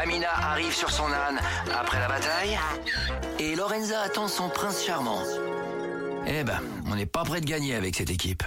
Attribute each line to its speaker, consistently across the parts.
Speaker 1: Amina arrive sur son âne après la bataille. Et Lorenza attend son prince charmant. Eh ben, on n'est pas prêt de gagner avec cette équipe.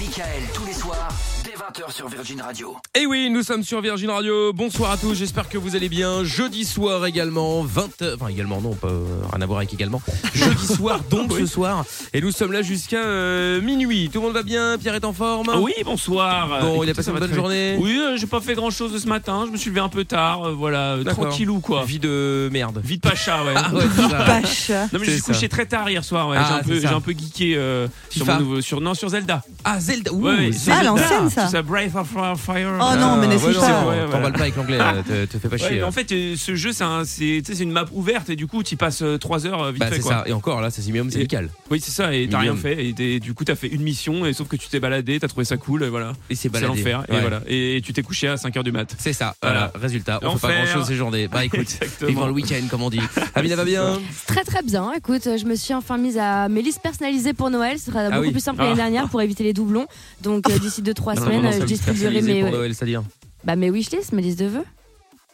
Speaker 1: Michael, tous les soirs, dès 20h sur Virgin Radio.
Speaker 2: Et Eh oui, nous sommes sur Virgin Radio. Bonsoir à tous, j'espère que vous allez bien. Jeudi soir également, 20h. Enfin, également, non, pas, euh, rien à voir avec également. Jeudi soir, donc ce soir. Et nous sommes là jusqu'à euh, minuit. Tout le monde va bien Pierre est en forme
Speaker 3: Oui, bonsoir.
Speaker 2: Bon,
Speaker 3: Euh,
Speaker 2: il a
Speaker 3: écoutez,
Speaker 2: passé
Speaker 3: ça
Speaker 2: une
Speaker 3: va
Speaker 2: bonne
Speaker 3: très vite.
Speaker 2: journée
Speaker 3: Oui, euh, j'ai pas fait grand chose ce matin. Je me suis levé un peu tard. euh, voilà, euh,
Speaker 2: D'accord.
Speaker 3: tranquillou quoi.
Speaker 2: Vie de merde.
Speaker 3: Vite Pacha, ouais.
Speaker 2: Ah ouais, c'est ça.
Speaker 4: Pache.
Speaker 3: Non mais je
Speaker 2: C'est
Speaker 3: suis
Speaker 2: ça.
Speaker 3: couché très tard hier soir. Ouais.
Speaker 2: Ah,
Speaker 3: j'ai un
Speaker 2: c'est
Speaker 3: peu,
Speaker 2: ça.
Speaker 3: j'ai un peu geeké euh, sur
Speaker 2: FIFA.
Speaker 3: mon nouveau, sur non sur Zelda.
Speaker 2: Ah, Zelda. Ouh,
Speaker 3: Ouais, ouais,
Speaker 2: Zelda.
Speaker 3: sur
Speaker 4: Ah,
Speaker 3: Zelda.
Speaker 4: l'ancienne, ça.
Speaker 3: C'est Breath of
Speaker 2: Mm.
Speaker 3: Fire.
Speaker 4: Oh, non, mais n'essaie
Speaker 2: Ah, ouais,
Speaker 4: pas.
Speaker 2: c'est bon,
Speaker 3: Ouais, voilà.
Speaker 2: T'emballes pas avec l'anglais, là, te, te fais pas
Speaker 3: Ouais,
Speaker 2: chier. hein.
Speaker 3: mais
Speaker 2: là.
Speaker 3: en fait, euh, ce jeu, c'est un- c'est tu sais, c'est une map ouverte et du coup, tu passes 3 heures euh, vite
Speaker 2: bah,
Speaker 3: fait.
Speaker 2: c'est
Speaker 3: Quoi.
Speaker 2: ça. Et encore, là, c'est minimum, c'est
Speaker 3: Et-
Speaker 2: amical.
Speaker 3: Oui, c'est ça. Et t'as
Speaker 2: Minimum.
Speaker 3: rien fait. Et t'es- du coup, t'as fait une mission. Et sauf que tu t'es baladé, t'as trouvé ça cool. Et voilà.
Speaker 2: Et c'est
Speaker 3: C'est
Speaker 2: baladé.
Speaker 3: l'enfer. Et
Speaker 2: Ouais.
Speaker 3: voilà. Et, tu t'es couché à 5 heures du mat.
Speaker 2: C'est ça, voilà,
Speaker 3: Voilà.
Speaker 2: résultat, on fait pas
Speaker 3: L'enfer.
Speaker 2: grand chose ces journées. Bah écoute,
Speaker 3: Exactement.
Speaker 2: vivant le week-end comme on dit. Amina va bien
Speaker 5: Très très bien. Écoute, euh, je me suis enfin mise à mes listes personnalisées pour Noël. Ce sera
Speaker 2: Ah
Speaker 5: beaucoup
Speaker 2: oui.
Speaker 5: plus simple
Speaker 3: Ah.
Speaker 5: l'année dernière pour éviter les doublons. Donc euh, d'ici 2-3
Speaker 2: Non, non,
Speaker 5: semaines,
Speaker 2: non,
Speaker 5: euh,
Speaker 2: ça
Speaker 5: je
Speaker 2: me
Speaker 5: distribuerai
Speaker 2: personnalisé
Speaker 5: mes,
Speaker 2: pour Noël, c'est-à-dire
Speaker 5: bah, mes wishlists, mes listes de vœux.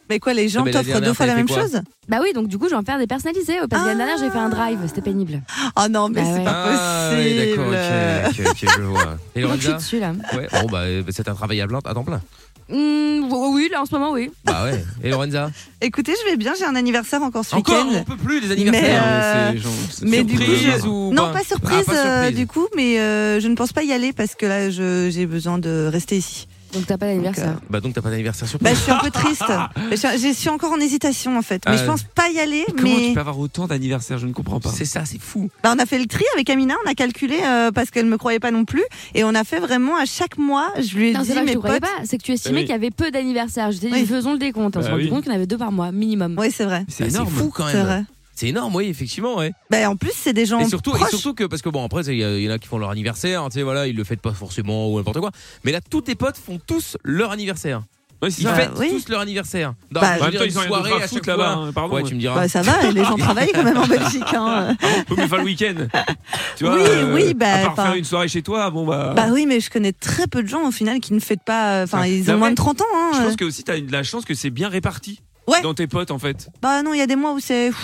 Speaker 4: Mais quoi, les gens
Speaker 2: Non, mais la
Speaker 4: t'offrent
Speaker 2: dernière,
Speaker 4: deux fois
Speaker 2: t'avais
Speaker 4: la même
Speaker 2: fait quoi
Speaker 4: chose
Speaker 5: Bah oui, donc du coup, je vais en faire des personnalisés. Parce que l'année
Speaker 4: Ah.
Speaker 5: dernière, j'ai fait un drive. C'était pénible.
Speaker 4: Oh non, mais
Speaker 5: Bah
Speaker 4: c'est
Speaker 5: ouais.
Speaker 4: pas
Speaker 3: Ah
Speaker 4: possible.
Speaker 2: Ah oui, d'accord, ok, ok, ok, je vois. Et
Speaker 5: Donc, je suis
Speaker 2: Lorenza
Speaker 5: dessus là.
Speaker 2: Ouais, bon bah euh, c'est un travail à plein- à temps plein. Mmh,
Speaker 5: Hmm,
Speaker 2: oh
Speaker 5: oui, là en ce moment, oui.
Speaker 2: Bah ouais. Et Lorenza
Speaker 4: Écoutez, je vais bien, j'ai un anniversaire encore ce
Speaker 2: Encore On
Speaker 4: week-end.
Speaker 2: peut plus des
Speaker 4: Mais,
Speaker 2: anniversaires.
Speaker 4: euh,
Speaker 3: Ah C'est genre- c'est
Speaker 4: mais du coup,
Speaker 3: surprise
Speaker 4: je-
Speaker 2: ou
Speaker 4: Non, pas surprise,
Speaker 2: Ah, pas
Speaker 4: euh,
Speaker 2: surprise.
Speaker 4: du coup, mais euh, je ne pense pas y aller parce que là, je- j'ai besoin de rester ici.
Speaker 5: Donc t'as pas d'anniversaire.
Speaker 2: Bah donc t'as pas d'anniversaire surprise.
Speaker 4: Bah, je suis un peu triste. Je suis- je suis encore en hésitation en fait. Mais
Speaker 2: Ah,
Speaker 4: je pense pas y aller.
Speaker 3: Comment tu
Speaker 4: mais
Speaker 3: peux avoir autant d'anniversaires Je ne comprends pas.
Speaker 2: c'est ça, c'est fou.
Speaker 4: Bah, on a fait le tri avec Amina, on a calculé euh, parce qu'elle me croyait pas non plus. Et on a fait vraiment à chaque mois, je lui ai
Speaker 5: Non,
Speaker 4: dit
Speaker 5: c'est pas que je
Speaker 4: mes
Speaker 5: te croyais
Speaker 4: potes.
Speaker 5: pas, c'est que tu
Speaker 3: Ah
Speaker 5: estimais
Speaker 3: oui.
Speaker 5: qu'il y avait peu d'anniversaires. Je t'ai dit,
Speaker 4: Oui.
Speaker 5: faisons le décompte. On s'est
Speaker 3: Bah
Speaker 5: rendu
Speaker 3: oui.
Speaker 5: compte qu'il y en avait deux par mois, minimum.
Speaker 4: Oui, c'est vrai.
Speaker 2: Bah,
Speaker 3: C'est
Speaker 2: C'est
Speaker 3: énorme.
Speaker 2: fou quand
Speaker 4: C'est
Speaker 2: même.
Speaker 4: vrai.
Speaker 2: C'est énorme, oui, effectivement, ouais.
Speaker 4: Bah, en plus, c'est des gens
Speaker 2: Et surtout, et
Speaker 4: proches.
Speaker 2: surtout que parce que bon après il y, a- il y en a qui font leur anniversaire, hein, tu sais voilà, ils le fêtent pas forcément ou n'importe quoi. Mais là tous tes potes font tous leur anniversaire.
Speaker 3: Ouais, c'est
Speaker 2: Ils
Speaker 4: Bah,
Speaker 3: ça.
Speaker 2: fêtent
Speaker 4: oui.
Speaker 2: tous leur anniversaire.
Speaker 4: Bah,
Speaker 2: Non, je
Speaker 3: En
Speaker 2: veux
Speaker 3: même
Speaker 2: dire,
Speaker 3: temps,
Speaker 2: une
Speaker 3: ils ont rien
Speaker 2: soirée
Speaker 3: d'autre à
Speaker 2: à chaque
Speaker 3: foutre
Speaker 2: fois.
Speaker 3: là-bas. hein, Pardon.
Speaker 2: Ouais, tu me diras.
Speaker 4: Bah, ça va, et les gens travaillent quand même en Belgique. Hein.
Speaker 3: Ah bon, peut me faire le week-end. Tu vois, euh,
Speaker 4: Oui, oui, bah,
Speaker 3: À part
Speaker 4: enfin-
Speaker 3: faire une soirée chez toi, bon
Speaker 2: Ah.
Speaker 3: bah.
Speaker 4: Bah oui, mais je connais très peu de gens au final qui ne fêtent pas. euh, Enfin,
Speaker 3: Ah,
Speaker 4: ils
Speaker 3: bah
Speaker 4: ont moins
Speaker 3: ouais.
Speaker 4: de 30 ans. Hein.
Speaker 3: Je pense que aussi t'as eu de la chance que c'est bien réparti
Speaker 4: Ouais.
Speaker 3: dans tes potes en fait.
Speaker 4: Bah non, il y a des mois où c'est. pff,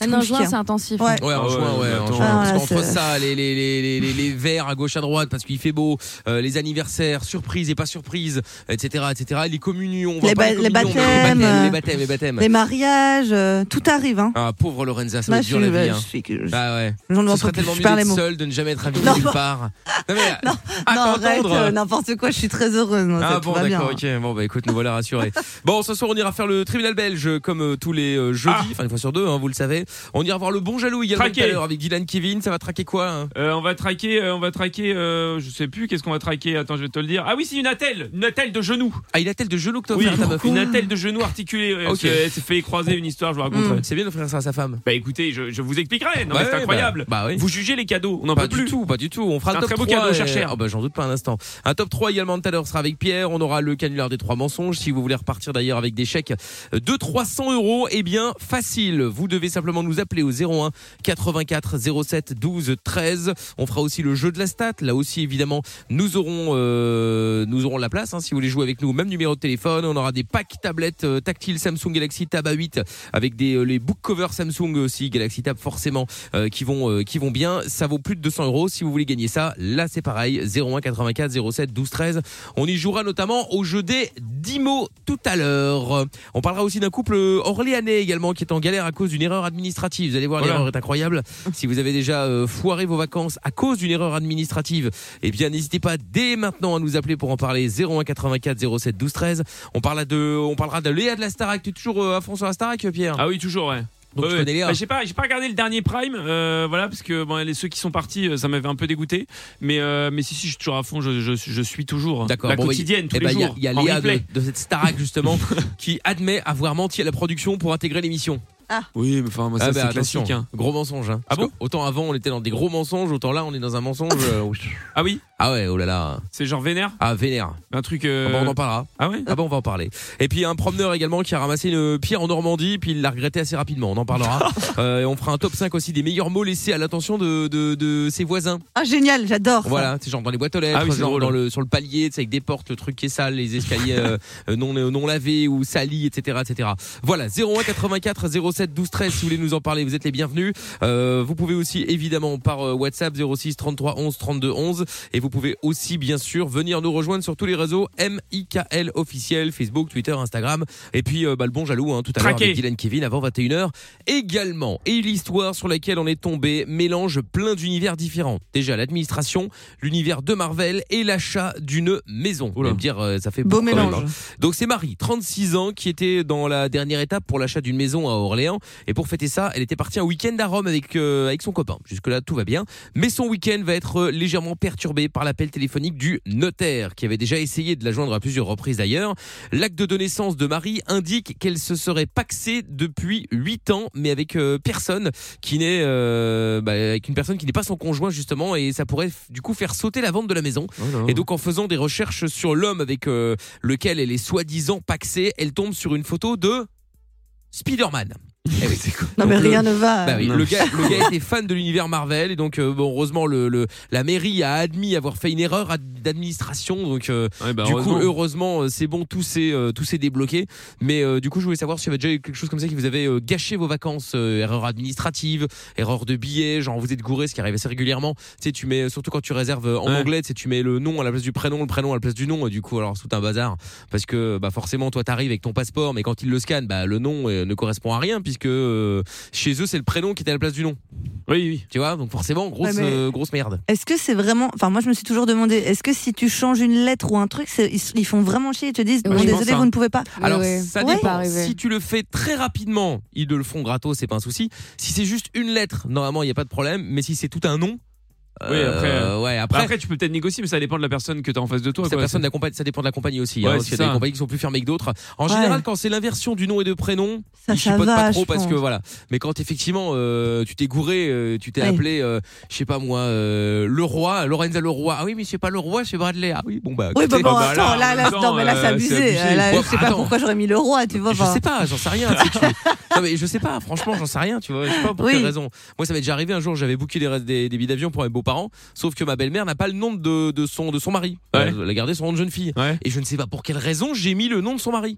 Speaker 5: Ah
Speaker 4: c'est
Speaker 5: non,
Speaker 4: compliqué,
Speaker 5: juin,
Speaker 4: hein.
Speaker 5: c'est intensif.
Speaker 4: Ouais.
Speaker 2: Ouais, en
Speaker 3: Ah ouais,
Speaker 2: juin, ouais,
Speaker 3: mais
Speaker 2: en
Speaker 3: attends.
Speaker 2: juin.
Speaker 4: Ah,
Speaker 2: parce
Speaker 4: là,
Speaker 2: qu'entre
Speaker 4: c'est-
Speaker 2: ça, les, les, les, les, les, les verres à gauche à droite, parce qu'il fait beau, euh, les anniversaires, surprises et pas surprises, etc., etc., les communions, on voit
Speaker 4: Les
Speaker 2: pas
Speaker 4: ba- les
Speaker 2: communions, mais
Speaker 4: baptêmes,
Speaker 2: les baptêmes,
Speaker 4: euh,
Speaker 2: les baptêmes, les baptêmes.
Speaker 4: Les mariages, euh, tout arrive. Hein.
Speaker 2: Ah, pauvre Lorenza, ça
Speaker 4: Moi,
Speaker 2: doit
Speaker 4: je
Speaker 2: être dur
Speaker 4: suis.
Speaker 2: la vie.
Speaker 4: je
Speaker 2: Hein.
Speaker 4: suis- je-
Speaker 2: Bah ouais.
Speaker 4: je ne m'en
Speaker 2: Ce
Speaker 4: peux
Speaker 2: serait
Speaker 4: plus,
Speaker 2: tellement
Speaker 4: je
Speaker 2: mieux
Speaker 4: perds les
Speaker 2: d'être
Speaker 4: mots.
Speaker 2: seul, de ne jamais être invité
Speaker 4: Non,
Speaker 2: nulle
Speaker 4: bah-
Speaker 2: part. Non mais,
Speaker 4: non,
Speaker 2: Ah. à
Speaker 4: arrête,
Speaker 2: t'entendre.
Speaker 4: euh, n'importe quoi, je suis très heureuse. moi, ça,
Speaker 2: Ah
Speaker 4: tout
Speaker 2: bon
Speaker 4: va bien.
Speaker 2: d'accord ok bon bah écoute nous voilà rassurés bon ce soir on ira faire le tribunal belge comme euh, tous les euh, jeudis enfin une fois sur deux hein, vous le savez on ira voir le bon jaloux également tout à
Speaker 3: Ah. Traqué.
Speaker 2: l'heure avec Dylan Kevin ça va traquer quoi hein
Speaker 3: Euh, on va traquer, euh, on va traquer, euh, je sais plus, qu'est-ce qu'on va traquer Attends, je vais te le dire. Ah oui, c'est une attelle, une attelle de genou.
Speaker 2: ah il a tel de genoux que t'as
Speaker 3: Oui,
Speaker 2: offert à ta meuf
Speaker 3: une attelle de genou articulée. ouais,
Speaker 2: Ok.
Speaker 3: parce que Elle s'est fait croiser une histoire, je vous raconterai.
Speaker 2: Mm. C'est bien d'offrir ça à sa femme.
Speaker 3: Bah écoutez, je, je vous expliquerai. Non,
Speaker 2: Ouais,
Speaker 3: mais c'est
Speaker 2: ouais,
Speaker 3: incroyable.
Speaker 2: Bah, bah oui.
Speaker 3: Vous jugez les cadeaux, on n'en
Speaker 2: Pas
Speaker 3: peut
Speaker 2: du
Speaker 3: plus.
Speaker 2: tout, pas du tout. On fera
Speaker 3: C'est
Speaker 2: le
Speaker 3: un
Speaker 2: top
Speaker 3: très beau
Speaker 2: 3
Speaker 3: cadeau,
Speaker 2: et-
Speaker 3: cher cher.
Speaker 2: Ah bah, j'en doute pas un instant. Un top 3 également tout à l'heure sera avec Pierre. On aura le canular des trois mensonges. Si vous voulez repartir d'ailleurs avec des chèques de 300 euros, eh bien facile. Vous devez simplement nous appeler au 01 84 07 12 13. On fera aussi le jeu de la stat. Là aussi évidemment, nous aurons euh, nous aurons la place. hein, si vous voulez jouer avec nous, même numéro de téléphone. On aura des packs tablettes euh, tactiles Samsung Galaxy Tab A8 avec des euh, les book covers Samsung aussi Galaxy Tab forcément euh, qui vont euh, qui vont bien. Ça vaut plus de 200 euros. Si vous voulez gagner ça, là c'est pareil. 01 84 07 12 13. On y jouera notamment au jeu des 10 mots tout à l'heure. On parlera aussi d'un couple euh, orléanais également qui est en galère à cause d'une erreur administrative. Vous allez voir,
Speaker 3: Voilà.
Speaker 2: l'erreur est incroyable. Si vous avez déjà euh, foiré vos vacances à cause d'une erreur administrative, eh bien n'hésitez pas dès maintenant à nous appeler pour en parler. 01 84 07 12 13. On parlera de on parlera de Léa de la Starac. Tu es toujours euh, à fond sur la Starac, Pierre
Speaker 3: Ah oui, toujours, ouais.
Speaker 2: Donc
Speaker 3: Ouais,
Speaker 2: tu
Speaker 3: ouais.
Speaker 2: connais Léa.
Speaker 3: Bah, j'ai pas, j'ai pas regardé le dernier Prime, euh, voilà, parce que bon, les, ceux qui sont partis, euh, ça m'avait un peu dégoûté. Mais, euh, mais si, si, je suis toujours à fond, je, je, je suis toujours.
Speaker 2: D'accord.
Speaker 3: La
Speaker 2: bon, bah,
Speaker 3: quotidienne, tous
Speaker 2: eh
Speaker 3: les
Speaker 2: ben, il y a-
Speaker 3: jours.
Speaker 2: Il y a,
Speaker 3: en
Speaker 2: Léa de,
Speaker 3: replay.
Speaker 2: de cette Starac justement qui admet avoir menti à la production pour intégrer l'émission.
Speaker 3: Oui, mais enfin, moi, ça,
Speaker 2: Ah bah,
Speaker 3: c'est
Speaker 2: attention,
Speaker 3: classique. hein.
Speaker 2: gros mensonge. Hein.
Speaker 3: Ah
Speaker 2: Parce que Autant avant on était dans des gros mensonges, autant là on est dans un mensonge. euh, oui.
Speaker 3: Ah oui
Speaker 2: ah ouais, oh là là.
Speaker 3: C'est genre vénère
Speaker 2: Ah vénère.
Speaker 3: Un truc. euh,
Speaker 2: Ah bah, on en parlera.
Speaker 3: Ah ouais
Speaker 2: Ah bon, on va en parler. Et puis un promeneur également qui a ramassé une pierre en Normandie, puis il l'a regretté assez rapidement. On en parlera. Euh, et on fera un top 5 aussi des meilleurs mots laissés à l'attention de, de, de ses voisins.
Speaker 4: Ah, génial, j'adore. ça.
Speaker 2: Voilà, c'est genre dans les boîtes aux lettres,
Speaker 3: Ah oui, c'est
Speaker 2: genre
Speaker 3: drôle.
Speaker 2: dans le, sur le palier, tu sais, avec des portes, le truc qui est sale, les escaliers euh, euh, non, euh, non lavés ou salis, etc. etc. Voilà, 01 84 07 12 13, si vous voulez nous en parler, vous êtes les bienvenus. Euh, vous pouvez aussi évidemment par euh, WhatsApp 06 33 11 32 11 et vous pouvez aussi bien sûr venir nous rejoindre sur tous les réseaux MIKL officiel, Facebook, Twitter, Instagram et puis euh, bah, le bon jaloux hein, tout à l'heure
Speaker 3: Traqué.
Speaker 2: avec Dylan Kevin avant 21h également. Et l'histoire sur laquelle on est tombé mélange plein d'univers différents. Déjà l'administration, l'univers de Marvel et l'achat d'une maison. Vous
Speaker 3: Oula.
Speaker 2: allez me dire, euh, ça fait
Speaker 4: Beau
Speaker 2: beaucoup quand même,
Speaker 4: mélange.
Speaker 2: hein. Donc c'est Marie, 36 ans, qui était dans la dernière étape pour l'achat d'une maison à Orléans. Et pour fêter ça, elle était partie un week-end à Rome avec, euh, avec son copain. Jusque-là, tout va bien. Mais son week-end va être euh, légèrement perturbé par l'appel téléphonique du notaire, qui avait déjà essayé de la joindre à plusieurs reprises d'ailleurs. L'acte de naissance de Marie indique qu'elle se serait paxée depuis 8 ans, mais avec euh, personne qui n'est euh, bah, avec une personne qui n'est pas son conjoint justement, et ça pourrait du coup faire sauter la vente de la maison.
Speaker 3: Oh
Speaker 2: Et donc en faisant des recherches sur l'homme avec euh, lequel elle est soi-disant paxée, elle tombe sur une photo de Spider-Man. Eh oui.
Speaker 4: Non,
Speaker 2: Donc,
Speaker 4: mais
Speaker 2: le-
Speaker 4: rien ne va.
Speaker 2: Bah oui,
Speaker 3: Non.
Speaker 2: le, gars, le gars était fan de l'univers Marvel et donc euh, bon, heureusement le, le- la mairie a admis avoir fait une erreur ad- d'administration donc euh,
Speaker 3: Ouais, bah,
Speaker 2: du coup
Speaker 3: heureusement.
Speaker 2: heureusement euh, c'est bon tout s'est euh, tout s'est débloqué mais euh, du coup je voulais savoir s'il y avait déjà eu quelque chose comme ça qui vous avait euh, gâché vos vacances euh, erreur administrative erreur de billet genre vous êtes gouré ce qui arrive assez régulièrement tu sais tu mets surtout quand tu réserves euh, en
Speaker 3: Ouais.
Speaker 2: anglais tu sais, tu mets le nom à la place du prénom le prénom à la place du nom et du coup alors c'est tout un bazar parce que bah forcément toi t'arrives avec ton passeport mais quand ils le scannent bah le nom euh, ne correspond à rien puisque euh, chez eux c'est le prénom qui est à la place du nom
Speaker 3: Oui, oui.
Speaker 2: tu vois donc forcément grosse
Speaker 4: Ouais, mais-
Speaker 2: euh, grosse merde
Speaker 4: Est-ce que c'est vraiment. Enfin, moi, je me suis toujours demandé, est-ce que si tu changes une lettre ou un truc, c'est- ils, ils font vraiment chier Ils te disent,
Speaker 5: Ouais,
Speaker 4: bon,
Speaker 5: je
Speaker 4: désolé,
Speaker 3: pense,
Speaker 4: vous
Speaker 3: hein.
Speaker 4: ne pouvez pas.
Speaker 5: Ouais,
Speaker 2: Alors
Speaker 5: ouais.
Speaker 2: ça
Speaker 5: Ouais.
Speaker 2: dépend.
Speaker 5: Pas arrivé.
Speaker 2: Si tu le fais très rapidement, ils te le font gratos, c'est pas un souci. Si c'est juste une lettre, normalement il y a pas de problème. Mais si c'est tout un nom,
Speaker 3: Oui, après, euh,
Speaker 2: ouais,
Speaker 3: Bah,
Speaker 2: après,
Speaker 3: Après, tu peux peut-être négocier, mais ça dépend de la personne que t'as en face de toi.
Speaker 2: ça,
Speaker 3: quoi.
Speaker 2: personne de la compagnie- ça dépend de la compagnie aussi.
Speaker 3: Ouais,
Speaker 2: hein,
Speaker 3: c'est
Speaker 2: parce qu'il y a
Speaker 3: ça.
Speaker 2: des compagnies qui sont plus fermées que d'autres. En
Speaker 4: Ouais.
Speaker 2: général, quand c'est l'inversion du nom et de prénom,
Speaker 4: Ça,
Speaker 2: ils
Speaker 4: ça
Speaker 2: chipotent
Speaker 4: va.
Speaker 2: pas trop
Speaker 4: je
Speaker 2: parce
Speaker 4: pense.
Speaker 2: que voilà. Mais quand effectivement euh, tu t'es gouré, euh, tu t'es
Speaker 4: Ouais.
Speaker 2: appelé, euh, je sais pas moi, euh, le roi, Lorenza le roi. Ah oui, mais c'est pas le roi, c'est Bradley. Ah oui, bon bah.
Speaker 4: Oui, bah
Speaker 2: écoutez,
Speaker 4: bon,
Speaker 3: bah,
Speaker 4: attends, là,
Speaker 3: là, en
Speaker 4: là,
Speaker 3: même
Speaker 4: non,
Speaker 3: temps,
Speaker 4: mais là,
Speaker 3: euh,
Speaker 4: c'est
Speaker 3: c'est
Speaker 4: abusé.
Speaker 3: abusé.
Speaker 4: Là,
Speaker 2: Bon,
Speaker 4: je sais pas
Speaker 2: attends.
Speaker 4: pourquoi j'aurais mis le roi, tu vois.
Speaker 2: Je
Speaker 4: enfin.
Speaker 2: sais pas, j'en sais rien. tu sais, tu- Non mais je sais pas, franchement, j'en sais rien, tu vois. Je sais pas pour
Speaker 4: Oui.
Speaker 2: quelle raison. Moi, ça m'est déjà arrivé un jour, j'avais booké des, res- des, des billets d'avion pour mes beaux-parents, sauf que ma belle-mère n'a pas le nom de, de son de son mari.
Speaker 3: Ouais.
Speaker 2: Elle a gardé son nom de jeune fille.
Speaker 3: Ouais.
Speaker 2: Et je ne sais pas pour quelle raison j'ai mis le nom de son mari.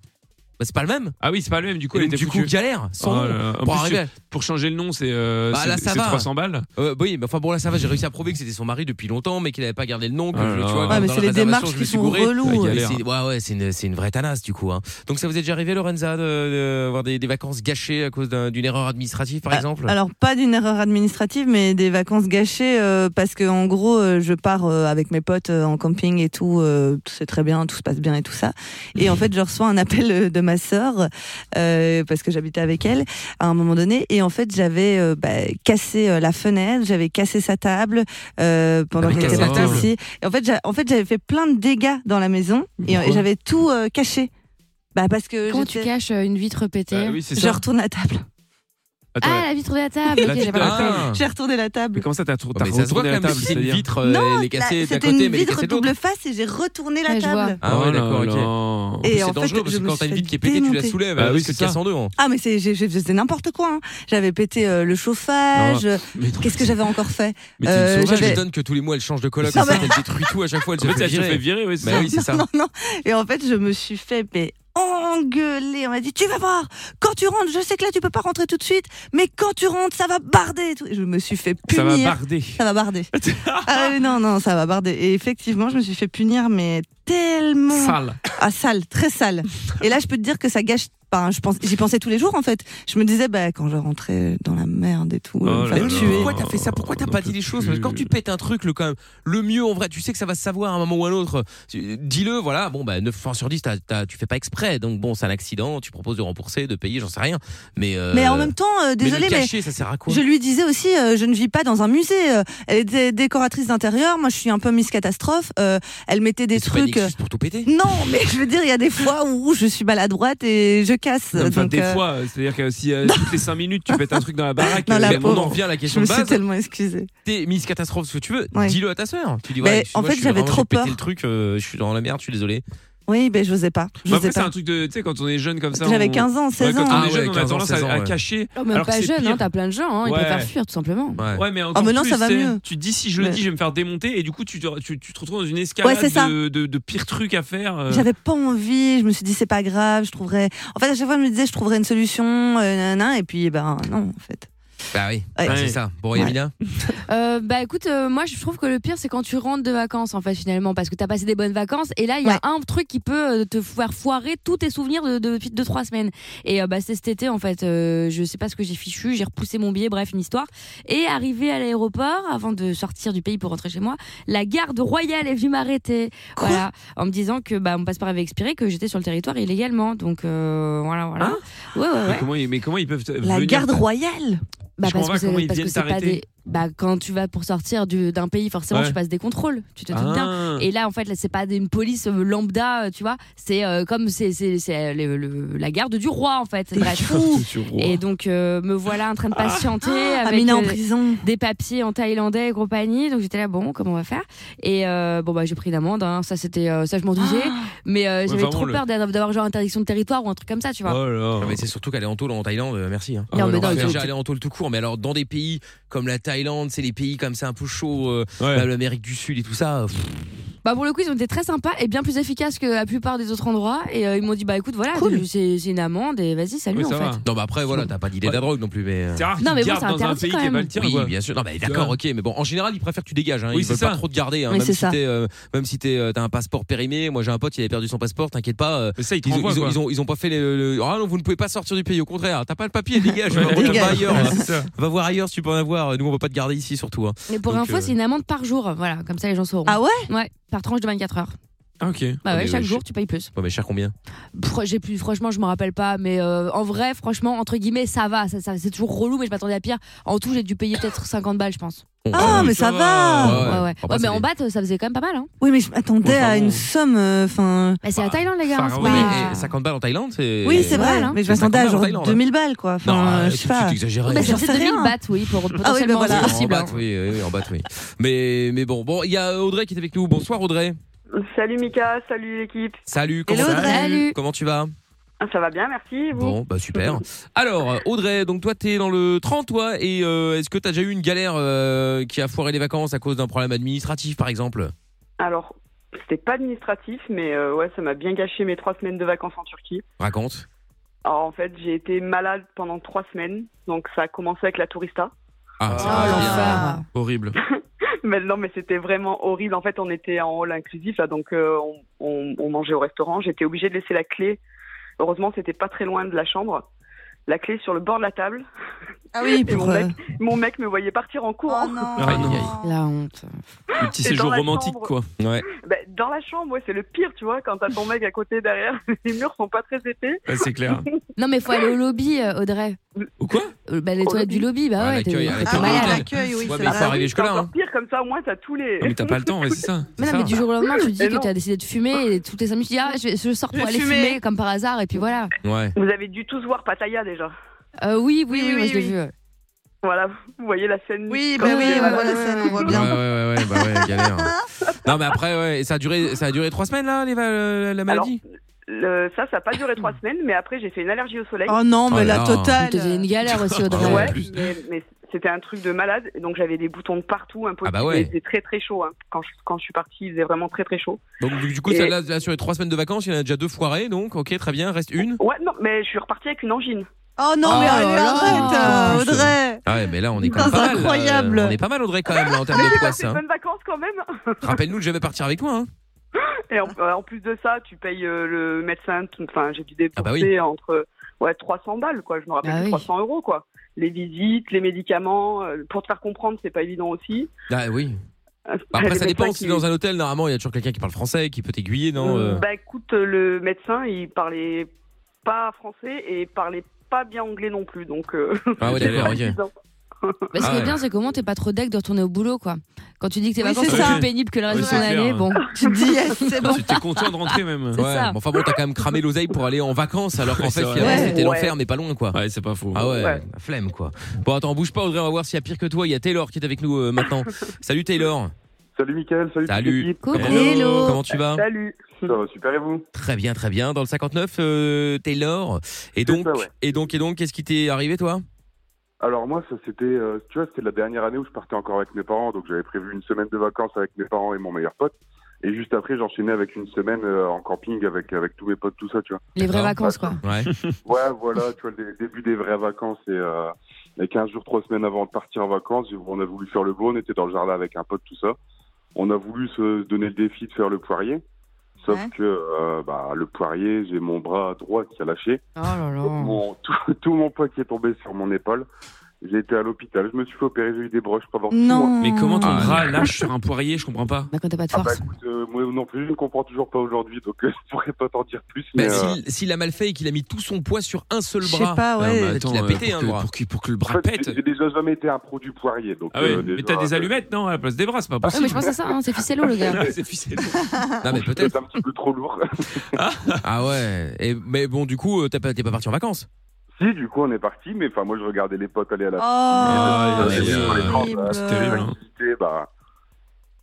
Speaker 2: Bah, c'est pas le même.
Speaker 3: Ah oui, c'est pas le même. Du coup,
Speaker 2: Et
Speaker 3: elle
Speaker 2: donc,
Speaker 3: était
Speaker 2: du coup,
Speaker 3: foutue.
Speaker 2: galère. Sans
Speaker 3: Oh
Speaker 2: nom.
Speaker 3: là là. En
Speaker 2: Pour
Speaker 3: plus,
Speaker 2: arriver.
Speaker 3: tu- pour changer le nom, c'est euh,
Speaker 2: Bah,
Speaker 3: c'est-
Speaker 2: là, ça
Speaker 3: c'est
Speaker 2: va.
Speaker 3: 300 balles.
Speaker 2: Euh, oui, mais enfin bon là ça va, j'ai réussi à prouver que c'était son mari depuis longtemps, mais qu'il n'avait pas gardé le nom. Que
Speaker 3: Oh là
Speaker 2: je, tu
Speaker 3: là.
Speaker 2: vois,
Speaker 3: Ouais,
Speaker 2: dans
Speaker 4: mais
Speaker 2: la
Speaker 4: c'est les
Speaker 2: réservation,
Speaker 4: démarches
Speaker 2: je me
Speaker 4: qui
Speaker 2: suis
Speaker 4: sont
Speaker 2: gouré.
Speaker 4: reloues.
Speaker 3: La
Speaker 2: Mais
Speaker 3: galère.
Speaker 2: c'est- ouais, ouais, c'est une, c'est une vraie tanasse du coup. hein. Donc ça vous est déjà arrivé, Lorenza, de- de- d'avoir des, des vacances gâchées à cause d'un- d'une erreur administrative, par
Speaker 4: Ah,
Speaker 2: exemple
Speaker 4: Alors pas d'une erreur administrative, mais des vacances gâchées euh, parce que en gros, euh, je pars euh, avec mes potes euh, en camping et tout, euh, tout c'est très bien, tout se passe bien et tout ça. Et en fait, je reçois un appel euh, de ma sœur euh, parce que j'habitais avec elle à un moment donné. Et en fait, j'avais euh, bah, cassé euh, la fenêtre, j'avais cassé sa table euh, pendant
Speaker 2: T'avais
Speaker 4: qu'elle
Speaker 3: cassé
Speaker 4: était
Speaker 3: la
Speaker 4: partie.
Speaker 3: table
Speaker 4: aussi. Et en fait, j'a- en fait, j'avais fait plein de dégâts dans la maison et, et
Speaker 3: Pourquoi
Speaker 4: j'avais tout euh, caché. Bah parce que
Speaker 5: Comment tu
Speaker 4: j'étais-
Speaker 5: caches euh, une vitre pétée
Speaker 3: Ah oui, c'est
Speaker 4: je
Speaker 3: ça.
Speaker 4: retourne la table.
Speaker 3: Attends,
Speaker 5: Ah, la vitre de la table.
Speaker 3: La
Speaker 5: ok,
Speaker 3: vitre
Speaker 5: j'avais
Speaker 3: de la
Speaker 5: pas compris.
Speaker 3: table.
Speaker 4: J'ai retourné la table.
Speaker 3: mais comment ça, t'as trop-
Speaker 2: Oh,
Speaker 3: t'as
Speaker 2: mais ça se voit
Speaker 3: retourné
Speaker 2: quand
Speaker 3: la
Speaker 2: même
Speaker 3: table
Speaker 2: si c'est une
Speaker 3: c'est-à-dire
Speaker 2: vitre, euh, elle est
Speaker 4: La-
Speaker 2: cassée d'un
Speaker 4: C'était une
Speaker 2: côté, mais elle est
Speaker 4: vitre
Speaker 2: cassée de l'autre.
Speaker 4: double face et j'ai retourné la
Speaker 5: Ouais, je
Speaker 4: table.
Speaker 2: Ah ouais,
Speaker 3: Oh là
Speaker 2: d'accord, ok.
Speaker 4: Et
Speaker 2: Et
Speaker 3: là.
Speaker 4: en
Speaker 2: c'est
Speaker 4: fait,
Speaker 2: dangereux parce
Speaker 4: je
Speaker 2: que
Speaker 4: me
Speaker 2: quand t'as une
Speaker 4: suis
Speaker 2: vitre qui est pétée, tu la
Speaker 4: démontée.
Speaker 2: soulèves,
Speaker 3: Bah
Speaker 2: elle
Speaker 3: oui,
Speaker 2: risque
Speaker 3: c'est
Speaker 2: de casser
Speaker 3: ça.
Speaker 2: en deux. hein.
Speaker 4: Ah mais c'est j'ai- j'ai- c'était n'importe quoi. hein. J'avais pété euh, le chauffage.
Speaker 3: Mais non,
Speaker 4: Qu'est-ce que j'avais encore fait
Speaker 3: mais t'es
Speaker 4: Euh,
Speaker 3: une
Speaker 2: Je
Speaker 3: sauvage.
Speaker 4: j'avais-
Speaker 2: m'étonne que tous les mois elle change de coloc,
Speaker 4: C'est
Speaker 2: en fait,
Speaker 4: ça.
Speaker 2: elle détruit tout à chaque fois, elle
Speaker 3: En
Speaker 2: se
Speaker 3: fait,
Speaker 2: fait
Speaker 3: elle se fait
Speaker 2: virer.
Speaker 3: virer, oui,
Speaker 2: Bah
Speaker 3: c'est
Speaker 2: oui, c'est ça.
Speaker 4: Non non. Et en fait, je me suis fait mais engueuler. On m'a dit tu vas voir. Quand tu rentres, je sais que là tu peux pas rentrer tout de suite, mais quand tu rentres, ça va barder. et tout. Et Je me suis fait
Speaker 3: ça. Ça
Speaker 4: punir.
Speaker 3: va barder.
Speaker 4: Ça va barder. ah oui, non non, ça va barder. Et effectivement, je me suis fait punir mais tellement
Speaker 3: Sale.
Speaker 4: Ah sale, très sale. Et là, je peux te dire que ça gâche. Enfin, je pense, j'y pensais tous les jours en fait. Je me disais, bah, quand je rentrais dans la merde et tout,
Speaker 3: Oh
Speaker 4: euh,
Speaker 3: là
Speaker 4: ça
Speaker 3: là.
Speaker 4: tuait.
Speaker 2: Pourquoi t'as fait ça Pourquoi t'as
Speaker 3: On
Speaker 2: pas
Speaker 3: en
Speaker 2: dit les
Speaker 3: peut
Speaker 2: choses Parce que Quand
Speaker 3: plus.
Speaker 2: tu pètes un truc, le, quand même, le mieux en vrai, tu sais que ça va se savoir à un moment ou à un autre. Tu- Dis-le, voilà. Bon, bah, 9 fois sur 10, t'as- t'as- tu fais pas exprès. Donc, bon, c'est un accident. Tu proposes de rembourser, de payer, j'en sais rien. Mais, euh,
Speaker 4: Mais en même temps, euh,
Speaker 2: mais le
Speaker 4: désolée, mais,
Speaker 2: cacher, ça sert à quoi
Speaker 4: je lui disais aussi, euh, je ne vis pas dans un musée. euh, elle était décoratrice d'intérieur, moi je suis un peu Miss Catastrophe. euh, elle mettait des
Speaker 2: C'est pas une
Speaker 4: trucs. euh,
Speaker 2: excuse pour tout péter.
Speaker 4: Non, mais je veux dire, il y a des fois où je suis maladroite et je efficace.
Speaker 3: Enfin,
Speaker 4: Donc,
Speaker 3: des
Speaker 4: euh,
Speaker 3: fois, euh, c'est-à-dire que si euh, toutes les 5 minutes tu pètes un truc dans la baraque,
Speaker 4: Non,
Speaker 3: euh,
Speaker 4: la
Speaker 3: mais
Speaker 2: Mais
Speaker 4: peau.
Speaker 2: on
Speaker 4: pauvre.
Speaker 2: en revient à la
Speaker 4: je
Speaker 2: question
Speaker 4: me
Speaker 2: de
Speaker 4: suis
Speaker 2: base.
Speaker 4: tellement excusée.
Speaker 2: T'es Miss Catastrophe, ce que tu veux.
Speaker 4: Ouais.
Speaker 2: Dis-le à ta sœur. Tu dis,
Speaker 4: Mais
Speaker 2: voilà,
Speaker 4: en
Speaker 2: excuse-moi,
Speaker 4: fait,
Speaker 2: je suis
Speaker 4: j'avais
Speaker 2: vraiment-
Speaker 4: trop
Speaker 2: j'ai pété
Speaker 4: peur.
Speaker 2: le truc, euh, je suis dans la merde, je suis désolé.
Speaker 4: Oui, ben, j'osais pas.
Speaker 3: Bah,
Speaker 4: J'osais
Speaker 3: après, c'est
Speaker 4: pas.
Speaker 3: un truc de. Tu sais, quand on est jeune comme ça.
Speaker 4: J'avais
Speaker 3: on-
Speaker 4: 15 ans,
Speaker 3: Ouais,
Speaker 4: 16
Speaker 3: quand
Speaker 4: ans.
Speaker 3: on
Speaker 2: Ah
Speaker 3: est jeune,
Speaker 2: ouais,
Speaker 3: on a
Speaker 2: 15 ans,
Speaker 3: tendance à-
Speaker 2: 16 ans,
Speaker 3: à
Speaker 2: ouais.
Speaker 3: cacher.
Speaker 5: Oh, même
Speaker 3: Alors que
Speaker 5: pas
Speaker 3: c'est
Speaker 5: jeune, hein,
Speaker 3: pire.
Speaker 5: t'as plein de gens, hein, ils
Speaker 3: Ouais.
Speaker 5: préfèrent fuir tout simplement. Ah,
Speaker 2: Ouais.
Speaker 3: Ouais, mais encore
Speaker 4: mais non,
Speaker 3: plus,
Speaker 4: ça va
Speaker 3: c'est-
Speaker 4: mieux.
Speaker 3: Tu te dis si je le
Speaker 4: Mais-
Speaker 3: dis, je vais me faire démonter et du coup, tu te, tu, tu te retrouves dans une escalade
Speaker 4: Ouais, c'est ça.
Speaker 3: de, de, de pires trucs à faire. euh.
Speaker 4: J'avais pas envie, je me suis dit c'est pas grave, je trouverais. En fait, à chaque fois, je me disais je trouverais une solution, euh, nanana, et puis ben non, en fait.
Speaker 2: Bah oui,
Speaker 4: Ouais.
Speaker 2: c'est ça. Bon,
Speaker 4: Ouais.
Speaker 2: Yamina
Speaker 5: Euh, bah écoute, euh, moi je trouve que le pire c'est quand tu rentres de vacances en fait finalement parce que t'as passé des bonnes vacances et là il y a
Speaker 4: Ouais.
Speaker 5: un truc qui peut euh, te faire foirer tous tes souvenirs de, de- depuis deux trois semaines et euh, bah c'est cet été en fait euh, je sais pas ce que j'ai fichu j'ai repoussé mon billet bref une histoire et arrivé à l'aéroport avant de sortir du pays pour rentrer chez moi la garde royale est venue m'arrêter
Speaker 4: Quoi
Speaker 5: voilà en me disant que bah mon passeport avait expiré que j'étais sur le territoire illégalement donc euh, voilà voilà ouais ouais
Speaker 3: Hein Mais
Speaker 5: ouais
Speaker 3: comment, ils- mais comment ils peuvent. te-
Speaker 4: La
Speaker 3: euh, venir-
Speaker 4: garde royale
Speaker 5: bah parce
Speaker 3: Je comprends
Speaker 5: que
Speaker 3: pas comment
Speaker 5: c'est
Speaker 3: ils
Speaker 5: parce que
Speaker 3: viennent
Speaker 5: c'est pas
Speaker 3: t'arrêter.
Speaker 5: des. Bah quand tu vas pour sortir du- d'un pays, forcément
Speaker 3: Ouais.
Speaker 5: tu passes des contrôles. Tu te dis bien.
Speaker 3: Ah.
Speaker 5: Et là en fait là c'est pas des- une police euh, lambda, euh, tu vois. C'est euh, comme c'est c'est c'est, euh, le- le- la garde du roi en fait.
Speaker 4: T'es
Speaker 5: Bref.
Speaker 4: fou
Speaker 5: Et donc euh, me voilà en train de patienter avec.
Speaker 4: Ah. Amina en
Speaker 5: euh,
Speaker 4: prison
Speaker 5: des papiers en thaïlandais et compagnie donc j'étais là bon comment on va faire et euh, bon bah j'ai pris une amende hein. ça c'était euh, ça je m'en doutais
Speaker 4: Ah.
Speaker 5: mais euh, j'avais
Speaker 3: vraiment,
Speaker 5: trop
Speaker 3: le-
Speaker 5: peur d'a- d'avoir genre interdiction de territoire ou un truc comme ça tu vois
Speaker 3: Oh là.
Speaker 2: mais c'est surtout qu'aller en tôle en Thaïlande, euh, merci. Hein.
Speaker 3: Ah,
Speaker 5: Non, mais
Speaker 3: l'enfer.
Speaker 5: non, tu-
Speaker 2: Déjà aller en tôle tout court, mais alors dans des pays comme la Thaïlande, c'est les pays comme ça un peu chaud, euh,
Speaker 3: Ouais.
Speaker 2: bah, l'Amérique du Sud et tout ça. euh, pff,
Speaker 5: Bah pour le coup ils ont été très sympas et bien plus efficaces que la plupart des autres endroits et euh, ils m'ont dit bah écoute voilà
Speaker 4: Cool.
Speaker 5: c'est c'est une amende et vas-y salut
Speaker 3: Oui,
Speaker 5: en
Speaker 3: ça
Speaker 5: fait.
Speaker 3: va.
Speaker 2: Non, bah après, voilà, t'as pas d'idée de la drogue non plus, mais. euh,
Speaker 3: C'est rare
Speaker 5: Non, mais
Speaker 3: qu'ils
Speaker 5: bon,
Speaker 3: gardent
Speaker 5: c'est
Speaker 3: dans un
Speaker 5: interdit
Speaker 3: pays
Speaker 5: quand
Speaker 3: qui est pas
Speaker 5: même.
Speaker 3: le tien.
Speaker 2: Oui,
Speaker 3: quoi.
Speaker 2: bien sûr. Non, mais d'accord, ok. Mais bon, en général, ils préfèrent que tu dégages. Hein.
Speaker 3: Oui,
Speaker 2: ils
Speaker 3: c'est
Speaker 2: veulent
Speaker 3: ça.
Speaker 2: pas trop te garder. Hein,
Speaker 4: Oui,
Speaker 2: même,
Speaker 4: c'est
Speaker 2: si
Speaker 4: ça.
Speaker 2: t'es, euh, même si t'es, euh, t'as un passeport périmé. Moi, j'ai un pote, il avait perdu son passeport. T'inquiète pas. euh,
Speaker 3: Mais ça, ils te
Speaker 2: ils, ont-
Speaker 3: renvoient,
Speaker 2: ils ont,
Speaker 3: quoi.
Speaker 2: ils ont- ils ont pas fait le. le- Ah non, vous ne pouvez pas sortir du pays. Au contraire, t'as pas le papier, dégage. va, voir-
Speaker 4: Dégage.
Speaker 2: va ailleurs.
Speaker 3: C'est ça.
Speaker 2: va voir ailleurs si tu peux en avoir. Nous, on va pas te garder ici, surtout. hein.
Speaker 5: Mais pour
Speaker 2: Donc,
Speaker 5: info
Speaker 2: euh,
Speaker 5: c'est une amende par jour voilà comme ça les gens sauront.
Speaker 4: Ah ouais
Speaker 5: Ouais par tranche de 24 heures.
Speaker 3: Ah, ok.
Speaker 5: Bah
Speaker 2: Ah,
Speaker 5: ouais
Speaker 2: mais
Speaker 5: chaque
Speaker 2: ouais,
Speaker 5: jour tu payes plus.
Speaker 2: Ouais, mais cher combien
Speaker 5: Pff, J'ai plus franchement je me rappelle pas mais euh, en vrai franchement entre guillemets ça va ça, ça- c'est toujours relou mais je m'attendais à pire. En tout j'ai dû payer peut-être 50 balles je pense.
Speaker 2: Bon,
Speaker 4: Ah, mais ça va.
Speaker 2: Ouais,
Speaker 5: Ouais ouais.
Speaker 2: Après,
Speaker 5: Ouais,
Speaker 2: c'est
Speaker 5: mais
Speaker 2: des-
Speaker 5: en batte ça faisait quand même pas mal hein.
Speaker 4: Oui, mais je m'attendais
Speaker 3: Ouais,
Speaker 4: à
Speaker 3: pardon.
Speaker 4: une somme. Enfin.
Speaker 5: Bah, c'est
Speaker 3: Bah,
Speaker 5: la Thaïlande les gars. hein,
Speaker 3: pharaon,
Speaker 5: c'est
Speaker 2: Ouais,
Speaker 3: Ouais.
Speaker 2: mais,
Speaker 5: pas-
Speaker 2: eh, 50 balles en Thaïlande, c'est.
Speaker 4: oui, c'est
Speaker 5: c'est
Speaker 4: vrai,
Speaker 5: mal, hein.
Speaker 4: mais je
Speaker 2: C'est
Speaker 4: m'attendais à
Speaker 2: 50
Speaker 4: genre
Speaker 2: en Thaïlande.
Speaker 4: 2000 balles, quoi.
Speaker 2: Non,
Speaker 4: Enfin,
Speaker 2: euh,
Speaker 4: je sais
Speaker 2: c'est-
Speaker 4: pas.
Speaker 2: c'est exagéré.
Speaker 5: Ouais, mais
Speaker 4: j'en
Speaker 5: c'était
Speaker 4: sais
Speaker 5: 2000
Speaker 4: rien.
Speaker 5: bahts, Ah oui bah pour potentiellement
Speaker 4: Eh ben voilà.
Speaker 5: c'est
Speaker 2: En
Speaker 3: Ah,
Speaker 5: possible.
Speaker 2: batte,
Speaker 5: hein.
Speaker 2: oui, oui, oui, en batte, oui. Mais, mais bon, bon, il y a Audrey qui est avec nous. Bonsoir Audrey.
Speaker 6: Salut Mika, salut l'équipe.
Speaker 2: Salut, comment,
Speaker 4: Hello, Audrey.
Speaker 5: Salut.
Speaker 2: comment tu vas
Speaker 6: Ah, Ça va bien, merci. et Vous
Speaker 2: Bon, bah super. Alors, Audrey, donc toi, t'es dans le 30, toi, et euh, est-ce que t'as déjà eu une galère euh, qui a foiré les vacances à cause d'un problème administratif, par exemple
Speaker 6: Alors, c'était pas administratif, mais euh, ouais, ça m'a bien gâché mes trois semaines de vacances en Turquie.
Speaker 2: Raconte.
Speaker 6: Alors, en fait, j'ai été malade pendant trois semaines, donc ça a commencé avec la tourista.
Speaker 2: Ah, c'est
Speaker 3: Ah,
Speaker 2: pas
Speaker 3: alors.
Speaker 2: bien.
Speaker 4: Ah.
Speaker 3: Horrible.
Speaker 6: Mais non, mais c'était vraiment horrible. En fait, on était en hall inclusif, là, donc euh, on, on- on mangeait au restaurant. J'étais obligée de laisser la clé. Heureusement, c'était pas très loin de la chambre. La clé sur le bord de la table.
Speaker 4: Ah oui,
Speaker 6: Et
Speaker 4: pour.
Speaker 6: mon
Speaker 4: euh,
Speaker 6: mec, mon mec me voyait partir en cours.
Speaker 4: Oh non.
Speaker 3: Aïe, aïe,
Speaker 5: La honte.
Speaker 3: Le petit
Speaker 6: Et dans
Speaker 3: séjour
Speaker 6: la
Speaker 3: romantique,
Speaker 6: chambre.
Speaker 3: quoi.
Speaker 2: Ouais.
Speaker 6: Bah, dans la chambre, ouais, c'est le pire, tu vois, quand t'as ton mec à côté derrière. Les murs sont pas très épais.
Speaker 2: Euh,
Speaker 3: Ouais, c'est clair.
Speaker 5: Non mais faut aller au lobby euh, Audrey.
Speaker 3: Ou quoi
Speaker 5: Euh, bah, les
Speaker 6: Au
Speaker 5: toilettes
Speaker 6: lobby.
Speaker 5: du lobby, bah
Speaker 2: Ouais,
Speaker 5: ouais. t'es-
Speaker 2: l'accueil, à
Speaker 5: t'es
Speaker 2: l'accueil.
Speaker 5: malade.
Speaker 2: Ah,
Speaker 4: l'accueil, oui,
Speaker 2: Ouais,
Speaker 4: c'est
Speaker 2: mais il faut
Speaker 4: vrai.
Speaker 2: arriver
Speaker 6: C'est
Speaker 2: jusque-là.
Speaker 6: encore pire, comme ça, au moins, t'as tous les.
Speaker 3: hein. Non, mais t'as pas le temps, ouais, c'est ça.
Speaker 5: Mais
Speaker 3: c'est
Speaker 5: non, mais
Speaker 3: ça.
Speaker 5: du jour au lendemain, tu dis
Speaker 6: Et
Speaker 5: que
Speaker 6: non.
Speaker 5: tu as décidé de fumer et toutes les 5 minutes, tu dis Ah, je, je sors pour
Speaker 4: Je vais
Speaker 5: aller
Speaker 4: fumer.
Speaker 5: fumer. comme par hasard, et puis voilà.
Speaker 2: Ouais.
Speaker 6: Vous avez dû tous voir Pattaya déjà.
Speaker 5: Euh, oui, oui,
Speaker 4: Oui,
Speaker 5: oui,
Speaker 4: oui,
Speaker 5: moi, je l'ai
Speaker 4: oui.
Speaker 5: vu. ouais.
Speaker 6: Voilà, vous voyez la scène.
Speaker 4: Oui,
Speaker 6: Comme
Speaker 4: bah oui,
Speaker 6: j'ai-
Speaker 4: on voit la scène, on voit
Speaker 2: Ouais, ouais,
Speaker 4: bien.
Speaker 2: ouais, ouais, bah ouais, galère. non, mais après, ouais, et ça a duré, ça a duré trois semaines, là, les va- euh, la
Speaker 6: Alors,
Speaker 2: maladie
Speaker 6: le- ça, ça n'a pas duré trois semaines, mais après, j'ai fait une allergie au soleil.
Speaker 4: Oh non, mais
Speaker 2: Oh
Speaker 4: la
Speaker 2: là.
Speaker 4: totale.
Speaker 5: C'était une galère aussi, Audrey.
Speaker 2: Ah
Speaker 6: ouais,
Speaker 2: en plus.
Speaker 6: mais, mais c'était un truc de malade. Et donc, j'avais des boutons de partout, un peu.
Speaker 2: Ah bah ouais.
Speaker 6: C'était très, très chaud. hein. Quand, je, quand je suis partie, il faisait vraiment très, très chaud.
Speaker 2: Donc, du du coup,
Speaker 6: Et-
Speaker 2: ça, là, là, sur les trois semaines de vacances, il y en a déjà deux foirées, donc, ok, très bien, reste une.
Speaker 6: Ouais, non, mais je suis repartie avec une angine.
Speaker 4: Oh non, mais
Speaker 5: Oh
Speaker 4: arrête,
Speaker 5: là là.
Speaker 4: arrête, euh, Audrey.
Speaker 2: Ah ouais, mais là, on est quand même
Speaker 4: Putain,
Speaker 2: pas
Speaker 4: c'est
Speaker 2: mal. là.
Speaker 4: incroyable.
Speaker 2: On est pas mal, Audrey, quand même, là, en termes de poids,
Speaker 6: Ah, C'est
Speaker 2: ça. hein.
Speaker 6: bonnes vacances quand même.
Speaker 2: Rappelle-nous de jamais partir avec moi, hein.
Speaker 6: Et en, euh, en plus de ça, tu payes euh, le médecin. tout- Enfin, j'ai dû dépenser
Speaker 2: Ah bah oui.
Speaker 6: entre ouais, 300 balles, quoi. Je me rappelle
Speaker 5: Ah oui.
Speaker 6: plus, 300 euros, quoi. Les visites, les médicaments. euh, pour te faire comprendre, c'est pas évident aussi.
Speaker 2: Ah oui.
Speaker 6: Euh,
Speaker 2: Bah,
Speaker 6: les
Speaker 2: après, ça dépend.
Speaker 6: médecins
Speaker 2: Si
Speaker 6: qui-
Speaker 2: dans un hôtel, normalement, il y a toujours quelqu'un qui parle français, qui peut t'aiguiller, non euh,
Speaker 6: Bah écoute, euh, le médecin, il parlait pas français et il parlait pas bien anglais non plus, donc. euh,
Speaker 2: Ah ouais,
Speaker 6: c'est
Speaker 2: d'accord,
Speaker 6: pas
Speaker 2: ok.
Speaker 6: évident.
Speaker 5: Bah, ce
Speaker 2: Ah
Speaker 5: qui est
Speaker 2: ouais.
Speaker 5: bien, c'est comment t'es pas trop deck de retourner au boulot, quoi. Quand tu dis que tes
Speaker 4: Oui,
Speaker 5: vacances
Speaker 4: c'est
Speaker 5: sont
Speaker 4: ça.
Speaker 5: plus pénibles que le reste
Speaker 3: Oui,
Speaker 5: de
Speaker 3: c'est
Speaker 5: l'année,
Speaker 3: clair.
Speaker 5: bon.
Speaker 4: Tu te dis,
Speaker 5: eh,
Speaker 4: yes, c'est Ah bon.
Speaker 3: Tu T'es content de rentrer même.
Speaker 5: C'est
Speaker 2: Ouais,
Speaker 5: ça.
Speaker 2: mais enfin bon, t'as quand même cramé l'oseille pour aller en vacances alors qu'en
Speaker 3: Ouais,
Speaker 2: fait
Speaker 3: c'est vrai.
Speaker 2: finalement
Speaker 4: Ouais.
Speaker 2: c'était l'enfer
Speaker 6: Ouais.
Speaker 2: mais pas loin quoi.
Speaker 3: Ouais, c'est pas faux.
Speaker 2: Ah ouais,
Speaker 6: Ouais.
Speaker 2: la flemme quoi. Bon attends, bouge pas Audrey, on va voir s'il y a pire que toi. Il y a Taylor qui est avec nous euh, maintenant. Salut Taylor.
Speaker 7: Salut Mickaël, salut, toute
Speaker 2: Salut.
Speaker 7: l'équipe.
Speaker 5: Coucou.
Speaker 4: Hello.
Speaker 2: Comment tu vas
Speaker 6: Salut.
Speaker 7: Ça va super et vous
Speaker 2: Très bien, très bien. Dans le 59, euh, Taylor. Et donc,
Speaker 7: ça, ouais.
Speaker 2: et donc, et donc, qu'est-ce qui t'est arrivé toi
Speaker 7: Alors moi, ça c'était, euh, tu vois, c'était la dernière année où je partais encore avec mes parents, donc j'avais prévu une semaine de vacances avec mes parents et mon meilleur pote. Et juste après, j'enchaînais avec une semaine euh, en camping avec avec tous mes potes, tout ça, tu vois.
Speaker 5: Les vraies
Speaker 2: D'accord.
Speaker 5: vacances, quoi.
Speaker 2: Ouais.
Speaker 7: Ouais, voilà, tu vois, le dé- début des vraies vacances et euh, les 15 jours, 3 semaines avant de partir en vacances, on a voulu faire le beau, on était dans le jardin avec un pote, tout ça. On a voulu se donner le défi de faire le poirier. Sauf
Speaker 4: Ouais.
Speaker 7: que euh, bah, le poirier, j'ai mon bras droit qui a lâché.
Speaker 5: Oh là là.
Speaker 7: Mon- tout, tout mon poids qui est tombé sur mon épaule. J'ai été à l'hôpital, je me suis fait opérer, j'ai eu des broches pendant six mois.
Speaker 4: Non.
Speaker 3: Mais comment ton
Speaker 2: Ah,
Speaker 3: bras lâche sur un poirier Je comprends pas.
Speaker 5: Bah, quand t'as pas de
Speaker 7: Ah bah
Speaker 5: force.
Speaker 7: écoute, euh, moi non plus, je ne comprends toujours pas aujourd'hui, donc euh, je pourrais pas t'en dire plus. Mais,
Speaker 2: Bah,
Speaker 7: euh,
Speaker 2: s'il- S'il a mal fait et qu'il a mis tout son poids sur un seul
Speaker 4: Je sais
Speaker 2: bras.
Speaker 4: pas, ouais.
Speaker 3: Non, mais
Speaker 2: Peut-être qu'il a
Speaker 3: euh,
Speaker 2: pété
Speaker 3: pour
Speaker 2: un
Speaker 3: que-
Speaker 2: bras.
Speaker 3: pour, qu'il- pour que le
Speaker 7: en
Speaker 3: bras
Speaker 7: fait,
Speaker 3: pète.
Speaker 7: j'ai- j'ai déjà jamais été un pro du poirier, donc.
Speaker 3: Ah ouais,
Speaker 7: euh,
Speaker 3: mais
Speaker 7: déjà,
Speaker 3: t'as des
Speaker 7: euh,
Speaker 3: allumettes, non, à la place des bras, c'est pas
Speaker 5: Ah, mais
Speaker 3: possible.
Speaker 5: je pense que c'est ça, hein, c'est ficello, le gars.
Speaker 3: c'est ficelle.
Speaker 2: Non mais peut-être.
Speaker 7: C'est un petit peu trop lourd.
Speaker 2: Ah ouais. Et, mais bon, du coup, euh, t'as pas- t'es pas parti en vacances.
Speaker 7: si, du coup, on est parti, mais enfin, moi, je regardais les potes aller à la.
Speaker 4: Oh,
Speaker 3: ouais,
Speaker 4: c'est
Speaker 3: ouais,
Speaker 4: horrible.
Speaker 3: Ah, euh, c'est terrible, hein.
Speaker 7: activité, bah.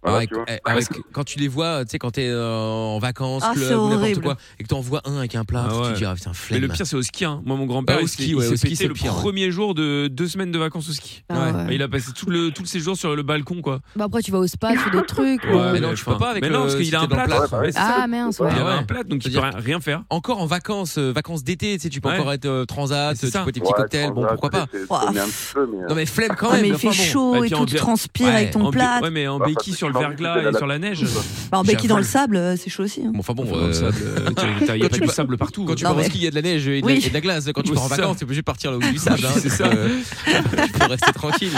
Speaker 7: Voilà,
Speaker 2: Ouais,
Speaker 7: tu vois.
Speaker 2: eh, avec- quand tu les vois, tu sais, quand t'es euh, en vacances,
Speaker 4: Ah, c'est
Speaker 2: club ou n'importe
Speaker 4: horrible.
Speaker 2: quoi, et que t'en vois un avec un plat,
Speaker 3: Ah
Speaker 2: tu
Speaker 3: ouais.
Speaker 2: te dis, ah, putain,
Speaker 3: Mais
Speaker 2: flemme.
Speaker 3: le pire, c'est au ski. hein. Moi, mon grand-père,
Speaker 2: Ah, au
Speaker 3: il
Speaker 2: ski,
Speaker 3: s'est- il
Speaker 2: ouais,
Speaker 3: s'est
Speaker 2: au ski,
Speaker 3: pété
Speaker 2: c'est
Speaker 3: le
Speaker 2: pire, hein. ouais.
Speaker 3: premier jour de deux semaines de vacances au ski.
Speaker 5: Ah,
Speaker 2: Ouais.
Speaker 5: ouais.
Speaker 3: Il a passé tout le, tout le séjour sur le balcon, quoi.
Speaker 5: Bah, après, tu vas au spa, tu fais des trucs.
Speaker 2: Ouais,
Speaker 5: euh,
Speaker 2: mais non, tu peux pas avec
Speaker 3: Mais
Speaker 2: le-
Speaker 3: non, parce
Speaker 2: si
Speaker 3: qu'il a
Speaker 2: t'es
Speaker 3: un
Speaker 2: dans le
Speaker 3: plat.
Speaker 2: plat.
Speaker 7: Ouais, bah ouais, c'est
Speaker 5: Ah, mince, ouais.
Speaker 3: Il
Speaker 2: Ah
Speaker 3: avait
Speaker 2: ouais.
Speaker 3: un plat, donc il peut
Speaker 2: C'est-à-dire
Speaker 3: rien rien faire.
Speaker 2: Encore en vacances, euh, vacances d'été, tu sais, tu peux
Speaker 3: Ouais.
Speaker 2: encore être euh, transat,
Speaker 3: C'est
Speaker 2: tu
Speaker 3: ça.
Speaker 2: peux tes petits
Speaker 7: Ouais,
Speaker 2: cocktails, bon,
Speaker 7: transat,
Speaker 2: pourquoi pas.
Speaker 7: c'est- c'est- c'est un petit peu, mais, euh,
Speaker 2: Non mais flemme quand
Speaker 4: Ah,
Speaker 2: même.
Speaker 4: mais il
Speaker 2: enfin
Speaker 4: fait
Speaker 2: bon.
Speaker 4: chaud
Speaker 3: Et puis
Speaker 4: et
Speaker 3: en
Speaker 4: tout, tu
Speaker 3: ver-
Speaker 4: transpires
Speaker 2: Ouais,
Speaker 4: avec
Speaker 3: En
Speaker 4: ton
Speaker 3: bé-
Speaker 4: plat.
Speaker 3: Ouais, mais en
Speaker 7: Bah,
Speaker 3: béquille
Speaker 7: parce
Speaker 3: sur le
Speaker 7: que j'ai envie de
Speaker 3: verglas
Speaker 7: faire
Speaker 3: et
Speaker 7: la
Speaker 3: sur la neige.
Speaker 4: Bah, en béquille
Speaker 2: J'avoue.
Speaker 4: dans le sable, euh, c'est chaud aussi. hein.
Speaker 2: Bon, enfin bon,
Speaker 3: Enfin,
Speaker 2: euh,
Speaker 3: dans le sable, euh, t'as- il y a
Speaker 2: quand
Speaker 3: pas
Speaker 2: tu
Speaker 3: du
Speaker 2: pars-
Speaker 3: sable partout.
Speaker 2: quand tu
Speaker 4: Non,
Speaker 2: pars au
Speaker 4: mais-
Speaker 2: ski, il y a de la neige et de, la,
Speaker 4: Oui.
Speaker 2: et de la glace. Quand tu
Speaker 3: Oui,
Speaker 2: pars en
Speaker 3: c'est ça.
Speaker 2: vacances, t'es obligé de partir là où il y a du sable. hein,
Speaker 3: c'est
Speaker 2: donc,
Speaker 3: ça.
Speaker 2: euh, tu peux rester tranquille.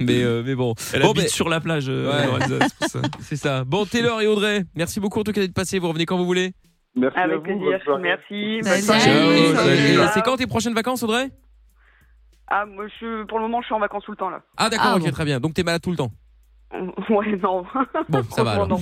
Speaker 2: Mais, euh, mais bon.
Speaker 3: Elle
Speaker 2: Bon,
Speaker 3: habite
Speaker 2: ben-
Speaker 3: sur la plage, euh,
Speaker 2: Ouais.
Speaker 3: Lorenza, c'est pour ça.
Speaker 2: C'est ça. Bon, Taylor et Audrey, merci beaucoup en tout cas d'être passés. Vous revenez quand vous voulez.
Speaker 7: Merci à
Speaker 6: Avec
Speaker 7: vous, bonne
Speaker 6: plaisir.
Speaker 7: soirée.
Speaker 6: Merci.
Speaker 4: Salut.
Speaker 6: bonne soirée.
Speaker 5: Ciao,
Speaker 2: Et-
Speaker 5: salut.
Speaker 2: et- et
Speaker 6: Ciao.
Speaker 2: C'est quand tes prochaines vacances, Audrey
Speaker 6: Ah, moi, je, pour le moment, je suis en vacances tout le temps, là. Ah.
Speaker 2: Ah, d'accord,
Speaker 5: Ah,
Speaker 2: ok,
Speaker 5: bon.
Speaker 2: très bien. Donc t'es malade tout le temps.
Speaker 6: Ouais, non.
Speaker 2: Bon, ça va alors.
Speaker 6: Non.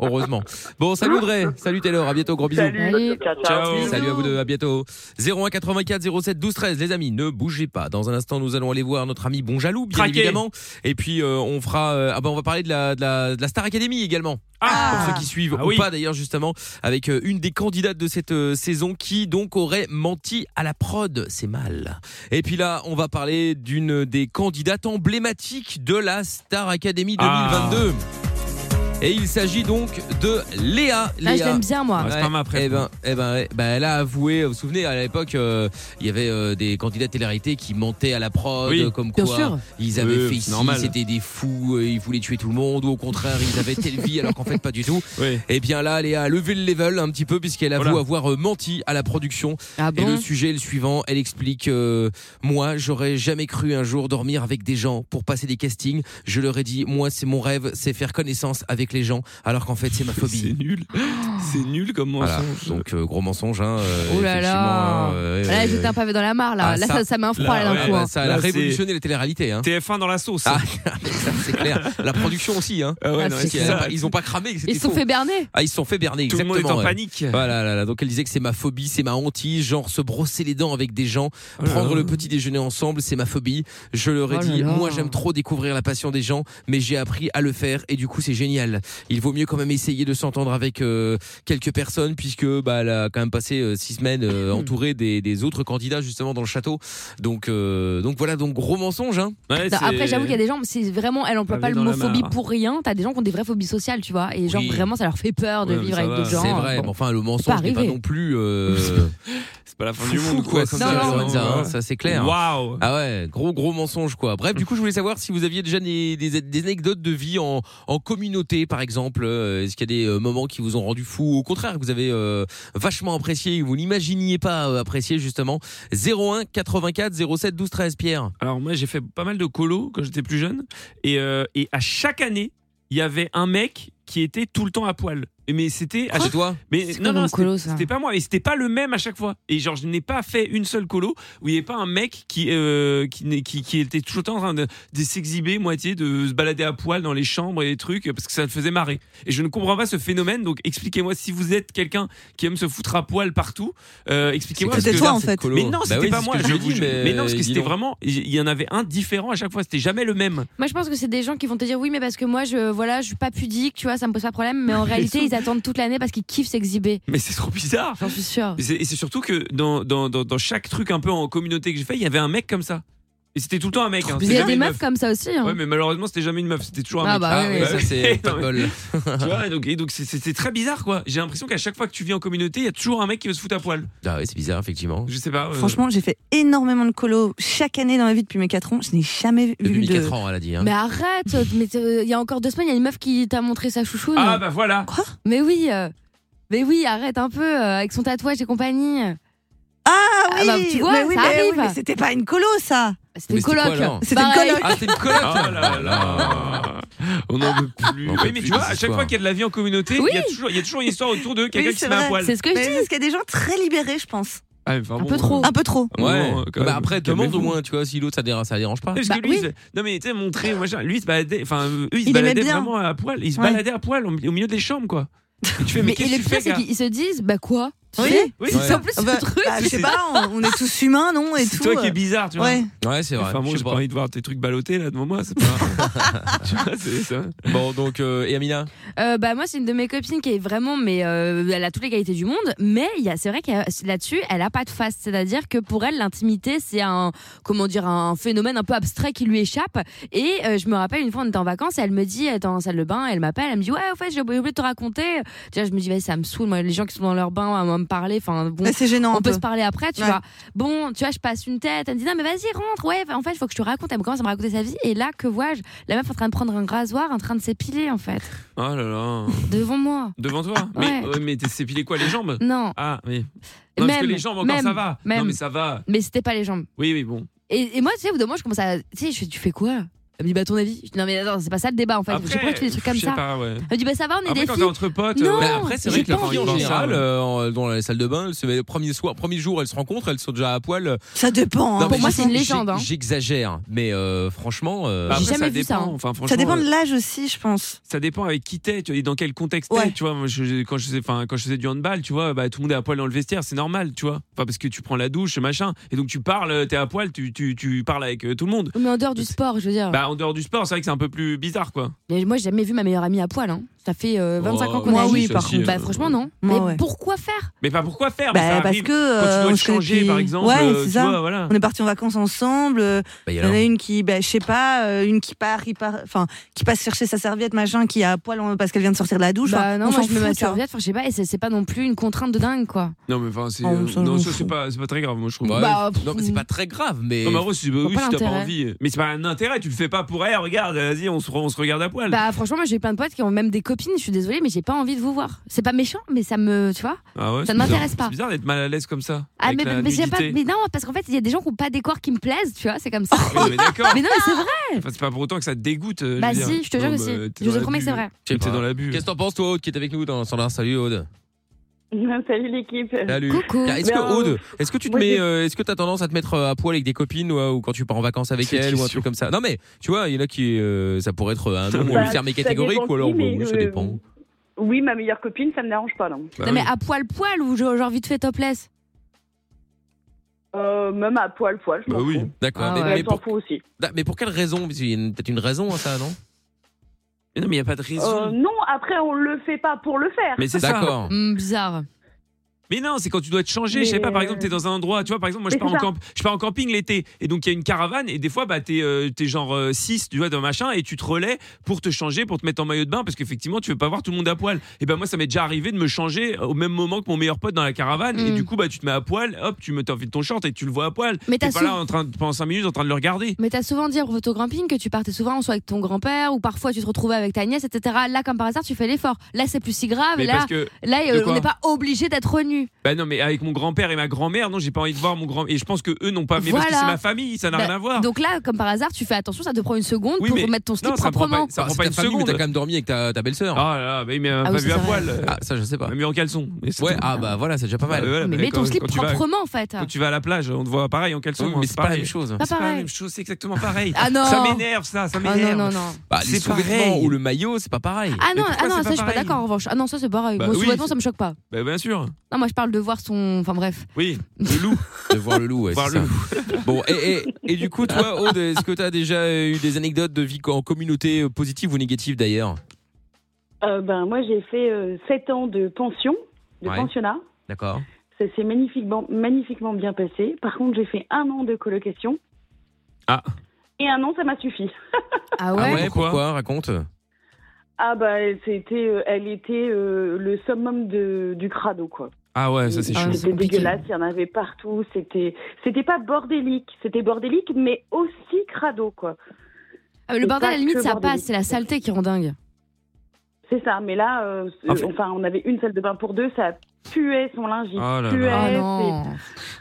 Speaker 2: Heureusement. Bon, salut Audrey. Salut Taylor. À bientôt. Gros bisous.
Speaker 6: Salut.
Speaker 5: Salut.
Speaker 3: Ciao.
Speaker 5: Bisous.
Speaker 2: Salut à vous deux, à bientôt. 01 84 07 12 13, les amis, ne bougez pas. Dans un instant, nous allons aller voir notre ami Bon Jaloux, bien
Speaker 3: Traqué.
Speaker 2: évidemment. Et puis, euh, on fera. euh, ah ben, on va parler de la, de la, de la Star Academy également.
Speaker 4: Ah.
Speaker 2: Pour ceux qui suivent
Speaker 3: Ah
Speaker 2: ou
Speaker 3: oui.
Speaker 2: pas d'ailleurs, justement, avec euh, une des candidates de cette euh, saison qui donc aurait menti à la prod. C'est mal. Et puis là, on va parler d'une des candidates emblématiques de la Star Academy
Speaker 3: Ah.
Speaker 2: 2022. Et il s'agit donc de Léa.
Speaker 5: Ah, je
Speaker 2: Léa.
Speaker 5: l'aime bien, moi.
Speaker 3: Ouais, c'est pas ma préf, hein.
Speaker 2: Eh ben, eh
Speaker 3: moi.
Speaker 2: ben, ouais. Bah, elle a avoué. Vous vous souvenez, à l'époque, euh, il y avait euh, des candidats de télé-réalité qui mentaient à la prod,
Speaker 3: Oui,
Speaker 2: euh, comme
Speaker 5: bien
Speaker 2: quoi
Speaker 5: sûr.
Speaker 2: ils avaient
Speaker 3: Oui,
Speaker 2: fait
Speaker 3: c'est
Speaker 2: ici,
Speaker 3: normal.
Speaker 2: c'était des fous, euh, ils voulaient tuer tout le monde, ou au contraire, ils avaient telle vie alors qu'en fait pas du tout.
Speaker 3: Ouais.
Speaker 2: Et bien là, Léa a levé le level un petit peu puisqu'elle avoue
Speaker 3: Voilà.
Speaker 2: avoir euh, menti à la production.
Speaker 5: Ah
Speaker 2: Et le
Speaker 5: bon
Speaker 2: sujet est le suivant. Elle explique euh, Moi, j'aurais jamais cru un jour dormir avec des gens pour passer des castings. Je leur ai dit Moi, c'est mon rêve, c'est faire connaissance avec les gens, alors qu'en fait, c'est ma phobie.
Speaker 3: C'est nul. C'est nul comme
Speaker 2: Voilà.
Speaker 3: mensonge.
Speaker 2: Donc euh, gros mensonge. Hein, euh,
Speaker 5: Oh là là.
Speaker 2: effectivement, hein, euh, ouais,
Speaker 5: Là,
Speaker 2: ouais,
Speaker 5: j'étais un
Speaker 2: ouais.
Speaker 5: pavé dans la mare, là.
Speaker 2: Ah,
Speaker 5: Là,
Speaker 2: ça-
Speaker 5: ça ça met un froid,
Speaker 3: là,
Speaker 5: là,
Speaker 3: ouais,
Speaker 5: d'un
Speaker 2: Ah
Speaker 5: coup.
Speaker 2: bah,
Speaker 5: hein.
Speaker 2: ça elle a
Speaker 3: Là, c'est-
Speaker 2: révolutionné la télé-réalité. Hein.
Speaker 3: TF1 dans la sauce.
Speaker 2: Ah, ça, c'est clair. La production aussi. Hein.
Speaker 3: Ah ouais,
Speaker 5: Ah,
Speaker 3: non,
Speaker 5: c'est
Speaker 3: c'est
Speaker 2: Ils
Speaker 5: clair.
Speaker 3: ça.
Speaker 2: ont pas- Ils ont pas cramé. que c'était
Speaker 5: Ils se sont
Speaker 2: faux.
Speaker 5: fait berner.
Speaker 2: Ah, ils se sont fait berner.
Speaker 3: Tout le monde est
Speaker 2: exactement,
Speaker 3: en
Speaker 2: ouais.
Speaker 3: panique.
Speaker 2: Voilà, là, là. donc elle disait que c'est ma phobie, c'est ma hantise, genre se brosser les dents avec des gens,
Speaker 3: Oh là
Speaker 2: prendre
Speaker 3: là.
Speaker 2: le petit déjeuner ensemble, c'est ma phobie. Je leur ai
Speaker 5: Oh là
Speaker 2: dit,
Speaker 5: là.
Speaker 2: moi j'aime trop découvrir la passion des gens, mais j'ai appris à le faire et du coup c'est génial. Il vaut mieux quand même essayer de s'entendre avec euh, quelques personnes puisque bah, elle a quand même passé euh, six semaines euh, entourée des, des autres candidats justement dans le château. Donc, euh, donc voilà, donc gros mensonge. Hein.
Speaker 3: Ouais,
Speaker 5: Non,
Speaker 3: c'est-
Speaker 5: après, j'avoue qu'il y a des gens, c'est vraiment, elle emploie
Speaker 3: Pavé
Speaker 5: pas le
Speaker 3: dans
Speaker 5: mot
Speaker 3: la
Speaker 5: phobie
Speaker 3: mare.
Speaker 5: pour rien. T'as des gens qui ont des vraies phobies sociales, tu vois. Et genre,
Speaker 2: Oui.
Speaker 5: vraiment, ça leur fait peur de
Speaker 3: Ouais, mais
Speaker 5: vivre
Speaker 3: ça
Speaker 5: avec
Speaker 3: va,
Speaker 5: d'autres gens. hein.
Speaker 2: c'est vrai,
Speaker 5: Bon.
Speaker 2: mais enfin le mensonge n'est pas
Speaker 5: arrivé.
Speaker 2: non plus euh,
Speaker 3: C'est pas la fin
Speaker 2: fou,
Speaker 3: du
Speaker 2: fou,
Speaker 3: monde, quoi.
Speaker 2: comme
Speaker 5: Non,
Speaker 2: ça,
Speaker 5: non,
Speaker 2: Lorenza,
Speaker 3: vraiment,
Speaker 2: hein,
Speaker 3: ouais.
Speaker 2: ça c'est clair.
Speaker 3: Waouh.
Speaker 2: Ah ouais, gros gros mensonge quoi. Bref, du coup, je voulais savoir si vous aviez déjà des, des- des anecdotes de vie en, en communauté, par exemple. Euh, Est-ce qu'il y a des euh, moments qui vous ont rendu fou ou au contraire que vous avez euh, vachement apprécié, que vous n'imaginiez pas euh, apprécier justement 01 84 07 12 13 Pierre.
Speaker 3: Alors moi j'ai fait pas mal de colos quand j'étais plus jeune et, euh, et à chaque année il y avait un mec qui était tout le temps à poil mais c'était.
Speaker 2: Ah,
Speaker 3: à
Speaker 2: c'est
Speaker 3: chaque-
Speaker 2: toi
Speaker 3: Mais
Speaker 5: C'est
Speaker 3: non,
Speaker 5: quoi
Speaker 3: non,
Speaker 5: mon
Speaker 3: c'était-
Speaker 5: colo, ça
Speaker 3: c'était pas moi. Et c'était pas le même à chaque fois. Et genre, je n'ai pas fait une seule colo où il n'y avait pas un mec qui, euh, qui, n'est- qui, qui était tout le temps en train de, de s'exhiber moitié, de se balader à poil dans les chambres et les trucs, parce que ça le faisait marrer. Et je ne comprends pas ce phénomène. Donc, expliquez-moi si vous êtes quelqu'un qui aime se foutre à poil partout. euh, expliquez-moi.
Speaker 4: C'était
Speaker 3: parce que-
Speaker 4: toi, en fait.
Speaker 3: Mais non, c'était pas moi.
Speaker 2: Je
Speaker 3: je vous jure. mais, non, parce que c'était vraiment. Il y en avait un différent à chaque fois. C'était jamais le même.
Speaker 5: Moi, je pense que c'est des gens qui vont te dire oui, mais parce que moi, je voilà, je suis pas pudique, tu vois, ça me pose pas de problème. Mais en réalité, ils attendent toute l'année parce qu'ils kiffent s'exhiber.
Speaker 3: Mais c'est trop bizarre.
Speaker 5: J'en suis sûre.
Speaker 3: Mais c'est- Et c'est surtout que dans, dans, dans, dans chaque truc un peu en communauté que j'ai fait, il y avait un mec comme ça. Et c'était tout le temps un mec. hein.
Speaker 5: Il
Speaker 3: C'était
Speaker 5: y a
Speaker 3: jamais
Speaker 5: des
Speaker 3: une
Speaker 5: meufs comme ça aussi. hein.
Speaker 3: meuf. Ouais, mais malheureusement, c'était jamais une meuf, c'était toujours un
Speaker 5: Ah
Speaker 3: mec.
Speaker 5: bah
Speaker 2: Ah
Speaker 5: oui,
Speaker 2: ouais,
Speaker 5: oui.
Speaker 2: ça c'est pas
Speaker 3: Non, mais-
Speaker 2: bol.
Speaker 3: Tu vois, et donc, et donc c'est- c'est c'est très bizarre quoi. J'ai l'impression qu'à chaque fois que tu vis en communauté, il y a toujours un mec qui veut se foutre à poil.
Speaker 2: Ah ouais, c'est bizarre effectivement.
Speaker 3: Je sais pas. euh,
Speaker 4: Franchement, j'ai fait énormément de colos chaque année dans ma vie depuis mes 4 ans. Je n'ai jamais vu
Speaker 2: Depuis
Speaker 4: de.
Speaker 2: 4 ans, elle a dit. hein.
Speaker 5: Mais arrête, mais t'es- il y a encore deux semaines, il y a une meuf qui t'a montré sa chouchoune.
Speaker 3: Ah bah voilà.
Speaker 5: Mais oui, euh, mais oui, arrête un peu euh, avec son tatouage et compagnie.
Speaker 4: Ah oui,
Speaker 5: Ah bah, tu vois,
Speaker 4: mais oui,
Speaker 5: ça
Speaker 4: mais, oui,
Speaker 5: arrive.
Speaker 4: mais c'était pas une colo, ça.
Speaker 5: C'était
Speaker 2: Mais
Speaker 5: une
Speaker 2: c'était quoi, alors
Speaker 5: coloc.
Speaker 4: C'était une
Speaker 5: Pareil.
Speaker 4: coloc.
Speaker 2: Ah, c'est une coloc
Speaker 3: Oh là là. On en veut plus.
Speaker 2: On
Speaker 3: Ah
Speaker 2: en
Speaker 3: Oui,
Speaker 2: peut
Speaker 3: mais
Speaker 2: plus
Speaker 3: tu vois,
Speaker 2: de
Speaker 3: à
Speaker 2: ces
Speaker 3: chaque fois
Speaker 2: histoires.
Speaker 3: qu'il y a de la vie en communauté,
Speaker 5: Oui.
Speaker 3: il y a toujours- il y a toujours une histoire autour de quelqu'un
Speaker 4: Oui,
Speaker 3: qui se
Speaker 4: c'est
Speaker 3: met à
Speaker 4: vrai.
Speaker 3: poil.
Speaker 5: C'est ce que
Speaker 4: Mais
Speaker 5: je dis.
Speaker 4: parce qu'il y a des gens très libérés, je pense.
Speaker 3: Ah, mais enfin,
Speaker 5: Un
Speaker 3: bon,
Speaker 5: peu trop.
Speaker 4: Un peu trop.
Speaker 2: Ouais.
Speaker 3: Non, quand
Speaker 2: Bah
Speaker 3: même,
Speaker 2: après, demande au
Speaker 3: calmez-vous.
Speaker 2: moins, tu vois, si l'autre ça dérange, ça dérange pas.
Speaker 3: Parce
Speaker 5: Bah
Speaker 3: que lui,
Speaker 5: oui.
Speaker 3: il se- non mais tu sais, montrer, machin. lui il se baladait, enfin, eux
Speaker 4: Il
Speaker 3: ils se
Speaker 4: aimait
Speaker 3: baladaient
Speaker 4: bien.
Speaker 3: vraiment à poil, ils se
Speaker 4: Ouais.
Speaker 3: baladaient à poil au, au milieu des chambres quoi. Et tu fais, mais,
Speaker 5: Mais
Speaker 3: qu'est-ce
Speaker 5: le
Speaker 3: que tu
Speaker 5: pire,
Speaker 3: fais,
Speaker 5: c'est
Speaker 3: gars
Speaker 5: qu'ils se disent, bah quoi Tu
Speaker 4: Oui.
Speaker 5: sais
Speaker 3: Oui,
Speaker 5: C'est
Speaker 2: Ouais.
Speaker 5: ça, en plus
Speaker 4: Ah
Speaker 5: ce
Speaker 4: bah,
Speaker 5: truc.
Speaker 4: bah, je sais pas, on, on est tous humains, non Et
Speaker 3: C'est
Speaker 4: tout.
Speaker 3: toi qui
Speaker 4: euh,
Speaker 3: es bizarre, tu vois.
Speaker 4: Ouais.
Speaker 2: Ouais, c'est vrai.
Speaker 3: Enfin bon,
Speaker 2: je sais
Speaker 3: j'ai pas
Speaker 2: pas.
Speaker 3: envie de voir tes trucs ballottés là devant moi, c'est pas. tu vois, c'est ça.
Speaker 2: Bon, donc, euh, et Amina
Speaker 5: Euh, bah moi c'est une de mes copines qui est vraiment mais euh, elle a toutes les qualités du monde mais il y a c'est vrai que là-dessus elle a pas de face c'est-à-dire que pour elle l'intimité c'est un comment dire un phénomène un peu abstrait qui lui échappe et euh, je me rappelle une fois on était en vacances et elle me dit elle était en salle de bain elle m'appelle elle me dit ouais au fait j'ai oublié de te raconter déjà je me dis vas-y, ça me saoule moi les gens qui sont dans leur bain à me parler enfin bon
Speaker 4: Mais C'est gênant.
Speaker 5: on
Speaker 4: un
Speaker 5: peut
Speaker 4: peu.
Speaker 5: se parler après, tu
Speaker 4: Ouais.
Speaker 5: vois. Bon, tu vois, je passe une tête. Elle me dit non, mais vas-y, rentre. Ouais, en fait, il faut que je te raconte. Elle me commence à me raconter sa vie. Et là, que vois-je La meuf en train de prendre un rasoir, en train de s'épiler, en fait,
Speaker 3: Oh là là.
Speaker 5: devant moi.
Speaker 3: Devant toi. Mais
Speaker 5: Ouais.
Speaker 3: ouais, mais t'es- c'est pilé quoi les jambes
Speaker 5: Non,
Speaker 3: Ah, mais non, parce que
Speaker 5: Même,
Speaker 3: les jambes encore
Speaker 5: même,
Speaker 3: ça va. Non
Speaker 5: même.
Speaker 3: mais ça va.
Speaker 5: mais c'était pas les jambes.
Speaker 3: Oui, oui, bon.
Speaker 5: Et, et moi, tu sais, au bout d'un moment, je commence à. Tu sais, je fais, tu fais quoi Elle me dit, bah, ton avis Je dis, non, mais attends, c'est pas ça le débat, en fait. Je sais pourquoi tu fais des trucs comme
Speaker 3: je sais
Speaker 5: ça.
Speaker 3: pas, ouais.
Speaker 5: Elle me dit, bah, ça va, on est
Speaker 3: Après,
Speaker 5: des
Speaker 3: quand
Speaker 5: filles.
Speaker 3: t'es entre potes,
Speaker 5: Non,
Speaker 3: euh,
Speaker 2: Bah, après,
Speaker 5: j'ai
Speaker 2: c'est vrai que la
Speaker 5: pas
Speaker 2: fille en
Speaker 5: envie.
Speaker 2: général, euh, en- dans la salle de bain, elle se met le premier soir, premier jour, elle se rencontre, elle saute déjà à poil.
Speaker 4: Ça dépend. hein.
Speaker 2: Non, mais
Speaker 5: moi,
Speaker 2: j'ai-
Speaker 5: c'est une légende,
Speaker 2: j'ai-
Speaker 5: hein.
Speaker 2: J'exagère, mais euh, franchement, euh,
Speaker 3: bah, après,
Speaker 5: J'ai jamais vu ça,
Speaker 3: dépend.
Speaker 5: hein.
Speaker 3: Enfin, franchement,
Speaker 4: Ça dépend
Speaker 3: euh,
Speaker 4: de l'âge aussi, je pense.
Speaker 3: ça dépend avec qui t'es tu vois, et dans quel contexte t'es
Speaker 4: Ouais.
Speaker 3: tu vois moi, je- je- quand je faisais enfin quand je faisais du handball tu vois bah, tout le monde est à poil dans le vestiaire c'est normal tu vois enfin parce que tu prends la douche machin et donc tu parles t'es à poil tu, tu, tu parles avec euh, tout le monde
Speaker 5: Mais en dehors du sport, je veux dire.
Speaker 3: bah en dehors du sport c'est vrai que c'est un peu plus bizarre quoi
Speaker 5: Mais moi, j'ai jamais vu ma meilleure amie à poil. Hein. Ça fait euh, 25
Speaker 3: Oh,
Speaker 5: ans qu'on
Speaker 4: moi,
Speaker 5: est
Speaker 4: oui,
Speaker 5: amies.
Speaker 4: par
Speaker 3: contre.
Speaker 5: Bah, franchement, non.
Speaker 4: Moi,
Speaker 5: mais
Speaker 4: ouais.
Speaker 5: pourquoi faire
Speaker 3: mais pas pourquoi faire mais
Speaker 4: Bah,
Speaker 3: ça
Speaker 4: parce
Speaker 3: arrive
Speaker 4: que.
Speaker 3: quand
Speaker 4: euh,
Speaker 3: tu dois
Speaker 4: on
Speaker 3: te
Speaker 4: se connaît
Speaker 3: changer
Speaker 4: depuis-
Speaker 3: par exemple
Speaker 4: Ouais,
Speaker 3: euh,
Speaker 4: c'est
Speaker 3: tu
Speaker 4: ça.
Speaker 3: vois, voilà
Speaker 4: On est partis en vacances ensemble. euh,
Speaker 2: bah, y
Speaker 4: Il
Speaker 2: a
Speaker 4: y en a
Speaker 2: l'un.
Speaker 4: une qui, bah, je sais pas, euh, une qui part, qui part, enfin, qui passe chercher sa serviette, machin, qui a à poil en- parce qu'elle vient de sortir de la douche.
Speaker 5: Bah,
Speaker 4: Enfin,
Speaker 5: non,
Speaker 4: on
Speaker 5: moi,
Speaker 4: s'en
Speaker 5: je me mets
Speaker 4: fout,
Speaker 5: ma
Speaker 4: tu vois.
Speaker 5: serviette. Enfin, je sais pas. Et c'est c'est pas non plus une contrainte de dingue, quoi.
Speaker 3: non mais enfin c'est
Speaker 4: Oh,
Speaker 3: euh,
Speaker 4: ça, je
Speaker 3: non
Speaker 4: m'en
Speaker 3: ça c'est
Speaker 4: fous.
Speaker 3: pas c'est pas très grave moi je trouve
Speaker 2: Ouais,
Speaker 5: Bah,
Speaker 2: non, mais c'est pas très grave, mais.
Speaker 3: non mais en gros, si, bah, oui,
Speaker 5: pas
Speaker 3: si t'as pas
Speaker 5: l'intérêt.
Speaker 3: envie mais c'est pas un intérêt tu le fais pas pour elle regarde vas-y on se, re- on se regarde à poil
Speaker 5: Bah, franchement, moi, j'ai plein de potes qui ont même des copines. Je suis désolée, mais j'ai pas envie de vous voir. C'est pas méchant, mais ça me. Tu vois
Speaker 3: Ah ouais,
Speaker 5: ça
Speaker 3: c'est
Speaker 5: ne
Speaker 3: bizarre.
Speaker 5: m'intéresse pas.
Speaker 3: c'est bizarre d'être mal à l'aise comme ça
Speaker 5: Ah,
Speaker 3: avec
Speaker 5: mais,
Speaker 3: la
Speaker 5: mais j'ai pas,
Speaker 3: nudité.
Speaker 5: mais non, parce qu'en fait, il y a des gens qui n'ont pas des corps qui me plaisent, tu vois, c'est comme ça.
Speaker 3: Oui, non, Ah, mais d'accord
Speaker 5: mais non, mais c'est vrai.
Speaker 3: Enfin, c'est pas pour autant que ça te dégoûte. euh,
Speaker 5: Bah
Speaker 3: je veux dire.
Speaker 5: si, je te jure
Speaker 3: Non,
Speaker 5: que si.
Speaker 3: bah, t'es
Speaker 5: Je
Speaker 3: dans
Speaker 5: vous
Speaker 3: la
Speaker 5: promets que c'est
Speaker 3: bulle.
Speaker 5: vrai.
Speaker 2: Je sais
Speaker 3: T'es
Speaker 2: pas.
Speaker 3: dans la bulle.
Speaker 2: Qu'est-ce que t'en penses, toi, Aude, qui est avec nous dans le standard Salut, Aude.
Speaker 6: Salut l'équipe.
Speaker 2: Salut.
Speaker 5: Coucou.
Speaker 2: Tiens, Est-ce que,
Speaker 6: Ben, euh,
Speaker 2: Aude, est-ce que tu te
Speaker 6: moi,
Speaker 2: mets,
Speaker 6: j'ai-
Speaker 2: euh, est-ce que t'as tendance à te mettre euh, à poil avec des copines ouais, ou quand tu pars en vacances avec
Speaker 3: Cette
Speaker 2: elles ou un
Speaker 3: question.
Speaker 2: truc comme ça Non, mais tu vois, il y en a qui, euh, ça pourrait être un nom
Speaker 3: Bah,
Speaker 2: fermé
Speaker 6: ça
Speaker 2: catégorique
Speaker 6: dépend
Speaker 2: ou alors,
Speaker 6: qui, mais,
Speaker 2: oui, ça
Speaker 6: euh,
Speaker 2: dépend.
Speaker 5: bah
Speaker 6: Oui, ma meilleure copine, ça me dérange pas, non.
Speaker 3: Bah
Speaker 5: non, mais
Speaker 3: oui.
Speaker 5: à poil poil ou genre genre vite fait topless
Speaker 6: Euh, même à poil, poil, je
Speaker 3: Bah
Speaker 6: m'en
Speaker 3: oui.
Speaker 6: fous.
Speaker 2: D'accord.
Speaker 5: Ah
Speaker 2: mais,
Speaker 5: ouais.
Speaker 2: mais
Speaker 6: Elle s'en
Speaker 2: pour,
Speaker 6: fout aussi.
Speaker 2: da- mais pour quelle raison Parce qu'il y a une- peut-être une raison à ça, non
Speaker 3: Mais non, mais y a pas de
Speaker 6: Euh,
Speaker 3: raison.
Speaker 6: non, après, on le fait pas pour le faire.
Speaker 3: Mais c'est ça.
Speaker 2: D'accord.
Speaker 5: Hmm, Bizarre.
Speaker 3: Mais non, c'est quand tu dois te changer. Je sais
Speaker 6: Mais,
Speaker 3: pas, par
Speaker 6: euh,
Speaker 3: exemple, t'es dans un endroit. Tu vois, par exemple, moi, je
Speaker 6: mais
Speaker 3: pars, en
Speaker 6: c'est ça.
Speaker 3: camp... je pars en camping l'été. Et donc, il y a une caravane. Et des fois, bah, t'es euh, t'es genre 6, tu vois, d'un machin. Et tu te relais pour te changer, pour te mettre en maillot de bain. Parce qu'effectivement, tu veux pas voir tout le monde à poil. Et ben, moi, ça m'est déjà arrivé de me changer au même moment que mon meilleur pote dans la caravane. Et
Speaker 5: Mm.
Speaker 3: du coup, bah, tu te mets à poil. Hop, tu me t'enfiles ton short et tu le vois à poil.
Speaker 5: Mais
Speaker 3: T'es
Speaker 5: t'as
Speaker 3: pas là
Speaker 5: sou-
Speaker 3: en train de, pendant 5 minutes en train de le regarder.
Speaker 5: Mais t'as souvent dit au photogramping que tu partais souvent soit avec ton grand-père ou parfois tu te retrouvais avec ta nièce, etc. Là, comme par hasard, tu fais l'effort. Là, c'est plus si grave.
Speaker 3: Mais
Speaker 5: là,
Speaker 3: parce que
Speaker 5: là,
Speaker 3: de
Speaker 5: euh,
Speaker 3: quoi
Speaker 5: on n'est pas obligé d'être nu. connu.
Speaker 3: Bah non, mais avec mon grand-père et ma grand-mère, non, j'ai pas envie de voir mon grand. Et je pense que eux n'ont pas. Ah, Mais parce que
Speaker 5: Voilà.
Speaker 3: c'est ma famille, ça n'a
Speaker 5: Bah,
Speaker 3: rien à voir.
Speaker 5: Donc là, comme par hasard, tu fais attention, ça te prend une seconde
Speaker 3: Oui,
Speaker 5: pour
Speaker 3: mais-
Speaker 5: remettre ton slip
Speaker 3: non, ça prend
Speaker 5: proprement.
Speaker 3: pas- ça- prend
Speaker 2: C'est
Speaker 3: pas
Speaker 2: ta
Speaker 3: une
Speaker 2: famille, mais
Speaker 3: seconde.
Speaker 2: T'as quand même dormi avec ta, ta belle-sœur.
Speaker 3: Ah là là, bah, il m'a
Speaker 5: Ah
Speaker 3: pas
Speaker 5: oui,
Speaker 3: vu
Speaker 5: c'est
Speaker 3: à
Speaker 5: vrai.
Speaker 3: poil. euh,
Speaker 2: Ah, ça, je sais pas.
Speaker 3: Il m'a mis en caleçon. mais c'est
Speaker 2: Ouais,
Speaker 3: tout.
Speaker 2: ah bah voilà, c'est déjà pas
Speaker 3: Ouais,
Speaker 2: mal.
Speaker 3: voilà,
Speaker 5: mais
Speaker 3: bah,
Speaker 5: mets ton
Speaker 3: quand-
Speaker 5: slip
Speaker 3: quand tu vas-
Speaker 5: proprement en fait.
Speaker 3: Quand tu vas à la plage, on te voit pareil en caleçon.
Speaker 2: Oui,
Speaker 3: hein,
Speaker 2: mais c'est pas la même chose.
Speaker 5: Pas
Speaker 3: C'est pas la
Speaker 5: pareil.
Speaker 3: même chose, c'est exactement pareil.
Speaker 5: Ah non.
Speaker 3: Ça m'énerve, ça, ça
Speaker 5: Ah non, non,
Speaker 3: m'énerve.
Speaker 5: non.
Speaker 2: Bah, les
Speaker 3: C'est
Speaker 2: sous-vêtements
Speaker 3: pareil.
Speaker 2: ou le maillot, c'est pas pareil.
Speaker 5: Ah non,
Speaker 3: hein. pourquoi
Speaker 5: ah
Speaker 3: c'est
Speaker 5: non
Speaker 3: pas
Speaker 5: ça je suis pas
Speaker 3: pareil
Speaker 5: d'accord en revanche. Ah non, ça c'est pareil.
Speaker 3: Bah
Speaker 5: Moi,
Speaker 3: oui,
Speaker 5: sous-vêtements,
Speaker 3: c'est-
Speaker 5: ça me choque pas.
Speaker 3: Bah, bien sûr.
Speaker 5: Non, moi je parle de voir son. Enfin bref.
Speaker 3: Oui, le loup.
Speaker 2: De voir le loup, ouais,
Speaker 3: Voir
Speaker 2: c'est
Speaker 3: le Ah.
Speaker 2: ça. Bon, et, et, et du coup, toi, Aude, est-ce que t'as déjà eu des anecdotes de vie en communauté euh, positives ou négatives d'ailleurs
Speaker 8: Euh, ben, moi, j'ai fait 7 ans de pension, de
Speaker 2: Ouais.
Speaker 8: pensionnat.
Speaker 2: D'accord.
Speaker 8: Ça s'est magnifiquement, magnifiquement bien passé. Par contre, j'ai fait un an de colocation.
Speaker 3: Ah.
Speaker 8: Et un an, ça m'a suffi.
Speaker 5: Ah
Speaker 2: Ah
Speaker 5: ouais
Speaker 2: ouais, pourquoi,
Speaker 3: pourquoi
Speaker 2: Raconte.
Speaker 8: Ah bah, c'était, euh, elle était euh, le summum de, du crado, quoi.
Speaker 3: Ah ouais, ça c'est
Speaker 5: Ah,
Speaker 3: chaud.
Speaker 5: c'est
Speaker 8: C'était
Speaker 5: compliqué.
Speaker 8: dégueulasse, il y en avait partout. C'était, c'était pas bordélique, c'était bordélique, mais aussi crado, quoi.
Speaker 5: Ah, mais Le
Speaker 8: C'est
Speaker 5: bordel, à
Speaker 8: pas
Speaker 5: la limite,
Speaker 8: que
Speaker 5: ça
Speaker 8: bordélique.
Speaker 5: passe. C'est la saleté qui rend dingue.
Speaker 8: C'est ça, mais là, euh,
Speaker 3: Ah, fait-
Speaker 8: enfin, on avait une salle de bain pour deux, ça puait son linge, il
Speaker 3: Oh là là.
Speaker 8: puait.
Speaker 5: Ah
Speaker 8: c'est-
Speaker 5: non.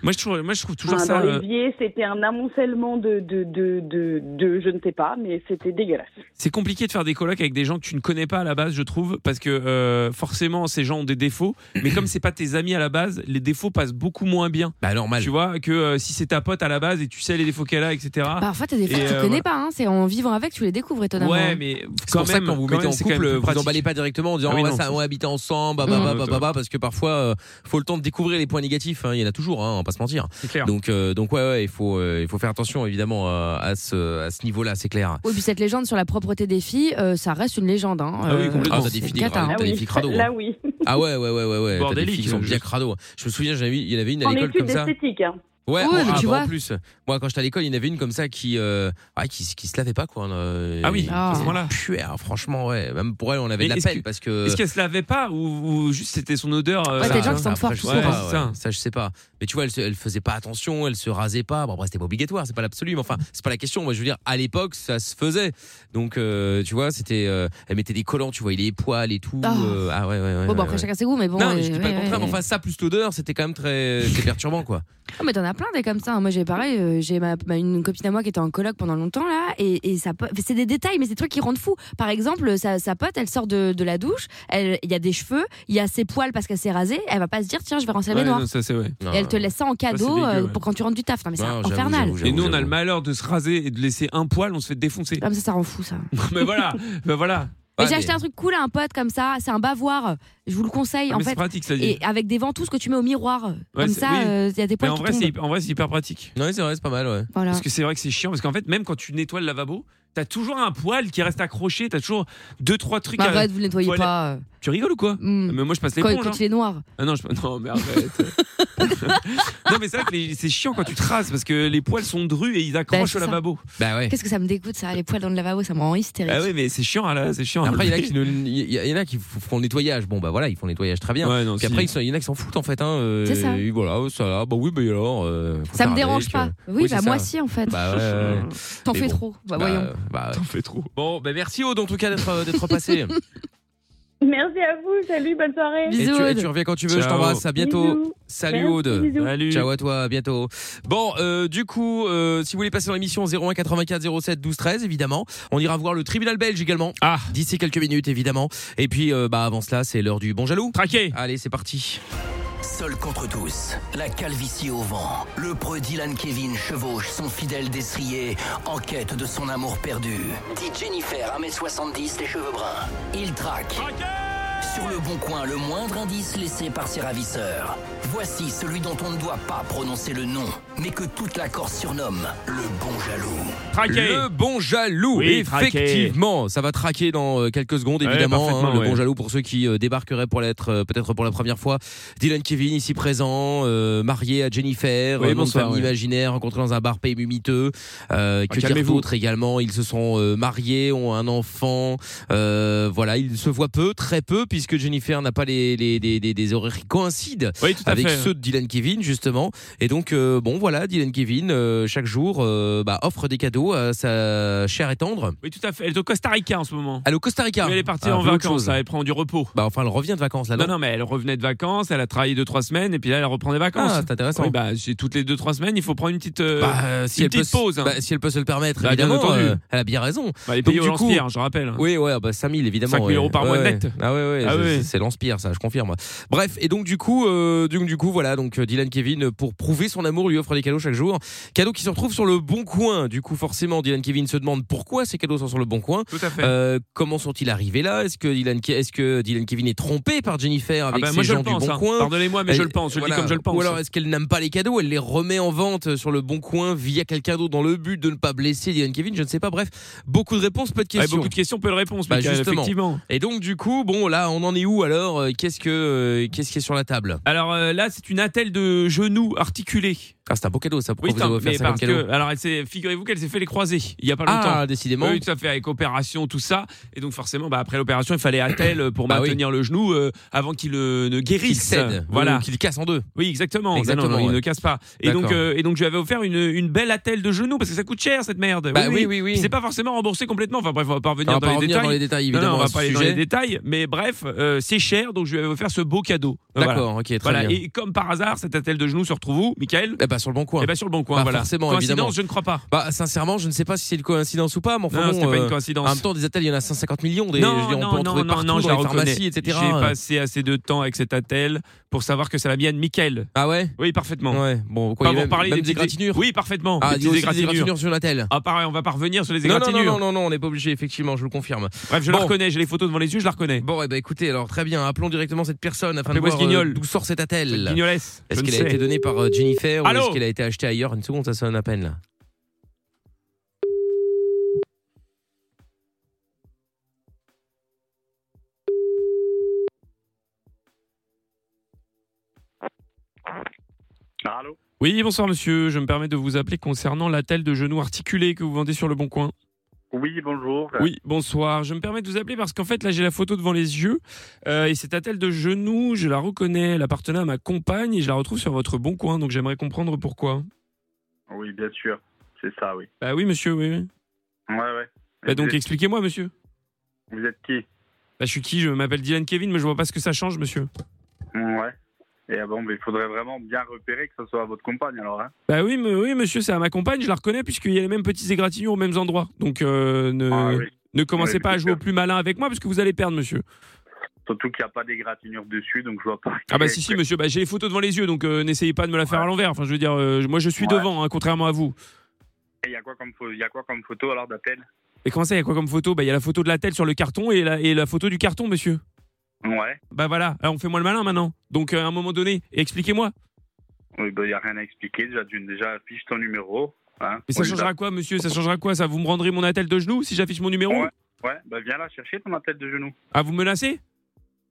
Speaker 3: Moi je trouve, moi, je trouve toujours
Speaker 8: Ah,
Speaker 3: ça.
Speaker 8: dans
Speaker 3: euh,
Speaker 8: l'évier, c'était un amoncellement de, de, de, de, de- je ne sais pas, mais c'était dégueulasse.
Speaker 3: C'est compliqué de faire des colocs avec des gens que tu ne connais pas à la base, je trouve, parce que euh, forcément ces gens ont des défauts, mais comme c'est pas tes amis à la base, les défauts passent beaucoup moins bien.
Speaker 2: Bah normal.
Speaker 3: Tu vois que euh, si c'est ta pote à la base et tu sais les défauts qu'elle a, etc.
Speaker 5: Bah, en fait, t'as des fois
Speaker 3: Et,
Speaker 5: que tu
Speaker 3: euh,
Speaker 5: connais
Speaker 3: voilà.
Speaker 5: pas. hein. C'est en vivant avec, tu les découvres étonnamment.
Speaker 3: ouais, mais
Speaker 2: C'est
Speaker 3: quand
Speaker 2: pour ça
Speaker 3: même,
Speaker 2: que quand vous
Speaker 3: quand
Speaker 2: mettez
Speaker 3: même,
Speaker 2: en
Speaker 3: c'est quand même
Speaker 2: couple,
Speaker 3: plus
Speaker 2: vous
Speaker 3: pratique.
Speaker 2: emballez pas directement en disant
Speaker 3: Ah oui,
Speaker 2: on, va,
Speaker 3: non,
Speaker 2: ça-
Speaker 3: c'est-
Speaker 2: on va habiter ensemble, bah,
Speaker 3: Mm.
Speaker 2: bah, bah, bah, bah, parce que parfois euh, faut le temps de découvrir les points négatifs. hein, il y en a toujours, hein, on va pas se mentir.
Speaker 3: C'est clair.
Speaker 2: Donc euh, donc ouais, ouais, il faut euh, il faut faire attention évidemment euh, à ce à ce niveau-là, c'est clair.
Speaker 5: Oui, puis cette légende sur la propreté des filles, euh, ça reste une légende. Hein.
Speaker 3: Ah oui,
Speaker 5: Euh,
Speaker 3: complètement.
Speaker 2: Ah, t'as
Speaker 5: c'est
Speaker 2: des filles,
Speaker 5: une cata,
Speaker 2: des
Speaker 5: hein.
Speaker 2: T'as filles crado,
Speaker 8: là
Speaker 2: hein.
Speaker 8: oui.
Speaker 2: Ah ouais ouais ouais ouais ouais. t'as des
Speaker 3: Bordélique,
Speaker 2: filles qui sont
Speaker 3: je-
Speaker 2: bien crado. Je me souviens, j'en avais- il y en avait une à
Speaker 8: En
Speaker 2: l'école comme
Speaker 8: études
Speaker 2: ça.
Speaker 8: esthétiques. Hein.
Speaker 2: Ouais,
Speaker 5: Ouais,
Speaker 2: en-
Speaker 5: mais
Speaker 2: ah,
Speaker 5: tu
Speaker 2: bah,
Speaker 5: vois.
Speaker 2: en plus, moi quand j'étais à l'école, il y en avait une comme ça qui, euh, ouais, qui, qui se lavait pas quoi. euh,
Speaker 3: Ah oui,
Speaker 2: et-
Speaker 5: Ah.
Speaker 3: à ce moment-là.
Speaker 2: puer, franchement, ouais. Même pour elle, on avait
Speaker 3: Mais
Speaker 2: de la
Speaker 3: est-ce
Speaker 2: peine
Speaker 3: que-
Speaker 2: parce que.
Speaker 3: Est-ce qu'elle se lavait pas ou, ou juste c'était son odeur euh,
Speaker 5: Ouais,
Speaker 3: ça-
Speaker 5: t'as des gens qui sentent
Speaker 2: après,
Speaker 5: fort
Speaker 2: je
Speaker 5: tout
Speaker 2: sais
Speaker 3: court,
Speaker 2: pas,
Speaker 3: hein.
Speaker 2: ouais.
Speaker 3: Ça.
Speaker 2: ça. je sais pas. Mais tu vois, elle, se- elle faisait pas attention, elle se rasait pas. Bon, après, c'était pas obligatoire, c'est pas l'absolu. Mais enfin, c'est pas la question. Moi, je veux dire, à l'époque, ça se faisait. Donc, euh, tu vois, c'était. euh, elle mettait des collants, tu vois, les poils et tout.
Speaker 5: Ah.
Speaker 2: euh, ah ouais, ouais, ouais.
Speaker 5: Bon,
Speaker 2: ouais,
Speaker 5: bon, après,
Speaker 2: ouais.
Speaker 5: chacun ses goûts, mais bon.
Speaker 2: Non,
Speaker 5: euh,
Speaker 2: mais je dis pas
Speaker 5: ouais,
Speaker 2: le contraire.
Speaker 5: ouais.
Speaker 2: mais Enfin, ça plus l'odeur, c'était quand même très, très perturbant, quoi.
Speaker 5: Ah, mais t'en as plein des comme ça. hein. Moi, j'ai pareil, euh, j'ai ma, ma- une copine à moi qui était en coloc pendant longtemps, là, et, et ça peut- c'est des détails, mais c'est des trucs qui rendent fou. Par exemple, sa, sa pote, elle sort de, de la douche, elle- il y a des cheveux, il y a ses poils parce qu'elle s'est rasée, elle va pas se dire, tiens, je vais rincer la
Speaker 3: Ouais,
Speaker 5: baignoire.
Speaker 3: non, ça c'est vrai.
Speaker 5: Et elle te laisse ça en cadeau
Speaker 3: dégueu,
Speaker 5: euh,
Speaker 3: ouais.
Speaker 5: pour quand tu rentres du taf. Non, mais c'est
Speaker 2: Non, j'avoue,
Speaker 5: infernal.
Speaker 2: j'avoue,
Speaker 3: Et nous, on a
Speaker 2: j'avoue.
Speaker 3: le malheur de se raser et de laisser un poil, on se fait défoncer.
Speaker 5: Ah, mais ça, ça rend fou, ça.
Speaker 3: mais voilà, ben voilà.
Speaker 5: Mais
Speaker 2: Ouais,
Speaker 5: j'ai acheté un truc cool à un pote comme ça, c'est un bavoir. Je vous le conseille,
Speaker 3: Ah,
Speaker 5: en
Speaker 3: Mais c'est
Speaker 5: fait.
Speaker 3: pratique, ça dit.
Speaker 5: Et avec des ventouses que tu mets au miroir. euh, comme
Speaker 3: c'est-
Speaker 5: ça, euh,
Speaker 3: oui.
Speaker 5: il y a des
Speaker 3: Mais
Speaker 5: poils
Speaker 3: en
Speaker 5: qui
Speaker 3: vrai,
Speaker 5: tombent.
Speaker 3: c'est hyper- en vrai, c'est hyper pratique.
Speaker 2: Ouais, c'est vrai, c'est pas mal, ouais.
Speaker 5: Voilà.
Speaker 3: Parce que c'est vrai que c'est chiant, parce qu'en fait, même quand tu nettoies le lavabo, t'as toujours un poil qui reste accroché, t'as toujours deux, trois trucs.
Speaker 5: Mais
Speaker 3: à-
Speaker 5: Bah, arrête, vous le nettoyez
Speaker 3: Toilette.
Speaker 5: pas. euh,
Speaker 3: Tu rigoles ou quoi
Speaker 5: hmm.
Speaker 3: Mais moi, je passe les
Speaker 5: Quand,
Speaker 3: ponts,
Speaker 5: quand
Speaker 2: hein.
Speaker 5: il est noir.
Speaker 3: Ah non, je... non, mais arrête. non, mais c'est vrai que les- c'est chiant quand tu te rases, parce que les poils sont drus et ils accrochent
Speaker 5: c'est
Speaker 3: au
Speaker 5: ça.
Speaker 3: lavabo.
Speaker 2: Bah ouais. Bah
Speaker 5: Qu'est-ce que ça me dégoûte, ça, les poils dans le lavabo, ça me rend hystérique.
Speaker 3: Ah oui, mais c'est chiant, là, c'est chiant.
Speaker 2: Après, il y en a qui, ne- il y en a qui f- font le nettoyage. Bon, bah voilà, ils font le nettoyage très bien.
Speaker 3: Ouais, non,
Speaker 2: Puis
Speaker 3: si.
Speaker 2: après, ils sont- il y en a qui s'en foutent en fait. Hein, euh,
Speaker 5: C'est ça.
Speaker 2: et voilà, ça là. Bah oui, bah et alors. euh, faut
Speaker 5: Ça
Speaker 2: faire
Speaker 5: me dérange
Speaker 2: avec,
Speaker 5: pas.
Speaker 2: euh.
Speaker 5: Oui,
Speaker 2: oui,
Speaker 5: bah
Speaker 2: c'est
Speaker 5: moi
Speaker 2: ça.
Speaker 5: si, en fait.
Speaker 2: Bah ouais, ouais.
Speaker 5: T'en
Speaker 2: mais
Speaker 5: fais
Speaker 2: bon.
Speaker 5: trop. Bah,
Speaker 2: Bah,
Speaker 5: voyons.
Speaker 2: bah, ouais.
Speaker 3: T'en fais trop.
Speaker 2: Bon, bah merci Aude en tout cas d'être d'être passé.
Speaker 8: Merci à vous, salut, bonne soirée.
Speaker 2: et, tu,
Speaker 5: Bisous,
Speaker 2: et
Speaker 5: Aude.
Speaker 2: tu reviens quand tu veux, je
Speaker 3: Ciao.
Speaker 2: t'embrasse, à bientôt.
Speaker 8: Bisous.
Speaker 2: Salut
Speaker 8: Merci,
Speaker 2: Aude.
Speaker 8: bisous.
Speaker 3: Salut.
Speaker 2: Ciao à toi, à bientôt. Bon, euh, du coup, euh, si vous voulez passer dans l'émission 01 84 07 12 13, évidemment, on ira voir le tribunal belge également.
Speaker 3: Ah,
Speaker 2: D'ici quelques minutes, évidemment. Et puis, euh, bah avant cela, c'est l'heure du bon jaloux.
Speaker 3: traqué.
Speaker 2: Allez, c'est parti.
Speaker 1: Seul contre tous, la calvitie au vent, le preux Dylan Kevin chevauche son fidèle destrier en quête de son amour perdu. Dit Jennifer, 1m70, les cheveux bruns. Il traque. Sur le bon coin, le moindre indice laissé par ses ravisseurs. Voici celui dont on ne doit pas prononcer le nom, mais que toute la Corse surnomme le bon jaloux.
Speaker 3: Traqué.
Speaker 2: Le bon jaloux,
Speaker 3: Oui, traqué.
Speaker 2: effectivement, ça va traquer dans euh, quelques secondes,
Speaker 3: Ouais,
Speaker 2: évidemment.
Speaker 3: parfaitement,
Speaker 2: le
Speaker 3: ouais.
Speaker 2: bon jaloux pour ceux qui euh, débarqueraient pour l'être euh, peut-être pour la première fois. Dylan Kevin ici présent, euh, marié à Jennifer,
Speaker 3: Oui,
Speaker 2: euh, nom de
Speaker 3: bonsoir,
Speaker 2: famille
Speaker 3: ouais.
Speaker 2: imaginaire, rencontré dans un bar pays miteux. Euh, que dire
Speaker 3: Ah, calmez-vous.
Speaker 2: d'autre également Ils se sont euh, mariés, ont un enfant. Euh, voilà, ils se voient peu, très peu, puisque puisque Jennifer n'a pas les, les, les- les- des horaires qui coïncident
Speaker 3: Oui, tout à
Speaker 2: avec
Speaker 3: fait.
Speaker 2: ceux de Dylan Kevin justement. Et donc euh, bon voilà, Dylan Kevin euh, chaque jour euh, bah, offre des cadeaux à sa chère et tendre.
Speaker 3: Oui, tout à fait. Elle est au Costa Rica en ce moment.
Speaker 2: Allez au Costa Rica.
Speaker 3: Mais elle est partie
Speaker 2: Ah,
Speaker 3: en
Speaker 2: voilà autre
Speaker 3: vacances,
Speaker 2: chose.
Speaker 3: là, elle prend du repos.
Speaker 2: Bah enfin elle revient de vacances là.
Speaker 3: Non, non, mais elle revenait de vacances, elle a travaillé deux trois semaines et puis là elle reprend des vacances.
Speaker 2: Ah, c'est intéressant.
Speaker 3: Oui, bah, c'est toutes les deux trois semaines, il faut prendre une petite, euh,
Speaker 2: Bah, euh, si
Speaker 3: une
Speaker 2: elle peut,
Speaker 3: petite pause. hein.
Speaker 2: bah, si elle peut se le permettre,
Speaker 3: Bah, bien
Speaker 2: évidemment,
Speaker 3: entendu.
Speaker 2: euh, elle a bien raison.
Speaker 3: Bah, les
Speaker 2: donc,
Speaker 3: pays au
Speaker 2: du coup-
Speaker 3: lance-pierre, je rappelle. hein.
Speaker 2: Oui, ouais, bah 5000 évidemment.
Speaker 3: 5 000
Speaker 2: ouais.
Speaker 3: euros par mois
Speaker 2: Ouais,
Speaker 3: net.
Speaker 2: ouais. Ah ouais, ouais,
Speaker 3: Ah
Speaker 2: c'est-
Speaker 3: ouais.
Speaker 2: c'est- c'est l'inspire ça, je confirme. Bref, et donc du coup, euh, donc du coup, voilà, donc euh, Dylan Kevin pour prouver son amour lui offre des cadeaux chaque jour. Cadeaux qui se retrouvent sur le bon coin. Du coup, forcément, Dylan Kevin se demande pourquoi ces cadeaux sont sur le bon coin.
Speaker 3: Tout à fait.
Speaker 2: Euh, comment sont-ils arrivés là Est-ce que Dylan, Ke- est-ce que Dylan Kevin est trompé par Jennifer
Speaker 3: Ah
Speaker 2: avec
Speaker 3: bah,
Speaker 2: ces
Speaker 3: moi je
Speaker 2: gens
Speaker 3: le pense.
Speaker 2: du bon
Speaker 3: hein.
Speaker 2: coin
Speaker 3: Pardonnez-moi, mais je
Speaker 2: Elle-
Speaker 3: le pense. Je le
Speaker 2: voilà.
Speaker 3: dis comme je le pense.
Speaker 2: Ou alors est-ce qu'elle n'aime pas les cadeaux Elle les remet en vente euh, sur le bon coin via quelqu'un d'autre dans le but de ne pas blesser Dylan Kevin Je ne sais pas. Bref, beaucoup de réponses, peu de
Speaker 3: Ouais,
Speaker 2: questions.
Speaker 3: beaucoup de questions, peu de réponses.
Speaker 2: Bah,
Speaker 3: Mickaël,
Speaker 2: justement.
Speaker 3: effectivement.
Speaker 2: Et donc du coup, bon là, on en est où alors Euh, Qu'est-ce que euh, qu'est-ce qui est sur la table
Speaker 3: Alors euh, là, c'est une attelle de genoux articulée.
Speaker 2: Ah, c'est un beau cadeau ça. Pourquoi
Speaker 3: Oui,
Speaker 2: vous avez
Speaker 3: tain,
Speaker 2: offert
Speaker 3: mais
Speaker 2: ça comme
Speaker 3: parce
Speaker 2: cadeau
Speaker 3: que, alors, elle s'est- figurez-vous qu'elle s'est fait les croisés il y a pas longtemps.
Speaker 2: Ah, décidément.
Speaker 3: Oui, tout à fait, avec opération, tout ça. Et donc, forcément, bah, après l'opération, il fallait attel euh, pour
Speaker 2: Bah oui.
Speaker 3: maintenir le genou euh, avant qu'il euh, ne
Speaker 2: Qu'il
Speaker 3: guérisse.
Speaker 2: cède,
Speaker 3: Voilà.
Speaker 2: ou qu'il casse en deux.
Speaker 3: Oui, exactement. Non,
Speaker 2: Exactement,
Speaker 3: non, non,
Speaker 2: ouais.
Speaker 3: Il ne casse pas. Et
Speaker 2: D'accord.
Speaker 3: donc, euh, et donc, je lui avais offert une, une belle attelle de genou parce que ça coûte cher, cette merde.
Speaker 2: Bah oui, oui, oui.
Speaker 3: Puis C'est pas forcément remboursé complètement. Enfin, bref, on va pas revenir
Speaker 2: on va
Speaker 3: dans
Speaker 2: pas
Speaker 3: les
Speaker 2: revenir
Speaker 3: détails.
Speaker 2: dans les détails
Speaker 3: Non,
Speaker 2: évidemment.
Speaker 3: non, on
Speaker 2: à
Speaker 3: va
Speaker 2: ce
Speaker 3: pas aller dans
Speaker 2: sujet.
Speaker 3: les détails, mais bref, euh, c'est cher, donc je lui avais offert ce beau cadeau. Euh, voilà.
Speaker 2: D'accord, ok, très
Speaker 3: Voilà.
Speaker 2: bien.
Speaker 3: Et comme par hasard, cette attelle de genou se retrouve où, Michael
Speaker 2: Eh ben, sur le bon coin.
Speaker 3: Eh ben sur le bon coin,
Speaker 2: Bah,
Speaker 3: voilà.
Speaker 2: forcément,
Speaker 3: Coïncidence,
Speaker 2: évidemment.
Speaker 3: je ne crois pas.
Speaker 2: Bah sincèrement, je ne sais pas si c'est une coïncidence ou pas, mais enfin
Speaker 3: non,
Speaker 2: bon,
Speaker 3: c'était pas
Speaker 2: euh,
Speaker 3: une coïncidence.
Speaker 2: en même temps, des attelles, il y en a 150 millions. Des, je veux dire,
Speaker 3: non,
Speaker 2: on
Speaker 3: non,
Speaker 2: peut en
Speaker 3: non,
Speaker 2: trouver
Speaker 3: non,
Speaker 2: partout
Speaker 3: non, je
Speaker 2: dans
Speaker 3: la
Speaker 2: les pharmacies,
Speaker 3: reconnais.
Speaker 2: etc.
Speaker 3: J'ai passé assez de temps avec cette attelle pour savoir que c'est la mienne, Michael.
Speaker 2: Ah ouais
Speaker 3: Oui, parfaitement.
Speaker 2: Ouais, bon, quoi,
Speaker 3: Pas
Speaker 2: il y a
Speaker 3: pour
Speaker 2: même,
Speaker 3: parler
Speaker 2: même des
Speaker 3: des petites-
Speaker 2: gratinures
Speaker 3: Oui, parfaitement.
Speaker 2: Ah,
Speaker 3: des
Speaker 2: il y a aussi
Speaker 3: petites
Speaker 2: des gratinures sur la telle.
Speaker 3: Ah, pareil, on va pas revenir sur les
Speaker 2: Non, non,
Speaker 3: égratignures.
Speaker 2: non, non, non, non, on n'est pas obligé, effectivement, je le confirme.
Speaker 3: Bref, je
Speaker 2: Bon.
Speaker 3: la reconnais, j'ai les photos devant les yeux, je la reconnais.
Speaker 2: Bon, eh ben, écoutez, alors très bien, appelons directement cette personne afin de
Speaker 3: Appelez-moi
Speaker 2: voir
Speaker 3: ce guignol.
Speaker 2: euh, d'où sort cette attelle.
Speaker 3: Guignolesse.
Speaker 2: Est-ce
Speaker 3: je ne
Speaker 2: qu'elle a
Speaker 3: sais.
Speaker 2: été donnée par euh, Jennifer
Speaker 3: Allô
Speaker 2: ou est-ce qu'elle a été achetée ailleurs Une seconde, ça sonne à peine là.
Speaker 7: Allô
Speaker 3: Oui, bonsoir monsieur, je me permets de vous appeler concernant l'attelle de genou articulé que vous vendez sur le Bon Coin.
Speaker 7: Oui, bonjour.
Speaker 3: Oui, bonsoir. Je me permets de vous appeler parce qu'en fait, là, j'ai la photo devant les yeux. euh, et cette attelle de genou, je la reconnais. Elle appartenait à ma compagne et je la retrouve sur votre bon coin. Donc, j'aimerais comprendre pourquoi.
Speaker 7: Oui, bien sûr. C'est ça, oui.
Speaker 3: Bah oui, monsieur, oui. oui.
Speaker 7: Ouais, ouais.
Speaker 3: Bah, donc, expliquez-moi, monsieur.
Speaker 7: vous êtes qui
Speaker 3: Bah, je suis qui Je m'appelle Dylan Kevin, mais je vois pas ce que ça change, monsieur.
Speaker 7: Mm, Ouais. Et ah bon, mais il faudrait vraiment bien repérer que ce soit à votre compagne, alors. Hein.
Speaker 3: Bah oui, mais, oui monsieur, c'est à ma compagne, je la reconnais puisqu'il y a les mêmes petits égratignures aux mêmes endroits. Donc, euh, ne,
Speaker 7: Ah, oui.
Speaker 3: ne commencez
Speaker 7: Ouais,
Speaker 3: pas à jouer au plus malin avec moi parce que vous allez perdre, monsieur.
Speaker 7: Surtout qu'il n'y a pas d'égratignure dessus, donc je vois pas.
Speaker 3: Ah bah si, si, monsieur, bah, j'ai les photos devant les yeux, donc euh, n'essayez pas de me la faire à l'envers. Enfin, je veux dire, euh, moi, je suis
Speaker 7: Ouais.
Speaker 3: devant, hein, contrairement à vous.
Speaker 7: Il y, a quoi comme pho- y a quoi comme photo alors d'appel
Speaker 3: Et comment ça, il y a quoi comme photo Bah, il y a la photo de la tête sur le carton et la, et la photo du carton, monsieur.
Speaker 7: Ouais.
Speaker 3: Bah voilà, Alors, on fait moins le malin maintenant. Donc, euh, à un moment donné, expliquez-moi.
Speaker 7: ben, Il n'y a rien à expliquer. Déjà, d'une- déjà affiche ton numéro. Hein.
Speaker 3: Mais ça
Speaker 7: On les
Speaker 3: changera quoi, monsieur Ça changera quoi Ça vous me rendrez mon attelle de genou si j'affiche mon numéro
Speaker 7: Ouais. a- Ouais, bah viens là chercher ton attelle de genou.
Speaker 3: Ah, vous me menacez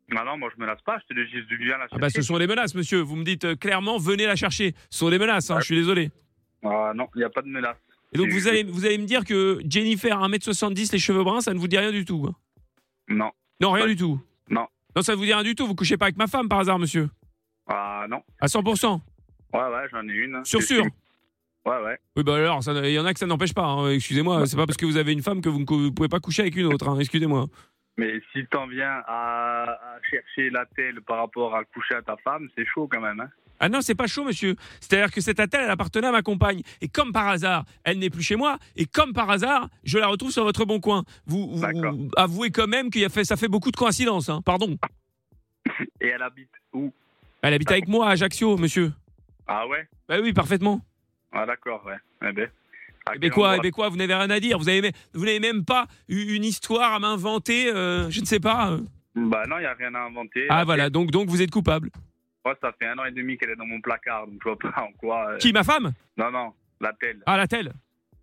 Speaker 7: Non, non, moi je me lasse pas, je te dis juste viens la
Speaker 3: Ah
Speaker 7: chercher.
Speaker 3: bah, ce sont des menaces, monsieur. Vous me dites euh, clairement, venez la chercher. Ce sont des menaces, hein, je suis désolé.
Speaker 7: Ah non, il n'y a pas de menace.
Speaker 3: Et donc,
Speaker 7: C'est
Speaker 3: vous
Speaker 7: juste-
Speaker 3: allez, vous allez me dire que Jennifer, 1m70, les cheveux bruns, ça ne vous dit rien du tout. hein
Speaker 7: Non.
Speaker 3: Non, rien
Speaker 7: Ouais.
Speaker 3: du tout.
Speaker 7: Non.
Speaker 3: Non, ça ne vous dit rien du tout. Vous couchez pas avec ma femme par hasard, monsieur
Speaker 7: Ah non.
Speaker 3: À 100%.
Speaker 7: Ouais, ouais, j'en ai une.
Speaker 3: Sur
Speaker 7: C'est-
Speaker 3: sûr.
Speaker 7: Ouais, ouais.
Speaker 3: Oui, bah alors, ça- il y en a que ça n'empêche pas. hein. Excusez-moi,
Speaker 7: Bah.
Speaker 3: c'est pas parce que vous avez une femme que vous ne cou- vous pouvez pas coucher avec une autre. hein. Excusez-moi.
Speaker 7: Mais si t'en viens à, à chercher la telle par rapport à coucher à ta femme, c'est chaud quand même. Hein.
Speaker 3: Ah non, c'est pas chaud, monsieur. C'est-à-dire que cette attelle, elle appartenait à ma compagne. Et comme par hasard, elle n'est plus chez moi. Et comme par hasard, je la retrouve sur votre bon coin. Vous, vous-
Speaker 7: D'accord.
Speaker 3: avouez quand même que fait, ça fait beaucoup de coïncidences. hein. Pardon.
Speaker 7: Et elle habite où
Speaker 3: Elle habite avec moi à Ajaccio, monsieur.
Speaker 7: Ah ouais
Speaker 3: Bah oui, parfaitement.
Speaker 7: Ah d'accord, ouais. Eh ben. à
Speaker 3: Eh
Speaker 7: quel
Speaker 3: ben quoi,
Speaker 7: endroit
Speaker 3: eh ben quoi, vous n'avez rien à dire. Vous avez, vous n'avez même pas eu une histoire à m'inventer. euh, je ne sais pas. euh.
Speaker 7: Bah non, il n'y a rien à inventer.
Speaker 3: Ah
Speaker 7: Après,
Speaker 3: voilà, donc, donc vous êtes coupable.
Speaker 7: Moi, ça fait un an et demi qu'elle est dans mon placard, donc je vois pas en quoi. euh,
Speaker 3: Qui, ma femme
Speaker 7: Non, non, la telle.
Speaker 3: Ah, la telle.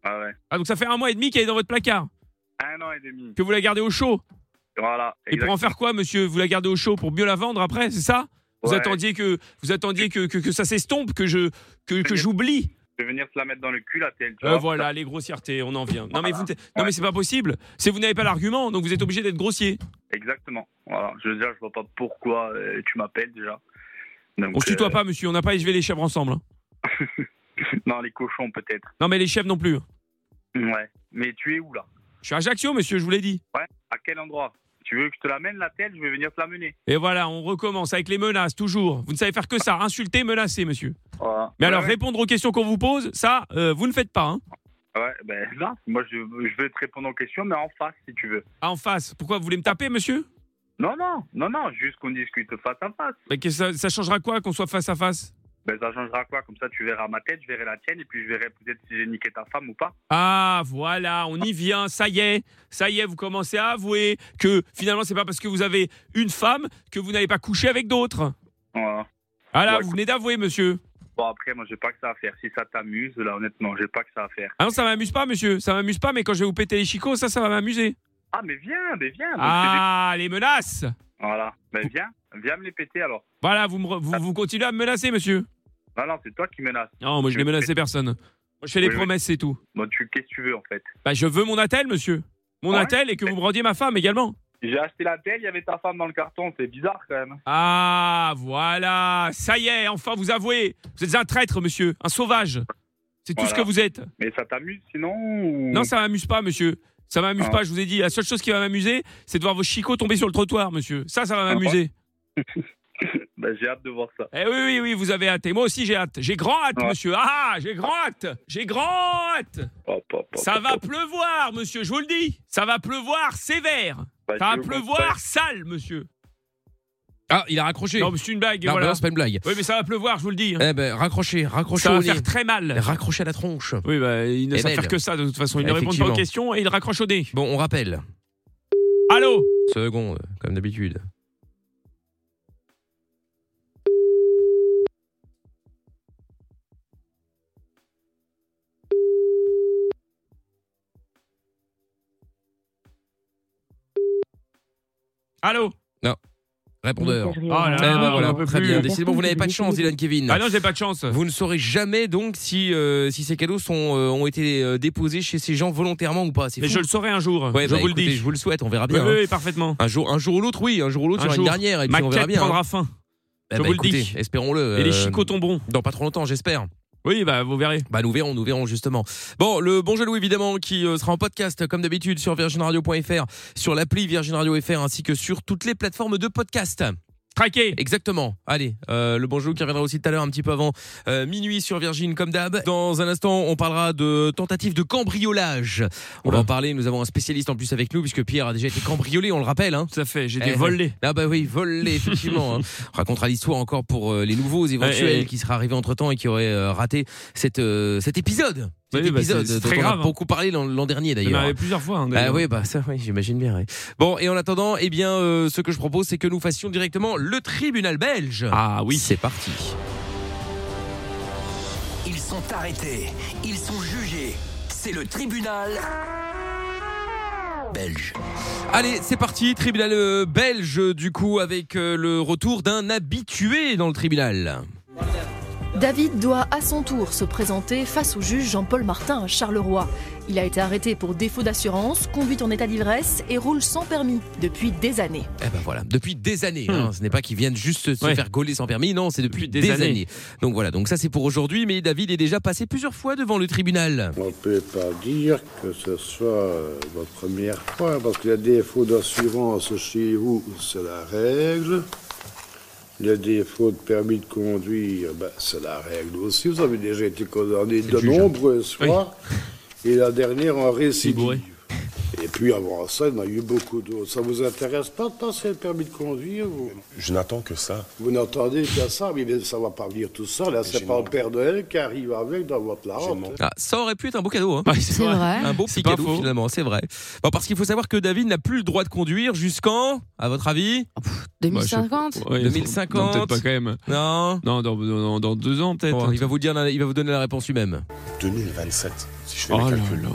Speaker 7: Ah ouais.
Speaker 3: Ah, donc ça fait un mois et demi qu'elle est dans votre placard,
Speaker 7: Un an et demi.
Speaker 3: que vous la gardez au chaud.
Speaker 7: Voilà.
Speaker 3: Et pour en faire quoi, monsieur Vous la gardez au chaud pour mieux la vendre après, c'est ça Vous
Speaker 7: Ouais.
Speaker 3: attendiez que vous attendiez que, que, que ça s'estompe, que je que, que j'oublie
Speaker 9: de venir se la mettre dans le cul, la TL. tu
Speaker 3: Euh,
Speaker 9: vois.
Speaker 3: voilà, les grossièretés, on en vient. Non mais vous, non mais c'est pas possible. C'est vous n'avez pas l'argument, donc vous êtes obligé d'être grossier.
Speaker 9: Exactement. Voilà. Je veux dire, je vois pas pourquoi euh, tu m'appelles déjà. Donc,
Speaker 3: On se tutoie
Speaker 9: euh,
Speaker 3: pas, monsieur. On n'a pas élevé les chèvres ensemble. hein.
Speaker 9: Non, les cochons peut-être.
Speaker 3: Non mais les chèvres non plus.
Speaker 9: Ouais. Mais tu es où là
Speaker 3: Je suis à Ajaccio, monsieur. Je vous l'ai dit.
Speaker 9: Ouais. À quel endroit Tu veux que je te l'amène la TL Je vais venir te l'amener.
Speaker 3: Et voilà, on recommence avec les menaces toujours. Vous ne savez faire que ça, insulter, menacer, monsieur.
Speaker 9: Voilà. Ouais,
Speaker 3: Mais alors
Speaker 9: ouais.
Speaker 3: répondre aux questions qu'on vous pose, ça, euh, vous ne faites pas. hein.
Speaker 9: Ouais, ben là, moi je, je vais te répondre aux questions, mais en face si tu veux.
Speaker 3: Ah, en face. Pourquoi vous voulez me taper, monsieur
Speaker 9: Non, non, non, non, juste qu'on discute face à face.
Speaker 3: Mais que ça, ça changera quoi qu'on soit face à face
Speaker 9: Ben ça changera quoi Comme ça, tu verras ma tête, je verrai la tienne, et puis je verrai peut-être si j'ai niqué ta femme ou pas.
Speaker 3: Ah, voilà, on y vient. Ça y est, ça y est, vous commencez à avouer que finalement, c'est pas parce que vous avez une femme que vous n'allez pas coucher avec d'autres.
Speaker 9: Voilà.
Speaker 3: Ah là,
Speaker 9: Ouais,
Speaker 3: vous venez d'avouer, monsieur.
Speaker 9: Bon, après, moi j'ai pas que ça à faire. Si ça t'amuse, là, honnêtement, j'ai pas que ça à faire.
Speaker 3: Ah non, ça m'amuse pas, monsieur. Ça m'amuse pas, mais quand je vais vous péter les chicots, ça, ça va m'amuser.
Speaker 9: Ah, mais viens, mais viens. donc,
Speaker 3: Ah, les menaces
Speaker 9: c'est des- Voilà. Ben viens, viens me les péter alors.
Speaker 3: Voilà, vous, me re- vous, vous continuez à me menacer, monsieur.
Speaker 9: Non, non, c'est toi qui menaces.
Speaker 3: Non, moi, je vais menacer personne. Moi, je fais les
Speaker 9: Oui, oui.
Speaker 3: promesses, c'est tout.
Speaker 9: Bon, tu, qu'est-ce que tu veux en fait
Speaker 3: Bah, je veux mon attel, monsieur. Mon
Speaker 9: Ouais.
Speaker 3: attel et que vous me rendiez ma femme également.
Speaker 9: J'ai acheté la telle, il y avait ta femme dans le carton, c'est bizarre quand même.
Speaker 3: Ah, voilà. Ça y est, enfin, vous avouez. Vous êtes un traître, monsieur. Un sauvage. C'est tout
Speaker 9: Voilà.
Speaker 3: ce que vous êtes.
Speaker 9: Mais ça t'amuse sinon ou-
Speaker 3: Non, ça m'amuse pas, monsieur. Ça m'amuse
Speaker 9: Ah.
Speaker 3: pas, je vous ai dit. La seule chose qui va m'amuser, c'est de voir vos chicots tomber sur le trottoir, monsieur. Ça, ça va
Speaker 9: Ah ouais.
Speaker 3: m'amuser.
Speaker 9: Ben, j'ai hâte de voir ça.
Speaker 3: Eh oui, oui, oui, vous avez hâte. Et moi aussi, j'ai hâte. J'ai grand hâte,
Speaker 9: Ouais.
Speaker 3: monsieur. Ah, j'ai grand hâte. J'ai grand hâte.
Speaker 9: Hop, hop, hop,
Speaker 3: Ça
Speaker 9: hop,
Speaker 3: va
Speaker 9: hop.
Speaker 3: pleuvoir, monsieur, je vous le dis. Ça va pleuvoir sévère.
Speaker 9: Ben,
Speaker 3: Ça va
Speaker 9: je vous
Speaker 3: pleuvoir sale, monsieur.
Speaker 2: Ah, il a raccroché.
Speaker 3: Non, mais c'est une blague,
Speaker 2: Non, bah
Speaker 3: voilà.
Speaker 2: non, c'est pas une blague.
Speaker 3: oui, mais ça va pleuvoir, je vous le dis. hein.
Speaker 2: Eh ben, raccrochez, raccrochez
Speaker 3: Ça va
Speaker 2: au nez.
Speaker 3: faire très mal.
Speaker 2: Raccrochez à la tronche.
Speaker 3: Oui, bah, il ne
Speaker 2: Et
Speaker 3: sait
Speaker 2: belle.
Speaker 3: faire que ça, de toute façon. Il ne répond pas aux
Speaker 2: Effectivement.
Speaker 3: questions et il raccroche au nez.
Speaker 2: Bon, on rappelle.
Speaker 3: Allô
Speaker 2: Seconde, comme d'habitude.
Speaker 3: Allô
Speaker 2: Répondeur.
Speaker 8: Messagerie
Speaker 3: Oh là
Speaker 8: orange.
Speaker 2: Eh
Speaker 3: là,
Speaker 2: ben
Speaker 3: on
Speaker 2: voilà,
Speaker 3: en peut
Speaker 2: très
Speaker 3: plus.
Speaker 2: bien. Décidément, vous n'avez pas de chance, Dylan Kevin.
Speaker 3: Ah non, j'ai pas de chance.
Speaker 2: Vous ne saurez jamais donc si, euh, si ces cadeaux sont, euh, ont été euh, déposés chez ces gens volontairement ou pas. C'est
Speaker 3: Mais
Speaker 2: fou.
Speaker 3: je le saurai un jour.
Speaker 2: Ouais,
Speaker 3: je
Speaker 2: bah,
Speaker 3: vous
Speaker 2: écoutez,
Speaker 3: le dis.
Speaker 2: Je vous le souhaite, on verra
Speaker 3: Oui,
Speaker 2: bien. hein.
Speaker 3: oui, parfaitement.
Speaker 2: Un jour, un jour ou l'autre, oui. Un jour ou l'autre, il
Speaker 3: Un
Speaker 2: y aura une
Speaker 3: jour.
Speaker 2: dernière et
Speaker 3: Ma
Speaker 2: puis on verra
Speaker 3: quête
Speaker 2: bien. hein.
Speaker 3: prendra fin.
Speaker 2: Eh
Speaker 3: je
Speaker 2: ben,
Speaker 3: vous le dis.
Speaker 2: écoutez, Espérons-le.
Speaker 3: Et les
Speaker 2: euh,
Speaker 3: chicots tomberont.
Speaker 2: Dans pas trop longtemps, j'espère.
Speaker 3: Oui, bah, vous verrez.
Speaker 2: Bah nous verrons, nous verrons justement. Bon, le bon jeu Louis, évidemment qui euh, sera en podcast comme d'habitude sur virginradio.fr, sur l'appli Virgin Radio FR ainsi que sur toutes les plateformes de podcast.
Speaker 3: Traqué.
Speaker 2: Exactement. Allez, euh, le bonjour qui reviendra aussi tout à l'heure un petit peu avant euh, minuit sur Virgin comme d'hab. Dans un instant, on parlera de tentative de cambriolage. On
Speaker 3: Oula.
Speaker 2: va en parler, nous avons un spécialiste en plus avec nous puisque Pierre a déjà été cambriolé, on le rappelle hein.
Speaker 3: Tout à fait. J'ai
Speaker 2: Eh,
Speaker 3: des volets.
Speaker 2: Ah bah oui, volé effectivement. hein. On racontera l'histoire encore pour euh, les nouveaux éventuels
Speaker 3: Ouais, et-
Speaker 2: qui seraient arrivés entre temps et qui auraient euh, raté cette, euh, cet épisode. Cet
Speaker 3: Oui, bah,
Speaker 2: épisode
Speaker 3: c'est- c'est
Speaker 2: dont
Speaker 3: très
Speaker 2: on
Speaker 3: grave,
Speaker 2: a
Speaker 3: hein.
Speaker 2: beaucoup parlé l'an l'an dernier
Speaker 3: Il y en
Speaker 2: d'ailleurs.
Speaker 3: avait plusieurs fois. hein,
Speaker 2: Ah
Speaker 3: d'ailleurs.
Speaker 2: oui, bah ça, oui, j'imagine bien. ouais. Bon, et en attendant, eh bien, euh, ce que je propose, c'est que nous fassions directement le tribunal belge.
Speaker 3: Ah oui.
Speaker 2: c'est parti.
Speaker 1: Ils sont arrêtés, ils sont jugés. C'est le tribunal belge.
Speaker 2: Allez, c'est parti, tribunal euh, belge, du coup, avec euh, le retour d'un habitué dans le tribunal.
Speaker 10: David doit à son tour se présenter face au juge Jean-Paul Martin à Charleroi. Il a été arrêté pour défaut d'assurance, conduite en état d'ivresse et roule sans permis depuis des années.
Speaker 2: Eh ben voilà, depuis des années.
Speaker 3: Hmm.
Speaker 2: hein. Ce n'est pas qu'ils viennent juste se
Speaker 3: Ouais.
Speaker 2: faire gauler sans permis, non, c'est depuis, des, années. Donc voilà, donc ça c'est pour aujourd'hui, mais David est déjà passé plusieurs fois devant le tribunal.
Speaker 11: On ne peut pas dire que ce soit euh, votre première fois, parce que le défaut d'assurance chez vous, c'est la règle. Le défaut de permis de conduire, ben, c'est la règle aussi. Vous avez déjà été condamné de
Speaker 3: juge, hein.
Speaker 11: nombreuses
Speaker 3: Oui.
Speaker 11: fois, et la dernière en
Speaker 3: bourré.
Speaker 11: récidive. Et puis avant ça, il y en a eu beaucoup d'autres. Ça vous intéresse pas de passer le permis de conduire vous
Speaker 12: Je n'attends que ça.
Speaker 11: Vous n'entendez qu'à ça, mais ça va pas venir tout seul. Là, c'est
Speaker 12: J'ai
Speaker 11: pas le
Speaker 12: mon-
Speaker 11: Père Noël qui arrive avec dans votre la
Speaker 12: J'ai
Speaker 11: honte.
Speaker 12: mon-
Speaker 2: Ah, ça aurait pu être un beau cadeau, hein.
Speaker 3: Ouais,
Speaker 5: C'est vrai.
Speaker 2: Un beau
Speaker 3: C'est
Speaker 2: petit
Speaker 3: pas
Speaker 2: cadeau
Speaker 3: faux.
Speaker 2: finalement, c'est vrai. Bon, parce qu'il faut savoir que David n'a plus le droit de conduire jusqu'en, à votre avis
Speaker 5: Oh,
Speaker 3: Bah, je sais
Speaker 5: 2050
Speaker 3: Ouais,
Speaker 2: 2050.
Speaker 3: non, Peut-être pas quand même.
Speaker 2: Non
Speaker 3: Non, dans, dans, dans deux ans peut-être.
Speaker 2: Bon, il va vous dire, la- il va vous donner la réponse lui-même.
Speaker 12: 2027. Si je fais
Speaker 3: Oh
Speaker 12: les
Speaker 3: là
Speaker 12: calculs,
Speaker 3: là.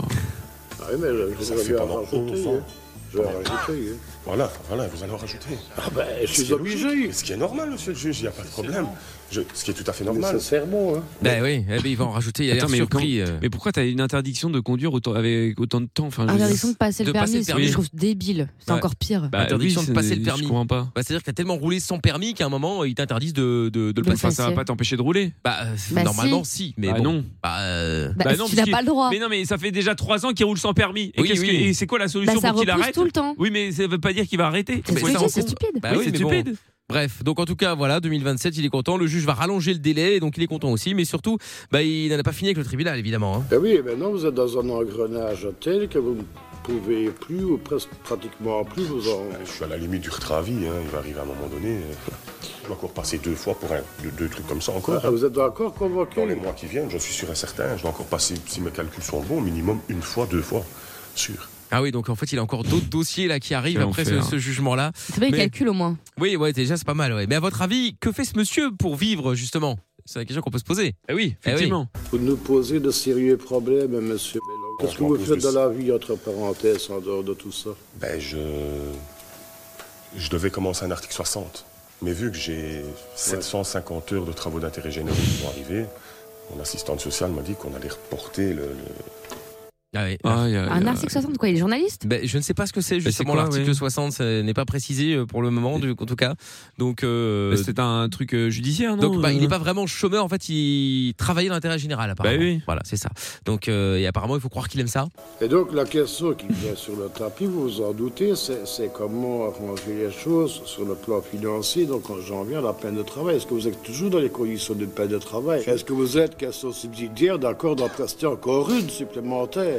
Speaker 11: Ah oui, mais je
Speaker 12: ça
Speaker 11: vais
Speaker 12: fait
Speaker 11: lui en
Speaker 12: pendant
Speaker 11: rajouter,
Speaker 12: 11 ans.
Speaker 11: hein. Je vais en rajouter, hein.
Speaker 12: Ah, Voilà, voilà, vous en rajoutez.
Speaker 11: Ah ben, je suis
Speaker 12: obligé. Ce qui est normal, monsieur le juge, il n'y a pas de problème. Je- ce qui est tout à fait normal.
Speaker 11: sincèrement, hein.
Speaker 2: Ben oui, eh ben, il va en rajouter. Il a l'air
Speaker 3: Attends, mais
Speaker 2: surpris.
Speaker 3: quand-
Speaker 2: euh.
Speaker 3: Mais pourquoi t'as une interdiction de conduire autant, avec autant de temps enfin, je veux dire-
Speaker 5: Interdiction de passer le
Speaker 3: de passer
Speaker 5: permis,
Speaker 3: le
Speaker 5: c'est-
Speaker 3: permis.
Speaker 5: je trouve débile. C'est
Speaker 2: Ouais.
Speaker 5: encore pire.
Speaker 2: Bah, interdiction
Speaker 3: oui,
Speaker 2: de passer
Speaker 3: c'est-
Speaker 2: le permis.
Speaker 3: je comprends pas.
Speaker 2: Bah, c'est-à-dire que t'as tellement roulé sans permis qu'à un moment, ils t'interdisent de, de, de le
Speaker 5: le
Speaker 2: passer.
Speaker 5: passer. Enfin, ça va pas
Speaker 3: t'empêcher de rouler.
Speaker 2: Bah, euh,
Speaker 5: Bah,
Speaker 2: normalement,
Speaker 5: si.
Speaker 2: si. Mais
Speaker 3: Bah,
Speaker 2: bon.
Speaker 3: non.
Speaker 2: Bah, euh,
Speaker 5: Bah,
Speaker 3: Bah
Speaker 5: si
Speaker 3: non,
Speaker 5: tu
Speaker 3: parce
Speaker 5: n'as
Speaker 3: qu'il-
Speaker 5: pas le droit.
Speaker 3: Mais non, mais ça fait déjà trois ans qu'il roule sans permis. Et
Speaker 2: Oui,
Speaker 3: qu'est-ce que-
Speaker 2: oui.
Speaker 3: et c'est quoi la solution
Speaker 5: Bah, ça
Speaker 3: pour qu'il
Speaker 5: repousse
Speaker 3: arrête
Speaker 5: tout le temps.
Speaker 3: Oui, mais ça veut pas dire qu'il va arrêter.
Speaker 5: C'est
Speaker 3: Faut
Speaker 5: stupide,
Speaker 3: s'en rendre
Speaker 5: c'est
Speaker 3: compte.
Speaker 5: stupide.
Speaker 2: Bah
Speaker 3: Oui,
Speaker 2: oui,
Speaker 3: c'est
Speaker 2: mais bon.
Speaker 3: stupide.
Speaker 2: Bref, donc en tout cas, voilà, 2027, il est content. Le juge va rallonger le délai, donc il est content aussi. Mais surtout, bah, il n'en a pas fini avec le tribunal, évidemment. hein.
Speaker 11: Ben oui, maintenant vous êtes dans un engrenage tel que vous ne pouvez plus ou presque pratiquement plus vous en.
Speaker 12: Bah, Je suis à la limite du retrait à vie, hein. il va arriver à un moment donné. euh, Je vais encore passer deux fois pour un, deux, deux trucs comme ça encore.
Speaker 11: Ah,
Speaker 12: hein.
Speaker 11: vous êtes encore convoqué
Speaker 12: Dans les mois qui viennent, j'en suis sûr et certain. Je vais encore passer, si mes calculs sont bons, minimum une fois, deux fois. Sûr.
Speaker 2: Ah oui, donc en fait, il a encore d'autres dossiers là qui arrivent
Speaker 3: Quel
Speaker 2: après ce,
Speaker 3: enfer.
Speaker 2: ce jugement-là.
Speaker 5: C'est bien, il
Speaker 2: Mais-
Speaker 5: calcule au moins.
Speaker 2: Oui, ouais, déjà, c'est pas mal. Ouais. Mais à votre avis, que fait ce monsieur pour vivre, justement C'est la question qu'on peut se poser. Eh
Speaker 3: Ah oui,
Speaker 2: oui.
Speaker 3: effectivement.
Speaker 11: Vous nous posez de sérieux problèmes, monsieur Bello. Qu'est-ce que
Speaker 12: Franchement,
Speaker 11: vous
Speaker 12: pose
Speaker 11: faites
Speaker 12: de-
Speaker 11: de la vie, entre parenthèses, en dehors de tout ça
Speaker 12: Ben, je. Je devais commencer un article 60. Mais vu que j'ai 750 heures de travaux d'intérêt généraux qui vont arriver, mon assistante sociale m'a dit qu'on allait reporter le. le-
Speaker 2: Ah ouais.
Speaker 3: Ah, y a-
Speaker 5: Un
Speaker 3: y a-
Speaker 5: article 60, quoi, il est journaliste
Speaker 2: Ben, je ne sais pas ce que c'est
Speaker 3: c'est
Speaker 2: justement
Speaker 3: quoi,
Speaker 2: l'article
Speaker 3: ouais
Speaker 2: 60, ça n'est pas précisé euh, pour le moment, du- en tout cas. Donc, euh,
Speaker 3: Bah, C'est un truc euh, judiciaire, non
Speaker 2: donc bah, il
Speaker 3: euh, Ben
Speaker 2: n'est pas vraiment chômeur, en fait, il travaillait dans l'intérêt général, apparemment.
Speaker 3: oui.
Speaker 2: Voilà, c'est ça. Donc, euh, et apparemment, il faut croire qu'il aime ça.
Speaker 11: Et donc, la question qui vient sur le tapis, vous vous en doutez, c'est c'est comment arranger les choses sur le plan financier. Donc, j'en viens à la peine de travail. Est-ce que vous êtes toujours dans les conditions d'une peine de travail Est-ce que vous êtes, question subsidiaire, d'accord d'en prester encore une supplémentaire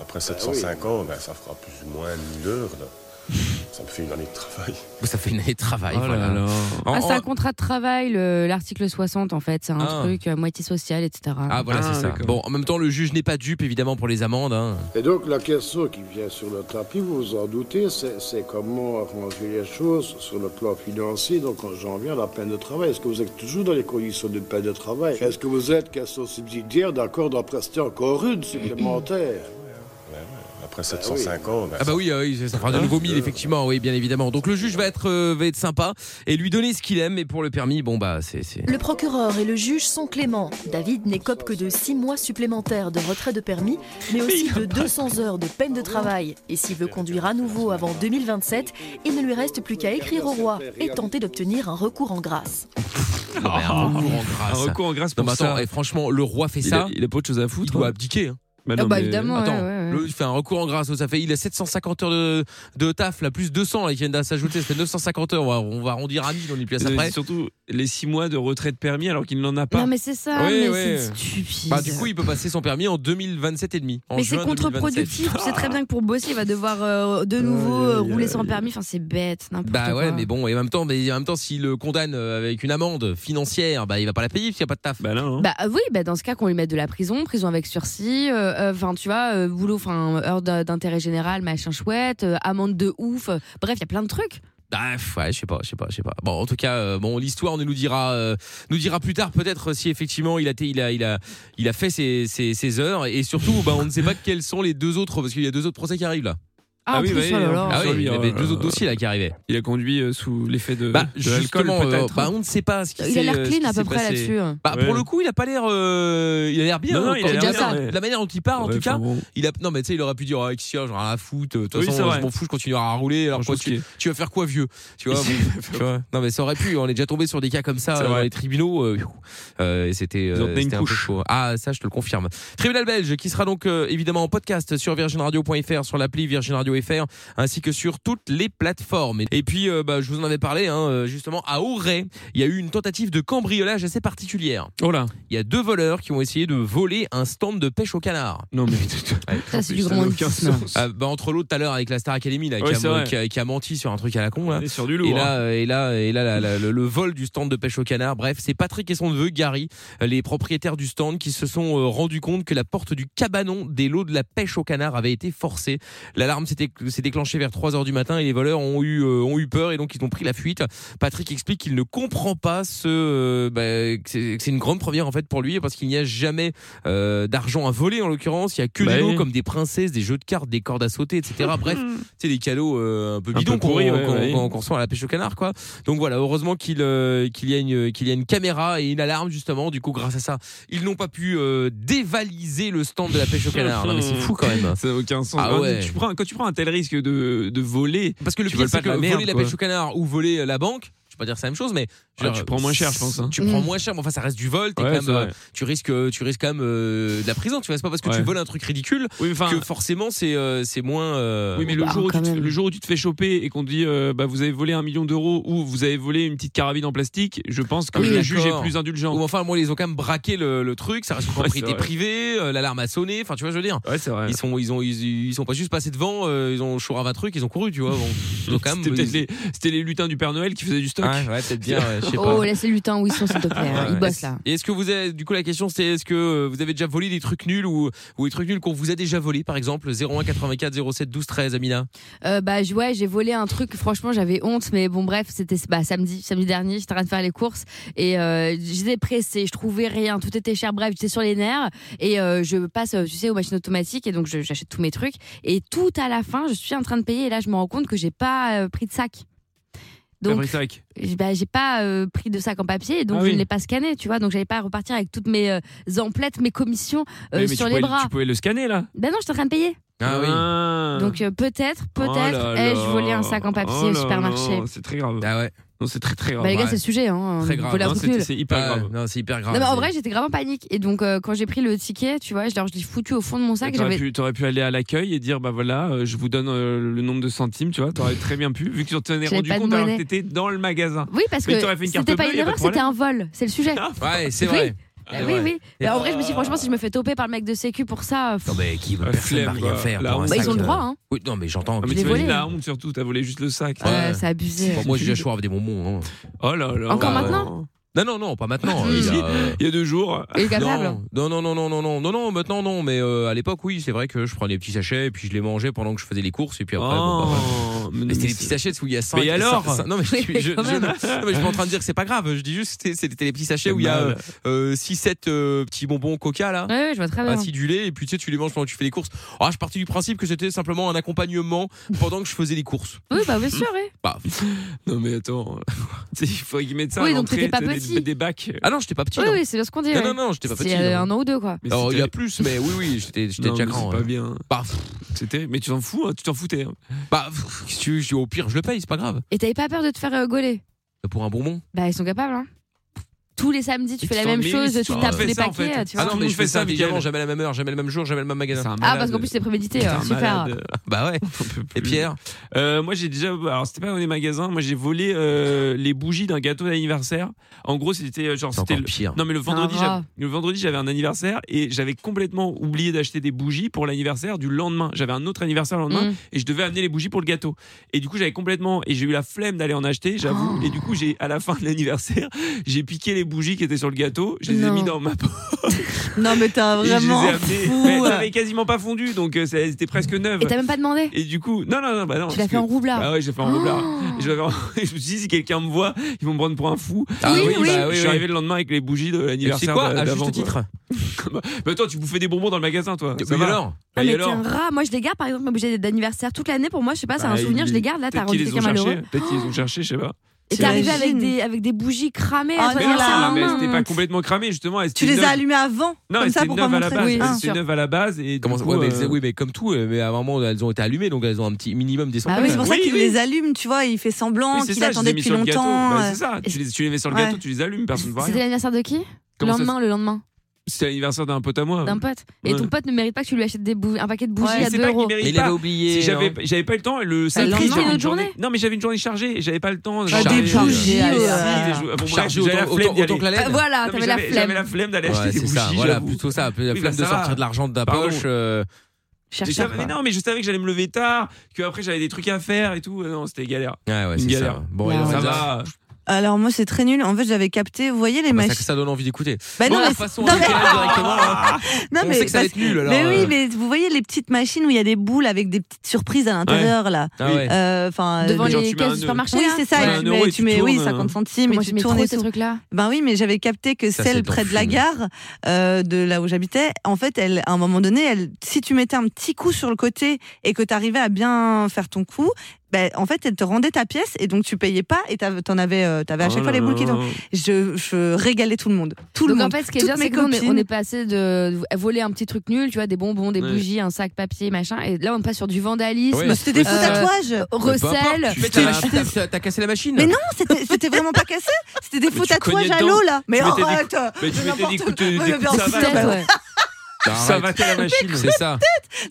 Speaker 12: Après 750, ben, ça fera plus ou moins 1000 heures. là. Ça me fait une année de travail.
Speaker 2: Ça fait une année de travail.
Speaker 3: Oh là
Speaker 2: voilà.
Speaker 3: là.
Speaker 2: En-
Speaker 5: Ah, c'est
Speaker 2: en-
Speaker 5: un contrat de travail, le- l'article 60, en fait. C'est un
Speaker 2: Ah.
Speaker 5: truc à moitié social, etc.
Speaker 2: Ah voilà,
Speaker 3: Ah,
Speaker 2: c'est ça.
Speaker 3: d'accord.
Speaker 2: Bon, en même temps, le juge n'est pas dupe, évidemment, pour les amendes. hein.
Speaker 11: Et donc, la question qui vient sur le tapis, vous vous en doutez, c'est c'est comment arranger les choses sur le plan financier. Donc, j'en viens à la peine de travail. Est-ce que vous êtes toujours dans les conditions d'une peine de travail Est-ce que vous êtes, question subsidiaire, d'accord d'en prester encore une supplémentaire
Speaker 12: Après 750, ben,
Speaker 2: Ah bah oui, euh, oui, ça fera de
Speaker 3: hein.
Speaker 2: nouveau 1000 effectivement, oui, bien évidemment. Donc le juge va être euh, va être sympa et lui donner ce qu'il aime et pour le permis, bon bah c'est c'est
Speaker 10: Le procureur et le juge sont cléments. David n'écope que de 6 mois supplémentaires de retrait de permis, mais aussi de 200 heures de peine de travail. Et s'il veut conduire à nouveau avant 2027, il ne lui reste plus qu'à écrire au roi et tenter d'obtenir un recours en grâce.
Speaker 2: Ah, bah, un recours en
Speaker 3: Un
Speaker 2: grâce.
Speaker 3: recours en grâce
Speaker 2: Non
Speaker 3: pour
Speaker 2: mais attends,
Speaker 3: ça.
Speaker 2: et franchement, le roi fait
Speaker 3: Il
Speaker 2: ça,
Speaker 3: a- il a pas autre chose à
Speaker 2: il
Speaker 3: foutre.
Speaker 2: doit abdiquer. hein.
Speaker 3: Bah
Speaker 5: Ah
Speaker 3: non,
Speaker 5: bah,
Speaker 3: mais-
Speaker 5: évidemment. Ouais,
Speaker 2: Attends,
Speaker 5: ouais, ouais.
Speaker 2: le- il fait un recours en grâce, donc ça fait il a 750 heures de, de taf là plus 200 là, qui viennent à s'ajouter, ça fait 950 heures. On va, on va arrondir à 1000 on y place
Speaker 3: Euh,
Speaker 2: après.
Speaker 3: Surtout les six mois de retrait de permis alors qu'il n'en a pas.
Speaker 5: Non, mais c'est ça,
Speaker 2: Oui,
Speaker 5: mais
Speaker 2: oui.
Speaker 5: c'est stupide.
Speaker 2: Bah, du coup, il peut passer son permis en 2027 et demi. en
Speaker 5: mais c'est
Speaker 2: juin
Speaker 5: contre-productif, tu sais très bien que pour bosser, il va devoir euh, de nouveau euh, rouler sans permis. Enfin, c'est bête, n'importe
Speaker 2: Bah
Speaker 5: quoi.
Speaker 2: ouais, mais bon, et en même temps, mais en même temps, s'il le condamne euh, avec une amende financière, bah il va pas la payer parce qu'il n'y a pas de taf.
Speaker 3: Bah non. hein.
Speaker 5: Bah euh, oui, bah dans ce cas qu'on lui mette de la prison, prison avec sursis, euh, euh, enfin tu vois, euh, boulot, enfin heure d'a- d'intérêt général, machin chouette, euh, amende de ouf, euh, bref, il y a plein de trucs.
Speaker 2: Ah, pff, ouais, je sais pas, je sais pas, je sais pas. Bon, en tout cas, euh, bon, l'histoire on nous dira, euh, nous dira plus tard peut-être si effectivement il a, t- il a, il a, il a fait ses, ses- ses heures et surtout, bah, on ne sait pas quels sont les deux autres parce qu'il y a deux autres procès qui arrivent là.
Speaker 5: Ah, en
Speaker 3: oui, bah
Speaker 5: plus,
Speaker 3: oui,
Speaker 5: oh là
Speaker 3: en
Speaker 5: là.
Speaker 3: plus.
Speaker 2: Ah oui, il y
Speaker 3: oui,
Speaker 2: avait
Speaker 3: euh,
Speaker 2: deux autres dossiers là qui arrivaient.
Speaker 3: Il a conduit euh, sous l'effet de,
Speaker 2: Bah
Speaker 3: de l'alcool
Speaker 2: justement, euh,
Speaker 3: peut-être.
Speaker 2: bah, on ne sait pas ce qui
Speaker 5: Il
Speaker 2: s'est,
Speaker 5: a l'air
Speaker 2: euh, ce
Speaker 5: clean
Speaker 2: qui
Speaker 5: à
Speaker 2: s'est
Speaker 5: peu près
Speaker 2: passé.
Speaker 5: là-dessus. hein.
Speaker 2: Bah, pour
Speaker 3: Ouais.
Speaker 2: le coup, il a pas l'air, euh, il a l'air bien.
Speaker 3: Non, non,
Speaker 2: hein,
Speaker 3: il
Speaker 2: quand-
Speaker 3: a
Speaker 5: déjà
Speaker 3: l'air
Speaker 5: ça.
Speaker 3: Ah, bien, ouais.
Speaker 2: de la manière dont il part, en
Speaker 3: Ouais,
Speaker 2: tout cas,
Speaker 3: enfin, bon.
Speaker 2: il a, non, mais tu sais, il aurait pu dire, ah, avec Sia, j'en ai rien à foutre, de toute
Speaker 3: Oui, c'est
Speaker 2: façon,
Speaker 3: vrai.
Speaker 2: je m'en fous, je continuerai à rouler, alors
Speaker 3: Je
Speaker 2: quoi,
Speaker 3: pense
Speaker 2: tu,
Speaker 3: qu'il-
Speaker 2: tu vas faire quoi, vieux? Tu vois, bon, tu vois. Non, mais ça aurait pu, on est déjà tombé sur des cas comme ça,
Speaker 3: C'est
Speaker 2: euh, dans
Speaker 3: vrai.
Speaker 2: les tribunaux, euh, euh, et c'était,
Speaker 3: Ils
Speaker 2: euh,
Speaker 3: ont tenu une
Speaker 2: c'était un peu
Speaker 3: couche.
Speaker 2: chaud. Ah, ça, je te le confirme. Tribunal belge, qui sera donc, euh, évidemment en podcast sur virginradio.fr, sur l'appli Virgin Radio FR, ainsi que sur toutes les plateformes. Et puis, euh, bah, je vous en avais parlé, hein, euh, justement, à Auray, il y a eu une tentative de cambriolage assez particulière.
Speaker 3: Oh là.
Speaker 2: Il y a deux voleurs qui ont essayé de voler un stand de pêche au canard.
Speaker 3: Non mais
Speaker 5: Ça, c'est du
Speaker 3: ça
Speaker 5: grand
Speaker 3: n'a aucun
Speaker 5: autisme.
Speaker 3: sens.
Speaker 2: Ah, bah, entre l'autre tout à l'heure avec la Star Academy là,
Speaker 3: Ouais,
Speaker 2: qui,
Speaker 3: c'est
Speaker 2: a,
Speaker 3: vrai.
Speaker 2: qui a- qui a menti sur un truc à la con là.
Speaker 3: On est sur du
Speaker 2: Et
Speaker 3: lourd. hein.
Speaker 2: là, euh, et là, et là, la- la- le, le vol du stand de pêche au canard. Bref, c'est Patrick et son neveu Gary, euh, les propriétaires du stand, qui se sont euh, rendus compte que la porte du cabanon des lots de la pêche au canard avait été forcée. L'alarme s'était dé- s'est déclenché vers 3h du matin et les voleurs ont eu, euh, ont eu peur et donc ils ont pris la fuite. Patrick explique qu'il ne comprend pas ce, euh, bah, que c'est que c'est une grande première en fait pour lui parce qu'il n'y a jamais euh, d'argent à voler en l'occurrence. Il y a que
Speaker 3: Bah
Speaker 2: des lots
Speaker 3: oui.
Speaker 2: comme des princesses, des jeux de cartes, des cordes à sauter, etc. Bref, c'est des cadeaux euh, un peu
Speaker 3: Un
Speaker 2: bidons
Speaker 3: peu pourris,
Speaker 2: qu'on
Speaker 3: ouais,
Speaker 2: qu'on-
Speaker 3: ouais.
Speaker 2: qu'on- qu'on reçoit à la pêche au canard quoi. Donc voilà, heureusement qu'il euh, qu'il y a une qu'il y a une caméra et une alarme justement. Du coup, grâce à ça, ils n'ont pas pu euh, dévaliser le stand de la pêche au canard. Non mais c'est fou quand même.
Speaker 3: Ça n'a aucun sens. Bah,
Speaker 2: Ah ouais.
Speaker 3: tu prends, quand tu prends un tel risque de, de voler.
Speaker 2: Parce que le
Speaker 3: tu
Speaker 2: pire,
Speaker 3: voles
Speaker 2: c'est
Speaker 3: de
Speaker 2: que voler la
Speaker 3: quoi.
Speaker 2: pêche au canard ou voler euh, la banque, je vais pas dire c'est la même chose, mais je veux
Speaker 3: Ah,
Speaker 2: dire,
Speaker 3: tu prends moins cher, je pense, hein.
Speaker 2: Tu
Speaker 3: Mm.
Speaker 2: prends moins cher, mais enfin, ça reste du vol. t'es
Speaker 3: Ouais,
Speaker 2: quand même,
Speaker 3: c'est vrai.
Speaker 2: euh, tu risques, euh, tu risques quand même euh, de la prison. Tu vois, c'est pas parce que tu
Speaker 3: Ouais.
Speaker 2: voles un truc ridicule que forcément c'est euh, c'est moins. euh,
Speaker 3: Oui, mais
Speaker 5: Bah,
Speaker 3: le, jour où tu te, le jour où tu te fais choper et qu'on te dit euh, bah, vous avez volé un million d'euros ou vous avez volé une petite carabine en plastique, je pense
Speaker 5: Ah
Speaker 3: que
Speaker 2: Oui,
Speaker 3: le
Speaker 2: d'accord.
Speaker 3: juge est plus indulgent.
Speaker 2: Ou enfin, moi, ils ont quand même braqué le, le truc. Ça reste une propriété
Speaker 3: c'est vrai.
Speaker 2: privée. euh, L'alarme a sonné. Enfin, tu vois, je veux dire. Ils sont, ils ont, ils, ils sont pas juste passés devant. euh, ils ont chouré un truc. Ils ont couru, tu vois. Bon, ils ont quand même.
Speaker 3: C'était peut-être les, c'était les lutins du Père Noël qui faisaient du stock.
Speaker 2: Ouais, ouais, peut-être bien, ouais, je sais pas.
Speaker 5: Oh, laisse les lutins où ils sont, s'il te plaît. hein. Ils bossent là.
Speaker 2: Et est-ce que vous avez, du coup, la question c'est est-ce que euh, vous avez déjà volé des trucs nuls ou, ou des trucs nuls qu'on vous a déjà volés, par exemple 01 84 07 12 13, Amina
Speaker 5: Euh, bah j- ouais, j'ai volé un truc. Franchement, j'avais honte, mais bon bref, c'était bah, samedi, samedi dernier. J'étais en train de faire les courses et euh, j'étais pressée, je trouvais rien, tout était cher. Bref, j'étais sur les nerfs et euh, je passe, euh, tu sais, aux machines automatiques et donc je- j'achète tous mes trucs. Et tout à la fin, je suis en train de payer et là, je me rends compte que j'ai pas euh, pris de sac.
Speaker 3: T'as
Speaker 5: Donc,
Speaker 3: pris sac.
Speaker 5: j- bah, j'ai pas euh, pris de sac en papier, donc
Speaker 3: Ah
Speaker 5: je
Speaker 3: oui.
Speaker 5: ne l'ai pas scanné, tu vois. Donc j'allais pas à repartir avec toutes mes euh, emplettes, mes commissions euh,
Speaker 3: Ouais, mais
Speaker 5: sur
Speaker 3: tu
Speaker 5: les
Speaker 3: pouvais-
Speaker 5: bras.
Speaker 3: Tu pouvais le scanner là.
Speaker 5: Ben non, j'étais en train de payer.
Speaker 2: Ah
Speaker 3: oui.
Speaker 5: Donc euh, peut-être,
Speaker 3: Oh
Speaker 5: peut-être,
Speaker 3: là
Speaker 5: ai-je
Speaker 3: là.
Speaker 5: volé un sac en papier
Speaker 3: Oh
Speaker 5: au
Speaker 3: là
Speaker 5: supermarché.
Speaker 3: là, C'est très grave.
Speaker 2: Ah ouais.
Speaker 3: Non, c'est très très grave.
Speaker 5: Bah, les gars,
Speaker 3: Ouais.
Speaker 5: c'est le sujet, hein. Très grave. Faut la
Speaker 3: Non,
Speaker 5: brûle.
Speaker 3: c'est, c'est hyper grave.
Speaker 2: Ah, Non, c'est hyper
Speaker 5: Non, mais en vrai, j'étais grave en panique. Et donc, euh, quand j'ai pris le ticket, tu vois, je, l'ai- je l'ai foutu au fond de mon sac.
Speaker 3: T'aurais
Speaker 5: j'avais-
Speaker 3: pu, t'aurais pu aller à l'accueil et dire bah voilà, euh, je vous donne euh, le nombre de centimes, tu vois. T'aurais très bien pu, vu que tu t'en es
Speaker 5: J'avais
Speaker 3: rendu
Speaker 5: pas de
Speaker 3: compte alors que
Speaker 5: monnaie.
Speaker 3: t'étais dans le magasin.
Speaker 5: Oui, parce
Speaker 3: Mais
Speaker 5: que
Speaker 3: t'aurais fait une carte
Speaker 5: c'était pas
Speaker 3: bleue,
Speaker 5: une
Speaker 3: y a pas
Speaker 5: erreur,
Speaker 3: de
Speaker 5: c'était
Speaker 3: problème. Ah,
Speaker 5: un vol. C'est le sujet.
Speaker 2: Ouais, c'est
Speaker 5: Oui.
Speaker 2: vrai.
Speaker 5: Bah oui, oui. Bah, en vrai, je me suis dit, franchement, si je me fais toper par le mec de Sécu pour ça. pff,
Speaker 2: Non, mais qui
Speaker 3: Euh,
Speaker 2: personne
Speaker 3: flemme,
Speaker 2: va rien
Speaker 3: quoi.
Speaker 2: faire.
Speaker 3: La
Speaker 2: pour un
Speaker 3: honte.
Speaker 5: Bah, ils ont
Speaker 2: sac,
Speaker 5: le droit,
Speaker 2: euh.
Speaker 5: hein.
Speaker 2: Oui, non, mais j'entends.
Speaker 3: Ah, mais
Speaker 2: Je l'ai
Speaker 3: t'imagines
Speaker 2: volé.
Speaker 3: la honte surtout, t'as volé juste le sac.
Speaker 2: Ouais.
Speaker 5: c'est abusé.
Speaker 2: Bon, moi, j'ai déjà choisi avec des bonbons. hein. Bah,
Speaker 3: Oh là là.
Speaker 5: Encore maintenant Ah,
Speaker 2: Non, non, non, pas maintenant.
Speaker 3: Si,
Speaker 2: il, y a,
Speaker 3: si, il y a deux jours.
Speaker 5: Et capable.
Speaker 2: Non, non, non, non, non, non, non, non, maintenant non, mais euh, à l'époque oui, c'est vrai que je prenais des petits sachets et puis je les mangeais pendant que je faisais les courses et puis après. bon, bah, voilà.
Speaker 3: Oh, mais
Speaker 2: Mais c'était
Speaker 3: mais
Speaker 2: des petits sachets où il y a 5
Speaker 3: Mais alors
Speaker 2: Non mais je,
Speaker 3: Oui,
Speaker 2: suis-
Speaker 3: mais
Speaker 2: je-
Speaker 3: quand
Speaker 2: je-
Speaker 3: même.
Speaker 2: non, mais je suis pas en train de dire que c'est pas grave, je dis juste que c'était- c'était les petits sachets où il y a euh,
Speaker 3: mal.
Speaker 2: 6-7 petits bonbons coca là.
Speaker 5: Ouais, ouais, je vois très bien.
Speaker 2: Acidulés et puis tu sais tu les manges pendant que tu fais les courses. Ah je partais du principe que c'était simplement un accompagnement pendant que je faisais les courses.
Speaker 5: Oui, bah, bien sûr, oui.
Speaker 2: Bah.
Speaker 3: Non mais attends, il faut qu'ils mettent ça
Speaker 5: Oui,
Speaker 3: à
Speaker 5: donc t'étais
Speaker 3: l'entrée,
Speaker 5: pas
Speaker 3: t'as des-
Speaker 5: petit.
Speaker 3: des bacs.
Speaker 2: Ah non, j'étais pas petit.
Speaker 5: Oui,
Speaker 2: non.
Speaker 5: oui, c'est bien ce qu'on dit.
Speaker 2: Non,
Speaker 5: ouais.
Speaker 2: non, non, j'étais pas
Speaker 5: C'est,
Speaker 2: petit,
Speaker 5: euh,
Speaker 2: non.
Speaker 5: un an ou deux, quoi.
Speaker 3: hein. Mais
Speaker 2: Alors, il y a
Speaker 3: c'était-
Speaker 2: plus mais oui oui, j'étais j'étais
Speaker 3: Non,
Speaker 2: déjà
Speaker 3: mais
Speaker 2: grand.
Speaker 3: C'est
Speaker 2: ouais.
Speaker 3: pas bien.
Speaker 2: Bah,
Speaker 3: c'est terrible. Mais tu t'en fous, hein, tu t'en foutais. hein.
Speaker 2: Bah, pff, si tu veux, je- au pire, je le paye, c'est pas grave.
Speaker 5: Et t'avais pas peur de te faire euh, gauler
Speaker 2: Pour un bonbon.
Speaker 5: Bah, ils sont capables, hein. Tous les samedis, tu fais la
Speaker 3: sont
Speaker 5: même
Speaker 3: mille,
Speaker 5: chose,
Speaker 3: ils
Speaker 5: tu
Speaker 3: sont-
Speaker 5: tapes
Speaker 3: fais
Speaker 5: les
Speaker 3: ça, en
Speaker 5: paquets,
Speaker 3: fait.
Speaker 5: tu
Speaker 2: Ah
Speaker 5: vois.
Speaker 2: non, mais
Speaker 3: nous,
Speaker 2: je
Speaker 3: on
Speaker 2: fais
Speaker 3: fait
Speaker 2: ça,
Speaker 3: ça,
Speaker 2: évidemment,
Speaker 3: Mickaël.
Speaker 2: jamais la même heure, jamais le même jour, jamais le même magasin.
Speaker 5: Ah, parce qu'en plus, c'est prémédité,
Speaker 3: Putain,
Speaker 5: euh, super.
Speaker 3: malade.
Speaker 2: Bah ouais. Et Pierre
Speaker 3: Euh, Moi, j'ai déjà. Alors, c'était pas dans les magasins. Moi, j'ai volé euh, les bougies d'un gâteau d'anniversaire. En gros, c'était euh, genre. C'était le...
Speaker 2: pire.
Speaker 3: Non, mais le vendredi,
Speaker 5: Ça va.
Speaker 3: j'avais... le vendredi, j'avais un anniversaire et j'avais complètement oublié d'acheter des bougies pour l'anniversaire du lendemain. J'avais un autre anniversaire le lendemain
Speaker 5: Mm.
Speaker 3: et je devais amener les bougies pour le gâteau. Et du coup, j'avais complètement. Et j'ai eu la flemme d'aller en acheter, j'avoue. Et du coup, j'ai à la fin de l'anniversaire, j'ai piqué les bougies qui étaient sur le gâteau. Je les ai
Speaker 4: Non.
Speaker 3: mis dans ma poche.
Speaker 4: Non, mais t'as
Speaker 3: Et je les ai
Speaker 4: vraiment.
Speaker 3: amenées.
Speaker 4: fou.
Speaker 3: Mais ça avait quasiment pas fondu, donc euh, ça- elles étaient presque neuves.
Speaker 5: Et t'as même pas demandé
Speaker 3: Et du coup, non, non, non, bah non.
Speaker 5: Tu l'as
Speaker 3: parce
Speaker 5: fait en roublard. Oh.
Speaker 3: Ah ouais, j'ai fait en roublard. Et je, l'avais en- je me suis dit, si quelqu'un me voit, ils vont me prendre pour un fou.
Speaker 2: Ah
Speaker 3: Et
Speaker 2: oui, oui.
Speaker 3: bah,
Speaker 2: oui,
Speaker 3: je
Speaker 2: oui.
Speaker 3: suis arrivé le lendemain avec les bougies
Speaker 2: Et
Speaker 3: de
Speaker 2: tu sais
Speaker 3: l'anniversaire.
Speaker 2: quoi
Speaker 3: d'a-
Speaker 2: À
Speaker 3: d'avant,
Speaker 2: juste titre.
Speaker 3: quoi. Bah, toi, tu bouffais des bonbons dans le magasin, toi.
Speaker 2: Oui,
Speaker 3: Ça va.
Speaker 2: alors
Speaker 3: Bah,
Speaker 5: Ah, mais
Speaker 3: et
Speaker 5: t'es
Speaker 3: alors
Speaker 5: un rat. Moi, je les garde, par exemple, mes objets d'anniversaire toute l'année. Pour moi, je sais pas, c'est
Speaker 3: Bah,
Speaker 5: un souvenir,
Speaker 3: ils-
Speaker 5: je les garde. Là, t'as
Speaker 3: peut-être
Speaker 5: rendu
Speaker 3: qu'ils les ont
Speaker 5: quelqu'un malheureux.
Speaker 3: cherchés, Peut-être qu'ils les ont cherchés, je sais pas.
Speaker 5: Et t'es arrivé
Speaker 4: T'imagines
Speaker 5: avec des, avec des bougies cramées à
Speaker 4: Oh
Speaker 5: ton
Speaker 4: là
Speaker 5: anniversaire
Speaker 4: là.
Speaker 5: en
Speaker 3: mais
Speaker 5: main.
Speaker 3: c'était pas complètement cramé, justement. elles
Speaker 4: Tu
Speaker 3: étaient
Speaker 4: les
Speaker 3: neuves.
Speaker 4: as allumés avant
Speaker 3: Non,
Speaker 4: Comme
Speaker 3: elles
Speaker 4: ça
Speaker 3: étaient
Speaker 4: pour pas
Speaker 3: neuves à la
Speaker 4: montrer.
Speaker 3: base.
Speaker 4: Oui,
Speaker 3: Elles
Speaker 4: bien
Speaker 3: étaient
Speaker 4: sûr.
Speaker 3: neuves à la base. Et
Speaker 2: Comment
Speaker 3: du
Speaker 2: ça-
Speaker 3: coup,
Speaker 2: ouais, mais,
Speaker 3: euh,
Speaker 2: c'est- oui, mais comme tout, euh, mais à un moment, elles ont été allumées, donc elles ont un petit minimum des
Speaker 4: Ah
Speaker 2: centaines.
Speaker 4: oui, c'est pour ça
Speaker 3: Oui,
Speaker 4: qu'il
Speaker 3: oui.
Speaker 4: les allume, tu vois, il fait semblant
Speaker 3: oui, c'est
Speaker 4: qu'il
Speaker 3: ça, je les ai
Speaker 4: attendait
Speaker 3: mis
Speaker 4: depuis
Speaker 3: sur le gâteau.
Speaker 4: longtemps.
Speaker 3: Bah,
Speaker 4: euh.
Speaker 3: c'est ça. Tu les, tu les mets sur le
Speaker 4: Ouais.
Speaker 3: gâteau, tu les allumes, personne ne voit
Speaker 5: C'était
Speaker 3: rien.
Speaker 5: l'anniversaire de qui Le
Speaker 3: Comment ça
Speaker 5: lendemain, le lendemain,
Speaker 3: C'était l'anniversaire d'un pote à moi.
Speaker 5: d'un pote. Et
Speaker 3: Ouais.
Speaker 5: ton pote ne mérite pas que tu lui achètes des bou- un paquet de bougies
Speaker 3: Mais
Speaker 5: à
Speaker 3: c'est
Speaker 5: 2
Speaker 3: pas qu'il
Speaker 5: euros.
Speaker 3: mérite
Speaker 2: Mais il avait
Speaker 3: pas.
Speaker 2: oublié,
Speaker 3: Si j'avais,
Speaker 2: hein.
Speaker 3: j'avais pas eu le temps. Le samedi,
Speaker 5: lendemain,
Speaker 3: j'avais
Speaker 5: une
Speaker 3: une
Speaker 5: autre journée.
Speaker 3: Non, mais j'avais une journée chargée. et J'avais pas le temps. de
Speaker 4: Ah,
Speaker 3: charger.
Speaker 4: des bougies,
Speaker 3: Ah, si,
Speaker 4: euh,
Speaker 3: des jou- bon, bref,
Speaker 2: Chargé
Speaker 3: j'avais la
Speaker 2: autant-
Speaker 3: flemme
Speaker 2: autant-
Speaker 3: d'y aller.
Speaker 2: autant que la laine.
Speaker 5: Bah, Voilà,
Speaker 3: Non, mais
Speaker 5: t'avais la
Speaker 3: j'avais- J'avais
Speaker 5: flemme.
Speaker 3: la flemme d'aller
Speaker 2: Ouais,
Speaker 3: acheter des
Speaker 2: c'est
Speaker 3: bougies.
Speaker 2: ça, voilà,
Speaker 3: j'avoue.
Speaker 2: plutôt ça, la
Speaker 3: Oui,
Speaker 2: flemme
Speaker 3: bah,
Speaker 2: de
Speaker 3: ça
Speaker 2: sortir
Speaker 3: va.
Speaker 2: de l'argent de ta
Speaker 3: Pardon.
Speaker 2: poche. euh,
Speaker 3: Je
Speaker 5: Chercheur,
Speaker 3: savais-
Speaker 5: quoi.
Speaker 3: mais non, mais je savais que j'allais me lever tard, qu'après j'avais des trucs à faire et tout. Non, c'était galère.
Speaker 2: Ouais, ouais,
Speaker 3: Une
Speaker 2: c'est ça.
Speaker 3: galère.
Speaker 2: Bon, et
Speaker 5: Ouais,
Speaker 2: Lorenza
Speaker 3: Ça va.
Speaker 4: Alors moi c'est très nul. En fait j'avais capté, vous voyez les
Speaker 2: Bah,
Speaker 4: machines.
Speaker 2: ça, ça donne envie d'écouter.
Speaker 4: Bah non,
Speaker 2: bon,
Speaker 4: mais-
Speaker 2: passons
Speaker 4: non,
Speaker 2: à
Speaker 4: mais-
Speaker 2: Michael directement. hein.
Speaker 4: Non,
Speaker 2: On sait que ça
Speaker 4: parce-
Speaker 2: va être nul, alors,
Speaker 4: mais oui,
Speaker 2: euh.
Speaker 4: mais vous voyez les petites machines où il y a des boules avec des petites surprises à l'intérieur là.
Speaker 2: Ah ouais.
Speaker 4: Euh, Enfin,
Speaker 5: Devant
Speaker 4: euh,
Speaker 5: les Genre, tu caisses mets un- du supermarché,
Speaker 4: Oui,
Speaker 5: là
Speaker 4: c'est ça.
Speaker 5: Ouais,
Speaker 4: et
Speaker 5: un
Speaker 4: tu
Speaker 5: euro
Speaker 4: mets,
Speaker 5: et
Speaker 4: tu
Speaker 5: tu
Speaker 4: mets, oui,
Speaker 5: tournes,
Speaker 2: euh.
Speaker 4: 50 centimes.
Speaker 5: Comment
Speaker 4: et
Speaker 5: je
Speaker 4: tu
Speaker 5: mets
Speaker 4: tournes
Speaker 5: trop
Speaker 4: et
Speaker 5: ces
Speaker 4: tout.
Speaker 5: trucs-là
Speaker 4: Ben oui, mais j'avais capté que
Speaker 5: Ça,
Speaker 4: celle
Speaker 5: c'est
Speaker 4: près de
Speaker 5: d'enfumé.
Speaker 4: la gare euh, de là où j'habitais, en fait, elle, à un moment donné, elle, si tu mettais un petit coup sur le côté et que tu arrivais à bien faire ton coup. Ben, en fait, elle te rendait ta pièce et donc tu payais pas et t'av- t'en avais, euh, t'avais à
Speaker 5: Oh
Speaker 4: chaque fois
Speaker 5: là
Speaker 4: les boules qui
Speaker 5: là.
Speaker 4: tombent. Je, je régalais tout le monde. Tout
Speaker 5: Donc
Speaker 4: le
Speaker 5: en
Speaker 4: monde.
Speaker 5: fait, ce qui est
Speaker 4: Toutes
Speaker 5: bien,
Speaker 4: mes
Speaker 5: c'est que nous, on est- on
Speaker 4: copines.
Speaker 5: est passé de voler un petit truc nul, tu vois, des bonbons, des
Speaker 4: Ouais.
Speaker 5: bougies, un sac papier, machin, et là on passe sur du vandalisme.
Speaker 2: Ah
Speaker 5: Euh,
Speaker 2: Ouais. Mais c'était des faux
Speaker 5: bah,
Speaker 4: tatouages.
Speaker 3: Bah,
Speaker 2: Peu importe,
Speaker 5: Recel.
Speaker 2: tu fais ta- T'as t'as- t'as cassé la machine
Speaker 4: Mais non, c'était- c'était vraiment pas cassé. C'était des
Speaker 2: Mais
Speaker 4: faux
Speaker 2: tu cognais
Speaker 4: tatouages à
Speaker 2: dedans.
Speaker 4: l'eau là.
Speaker 2: Tu
Speaker 4: Mais
Speaker 2: mettais des
Speaker 4: arrête
Speaker 2: coups- mais tu
Speaker 4: mais
Speaker 2: mettais des
Speaker 4: n'importe-
Speaker 2: coups de-
Speaker 4: Oui,
Speaker 2: des
Speaker 4: mais
Speaker 2: coups de
Speaker 4: bien sûr,
Speaker 2: savate.
Speaker 4: bah
Speaker 2: Ouais. Ça va t'es la machine, c'est ça.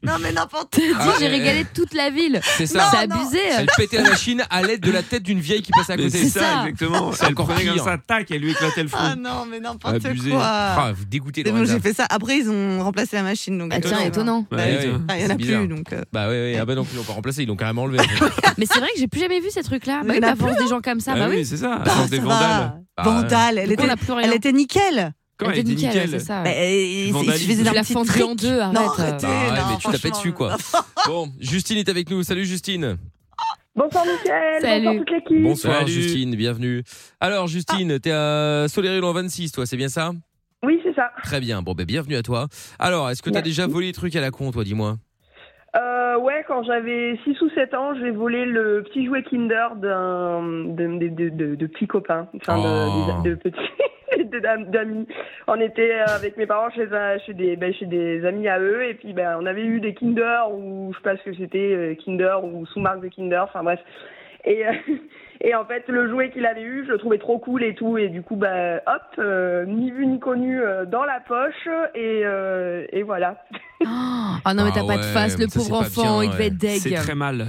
Speaker 4: Non mais n'importe
Speaker 5: Dis,
Speaker 2: Ah,
Speaker 5: j'ai
Speaker 2: ouais.
Speaker 5: régalé toute la ville.
Speaker 2: C'est ça.
Speaker 5: C'est abusé.
Speaker 2: Elle pétait la machine à l'aide de la tête d'une vieille qui passait à
Speaker 3: Mais
Speaker 2: côté.
Speaker 3: C'est ça, exactement.
Speaker 2: C'est
Speaker 3: Elle
Speaker 2: encore
Speaker 3: prenait
Speaker 2: pire.
Speaker 3: comme ça, tac, elle lui éclatait le
Speaker 4: Ah
Speaker 3: front.
Speaker 4: non, mais n'importe
Speaker 3: Abusé.
Speaker 4: quoi.
Speaker 3: Ah, vous dégoûtez,
Speaker 4: C'est bon,
Speaker 3: Lorenza.
Speaker 4: j'ai fait ça. Après, ils ont remplacé la machine. Donc,
Speaker 5: Ah, tiens, étonnant.
Speaker 4: Bah,
Speaker 2: Bah,
Speaker 4: il
Speaker 2: ouais,
Speaker 4: y en a- il
Speaker 2: ouais,
Speaker 4: y en
Speaker 2: c'est
Speaker 4: a plus.
Speaker 2: bizarre.
Speaker 4: Donc, euh,
Speaker 2: Bah ouais, ouais, ah bah non, ils l'ont pas remplacé, ils l'ont carrément enlevé.
Speaker 5: Mais c'est vrai que j'ai plus jamais vu ces trucs-là. Bah
Speaker 4: il y
Speaker 5: Même
Speaker 4: en a
Speaker 5: à force des gens comme ça.
Speaker 2: Ah
Speaker 5: Bah
Speaker 2: oui,
Speaker 5: oui.
Speaker 2: c'est ça, à
Speaker 5: Bah,
Speaker 2: force des
Speaker 5: ça va.
Speaker 2: vandales. Bah,
Speaker 4: Vandale, elle
Speaker 5: Du coup, on
Speaker 4: était,
Speaker 5: a plus rien.
Speaker 4: elle était nickel.
Speaker 5: Comment elle était nickel, c'est ça.
Speaker 4: Bah, il, il
Speaker 2: Vandalisme.
Speaker 4: suffisait
Speaker 2: Tu
Speaker 4: d'un
Speaker 5: l'as
Speaker 4: petit
Speaker 5: fendue
Speaker 4: trick.
Speaker 5: en deux, arrête. Ah,
Speaker 4: Non, arrêtez,
Speaker 2: Bah ouais,
Speaker 4: non,
Speaker 2: mais tu tapais
Speaker 4: franchement.
Speaker 2: dessus quoi. Bon, Justine est avec nous. Salut Justine.
Speaker 8: Bonsoir Mickaël,
Speaker 5: Salut.
Speaker 8: bonsoir toute l'équipe.
Speaker 2: Bonsoir Justine, bienvenue. Alors Justine,
Speaker 5: Ah.
Speaker 2: t'es à Soleil en 26, toi, c'est bien ça
Speaker 8: Oui, c'est ça.
Speaker 2: Très bien. Bon, ben bienvenue à toi. Alors, est-ce que t'as déjà volé des trucs à la con, toi, dis-moi
Speaker 8: Euh, ouais, quand j'avais 6 ou 7 ans, j'ai volé le petit jouet Kinder d'un de, de, de, de- de petits copains, enfin
Speaker 2: Oh.
Speaker 8: de, de- de petits de dam- d'amis. On était euh, avec mes parents chez, un- chez, des, ben, chez des amis à eux, et puis ben, on avait eu des Kinder, ou je sais pas ce que c'était, euh, Kinder ou sous-marque de Kinder, enfin bref. Et, euh, et en fait, le jouet qu'il avait eu, je le trouvais trop cool et tout. Et du coup, bah, hop, euh, ni vu ni connu euh, dans la poche. Et, euh, et voilà.
Speaker 5: Ah non, mais t'as
Speaker 2: Ah
Speaker 5: pas de
Speaker 2: ouais,
Speaker 5: face, le
Speaker 2: ça, c'est
Speaker 5: pauvre
Speaker 2: pas
Speaker 5: enfant,
Speaker 2: bien,
Speaker 5: il devait
Speaker 2: ouais.
Speaker 5: être deg.
Speaker 3: C'est très mal.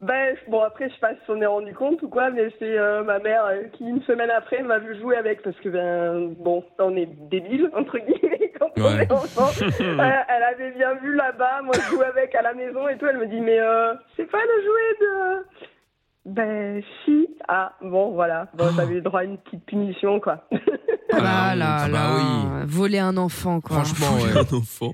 Speaker 8: Ben, bon, après, je sais pas si on est rendu compte ou quoi, mais c'est euh, ma mère euh, qui, une semaine après, m'a vu jouer avec parce que, ben, bon, on est débiles, entre guillemets, quand on
Speaker 13: Ouais.
Speaker 8: est enfant. Euh, elle avait bien vu là-bas, moi, je jouais avec à la maison et tout. Elle me dit, mais euh, c'est pas le jouet de. Ben, si. Ah, bon, voilà. Bon, t'avais le droit à une petite punition, quoi.
Speaker 5: Ah là là
Speaker 2: Ah
Speaker 5: là.
Speaker 2: bah
Speaker 5: Voler un enfant, quoi.
Speaker 2: Franchement, ouais.
Speaker 3: Un enfant.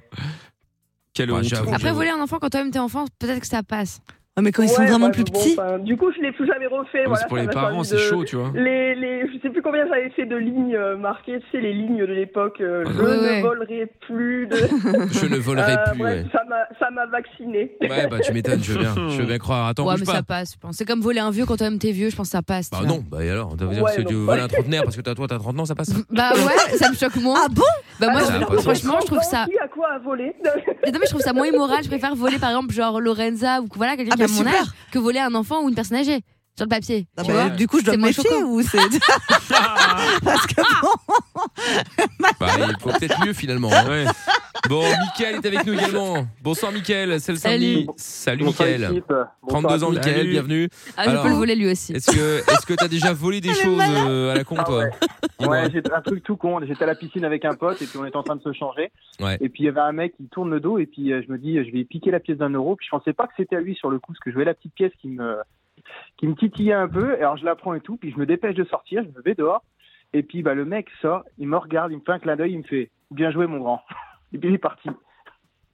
Speaker 3: Quelle
Speaker 2: Ouais,
Speaker 3: honte.
Speaker 2: j'avoue.
Speaker 5: Après, voler un enfant quand toi-même t'es enfant, peut-être que ça passe.
Speaker 4: Ah, mais quand
Speaker 8: Ouais, bah, bon, enfin, du coup, je l'ai plus jamais refait.
Speaker 3: c'est
Speaker 8: voilà,
Speaker 3: pour
Speaker 8: ça
Speaker 3: les
Speaker 8: m'a
Speaker 3: parents,
Speaker 8: servi
Speaker 3: c'est
Speaker 8: de-
Speaker 3: chaud, tu vois.
Speaker 8: Les, les, je sais plus combien j'avais fait de lignes euh, marquées, tu sais, les lignes de l'époque. euh, je
Speaker 2: Ouais,
Speaker 8: ne
Speaker 2: ouais.
Speaker 8: volerai plus. De...
Speaker 2: Je ne volerai
Speaker 8: Euh,
Speaker 2: plus,
Speaker 8: bref,
Speaker 2: ouais.
Speaker 8: ça m'a- Ça m'a vacciné.
Speaker 2: Ouais, bah tu m'étonnes, je veux bien. Je veux bien croire. Attends,
Speaker 5: ouais,
Speaker 2: bouge
Speaker 5: mais
Speaker 2: pas.
Speaker 5: ça passe, je pense. C'est comme voler un vieux quand toi-même t'es vieux, je pense que ça passe. tu
Speaker 2: Bah
Speaker 5: vois.
Speaker 2: non, bah et alors Ça veut dire
Speaker 5: Ouais,
Speaker 2: que si tu
Speaker 5: non.
Speaker 2: voles un trentenaire parce que t'as- toi t'as 30 ans, ça passe
Speaker 5: Bah ouais, ça me choque moins. Ah bon Bah moi,
Speaker 2: Ah,
Speaker 5: je-
Speaker 2: ça a pas de
Speaker 5: franchement,
Speaker 2: sens.
Speaker 5: je trouve ça.
Speaker 8: Qui a quoi à voler
Speaker 5: Mais non, mais je trouve ça moins immoral. Je préfère voler par exemple, genre Lorenza ou voilà, quelqu'un
Speaker 4: Ah,
Speaker 5: qui a
Speaker 4: bah,
Speaker 5: mon
Speaker 4: super.
Speaker 5: âge, que voler un enfant ou une personne âgée. Sur le papier.
Speaker 4: Ah
Speaker 5: tu
Speaker 4: bah,
Speaker 5: vois.
Speaker 4: Du coup, je dois
Speaker 5: C'est
Speaker 4: me
Speaker 5: moins
Speaker 4: méfier
Speaker 5: choquant.
Speaker 4: ou c'est. Parce que bon.
Speaker 2: Bah il faut peut-être mieux finalement. hein. Bon, Mickaël est avec nous également. Bonsoir Mickaël, c'est le samedi. Salut
Speaker 7: Bonsoir,
Speaker 2: Mickaël.
Speaker 7: équipe. Bonsoir
Speaker 2: 32
Speaker 7: à
Speaker 2: ans
Speaker 7: tous.
Speaker 2: Mickaël,
Speaker 7: Salut.
Speaker 2: bienvenue.
Speaker 5: Ah, je peux le voler lui aussi.
Speaker 2: Est-ce que est-ce que t'as déjà volé des choses euh, à la con toi
Speaker 13: Ah Ouais, j'ai un truc tout con. J'étais à la piscine avec un pote et puis on était en train de se changer.
Speaker 2: Ouais.
Speaker 13: Et puis il y avait un mec qui tourne le dos et puis euh, je me dis euh, je vais piquer la pièce d'un euro. Puis je pensais pas que c'était à lui sur le coup parce que je voyais la petite pièce qui me qui me titillait un peu. Alors je la prends et tout. Puis je me dépêche de sortir. Je me vais dehors. Et puis bah le mec sort. Il me regarde. Il me fait un clin d'œil. Il me fait bien joué mon grand. Et puis il est parti.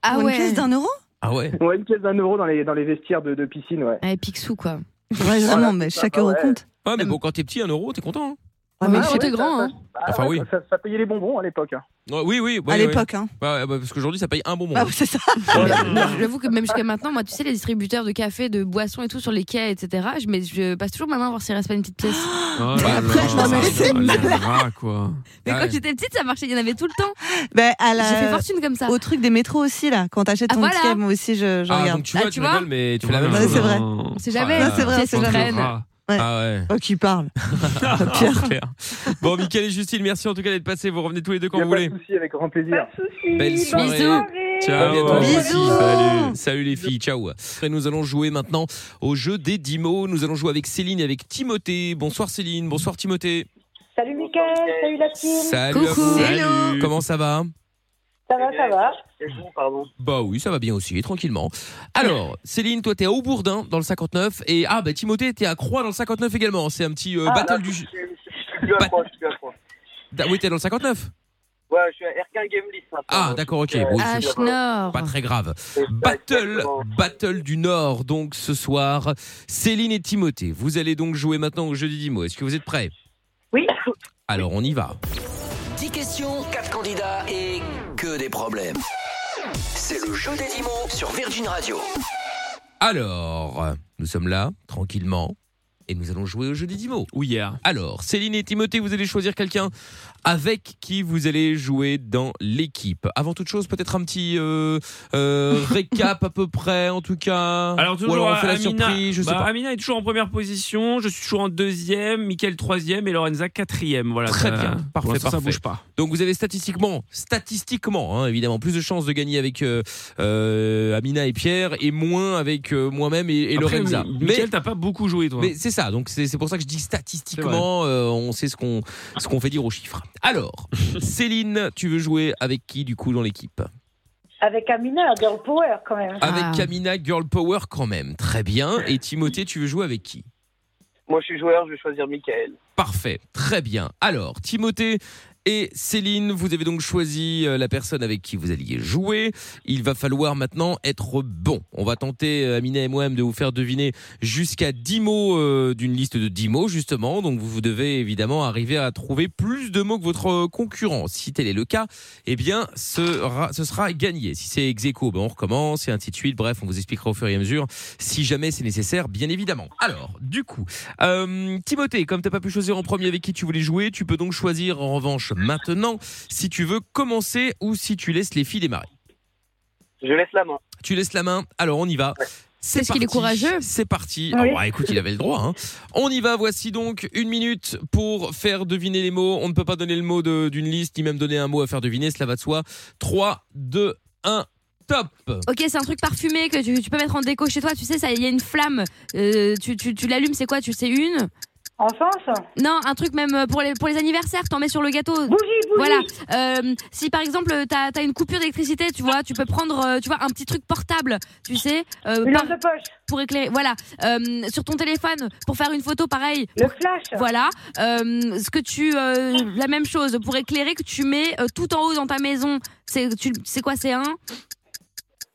Speaker 5: Ah
Speaker 4: Pour
Speaker 5: ouais.
Speaker 4: Une pièce d'un euro
Speaker 2: Ah ouais.
Speaker 13: Ouais, une pièce d'un euro dans les dans les vestiaires de, de piscine. Ouais.
Speaker 5: Ouais, Picsou quoi.
Speaker 4: Ouais, vraiment, mais chaque euro compte.
Speaker 2: Ouais, Ah, mais bon, quand t'es petit, un euro, t'es content. hein
Speaker 4: Ouais, mais
Speaker 5: Ah,
Speaker 4: chaque-
Speaker 5: t'es grand, hein.
Speaker 2: Enfin, oui.
Speaker 13: Ça, ça payait les bonbons à l'époque. hein.
Speaker 2: Ouais, oui, oui. ouais,
Speaker 4: À
Speaker 2: ouais.
Speaker 4: l'époque, hein.
Speaker 2: Ouais, ouais, bah, parce qu'aujourd'hui, ça paye un bonbon.
Speaker 5: Bah,
Speaker 4: Ah, c'est ça.
Speaker 5: J'avoue que même jusqu'à maintenant, moi, tu sais, les distributeurs de café, de boissons et tout sur les quais, etc., je, mais je passe toujours ma main voir s'il reste pas une petite pièce.
Speaker 3: Oh
Speaker 2: Bah,
Speaker 3: là
Speaker 2: après,
Speaker 3: là,
Speaker 4: je m'en
Speaker 3: ça
Speaker 4: laisse
Speaker 3: arrive
Speaker 4: une
Speaker 3: dans les
Speaker 4: balade.
Speaker 3: bras, quoi.
Speaker 5: Mais
Speaker 2: Ah
Speaker 5: quand
Speaker 2: ouais.
Speaker 5: j'étais petite, ça marchait, il y en avait tout le temps.
Speaker 4: Ben, à la-
Speaker 5: J'ai fait fortune comme ça.
Speaker 4: Au truc des métros aussi, là. Quand t'achètes
Speaker 5: Ah,
Speaker 4: ton
Speaker 5: voilà.
Speaker 4: ticket, moi aussi, je, je
Speaker 2: Ah,
Speaker 4: regarde.
Speaker 2: donc tu vois,
Speaker 5: Ah,
Speaker 2: tu
Speaker 5: tu vois
Speaker 2: rigoles, mais tu fais la même
Speaker 4: Ouais,
Speaker 2: chose. hein.
Speaker 4: c'est vrai.
Speaker 5: On sait jamais.
Speaker 4: Ah, c'est vrai,
Speaker 5: Tu sais,
Speaker 4: c'est
Speaker 5: tu
Speaker 4: vrai.
Speaker 5: traînes.
Speaker 3: Ah.
Speaker 2: Ah ouais.
Speaker 4: Oh, qui parle. Pierre.
Speaker 2: Claire. Ah, Bon, Mickaël et Justine, merci en tout cas d'être passés. Vous revenez tous les deux quand
Speaker 13: Y a
Speaker 2: vous
Speaker 13: pas
Speaker 2: voulez.
Speaker 13: de souci, avec grand plaisir.
Speaker 2: Belle
Speaker 8: Bonne
Speaker 2: soirée.
Speaker 8: soirée.
Speaker 2: Ciao, à bientôt.
Speaker 3: Bisous.
Speaker 2: Salut. Salut les filles, ciao. Et nous allons jouer maintenant au jeu des 10 mots. Nous allons jouer avec Céline et avec Timothée. Bonsoir Céline, bonsoir Timothée.
Speaker 8: Salut Mickaël, salut la team.
Speaker 2: Salut à vous.
Speaker 5: Hello.
Speaker 2: Comment ça va
Speaker 14: Ça va, ça va.
Speaker 9: pardon.
Speaker 2: Bah oui, ça va bien aussi, tranquillement. Alors, Céline, toi, t'es à Aubourdin dans le 59. Et ah, bah Timothée, t'es à Croix dans le 59 également. C'est un petit euh,
Speaker 14: Ah,
Speaker 2: battle
Speaker 14: là,
Speaker 2: du.
Speaker 14: Je suis- je suis plus à Croix, je suis plus à Croix.
Speaker 2: Ah oui, t'es dans le 59
Speaker 14: Ouais, je suis à RK Game List hein. maintenant.
Speaker 2: Ah, d'accord, ok. Bon, c'est Pas très grave. Battle, battle du Nord, donc ce soir. Céline et Timothée, vous allez donc jouer maintenant au jeu des 10 mots. Est-ce que vous êtes prêts
Speaker 14: Oui.
Speaker 2: Alors, on y va.
Speaker 1: 10 questions, 4 candidats et que des problèmes. C'est le jeu des 10 mots sur Virgin Radio.
Speaker 2: Alors, nous sommes là, tranquillement, et nous allons jouer au jeu des 10 mots.
Speaker 3: Oui, hier.
Speaker 2: Alors, Céline et Timothée, vous allez choisir quelqu'un avec qui vous allez jouer dans l'équipe. Avant toute chose, peut-être un petit euh, euh, récap à peu près, en tout cas.
Speaker 3: Alors toujours
Speaker 2: Ou alors on fait la
Speaker 3: Amina,
Speaker 2: surprise, je sais
Speaker 3: bah,
Speaker 2: pas.
Speaker 3: Amina est toujours en première position, je suis toujours en deuxième, Mickaël troisième et Lorenza quatrième. Voilà,
Speaker 2: Très
Speaker 3: Ah, ça-
Speaker 2: bien,
Speaker 3: pour
Speaker 2: parfait,
Speaker 3: l'instant,
Speaker 2: parfait.
Speaker 3: Ça bouge pas.
Speaker 2: Donc vous avez statistiquement, statistiquement, hein, évidemment, plus de chances de gagner avec euh, euh, Amina et Pierre et moins avec euh, moi-même et, et
Speaker 3: Après,
Speaker 2: Lorenza.
Speaker 3: Mi- Mickaël, t'as pas beaucoup joué, toi.
Speaker 2: Mais c'est ça, donc c'est c'est pour ça que je dis statistiquement, euh, on sait ce qu'on ce qu'on fait dire aux chiffres. Alors, Céline, tu veux jouer avec qui du coup dans l'équipe
Speaker 14: Avec Amina, Girl Power quand même.
Speaker 2: Avec
Speaker 5: Ah.
Speaker 2: Kamina Girl Power quand même, très bien. Et Timothée, tu veux jouer avec qui
Speaker 14: Moi, je suis joueur, je vais choisir Michael.
Speaker 2: Parfait, très bien. Alors, Timothée et Céline, vous avez donc choisi euh, la personne avec qui vous alliez jouer. Il va falloir maintenant être bon. On va tenter, euh, Amina et moi-même, de vous faire deviner jusqu'à 10 mots euh, d'une liste de 10 mots, justement. Donc, vous vous devez évidemment arriver à trouver plus de mots que votre euh, concurrent. Si tel est le cas, eh bien, ce ra- ce sera gagné. Si c'est ex aequo, ben, on recommence et ainsi de suite. Bref, on vous expliquera au fur et à mesure si jamais c'est nécessaire, bien évidemment. Alors, du coup, euh, Timothée, comme t'as pas pu choisir en premier avec qui tu voulais jouer, tu peux donc choisir en revanche maintenant si tu veux commencer ou si tu laisses les filles démarrer.
Speaker 14: Je laisse la main.
Speaker 2: Tu laisses la main, alors on y va. C'est
Speaker 5: Qu'est-ce qu'il est
Speaker 2: parti.
Speaker 5: courageux
Speaker 2: C'est parti. Ah
Speaker 5: Oui.
Speaker 2: bah, écoute, il avait le droit. hein. On y va. Voici donc une minute pour faire deviner les mots. On ne peut pas donner le mot de- d'une liste, ni même donner un mot à faire deviner. Cela va de soi. 3, 2, 1, top.
Speaker 5: Ok, c'est un truc parfumé que tu, tu peux mettre en déco chez toi. Tu sais, ça, il y a une flamme. Euh, tu tu, tu l'allumes, c'est quoi Tu sais une
Speaker 14: Enfance
Speaker 5: Non, un truc même euh, pour les, pour les anniversaires, t'en mets sur le gâteau. Voilà. Euh, si par exemple, t'as as une coupure d'électricité, tu vois, tu peux prendre euh, tu vois, un petit truc portable, tu sais. une lampe
Speaker 14: de poche.
Speaker 5: Pour éclairer. Voilà. Euh, sur ton téléphone, pour faire une photo, pareil.
Speaker 14: Le flash.
Speaker 5: Voilà. Euh, ce que tu. euh, la même chose, pour éclairer que tu mets euh, tout en haut dans ta maison. C'est tu- c'est quoi C'est un.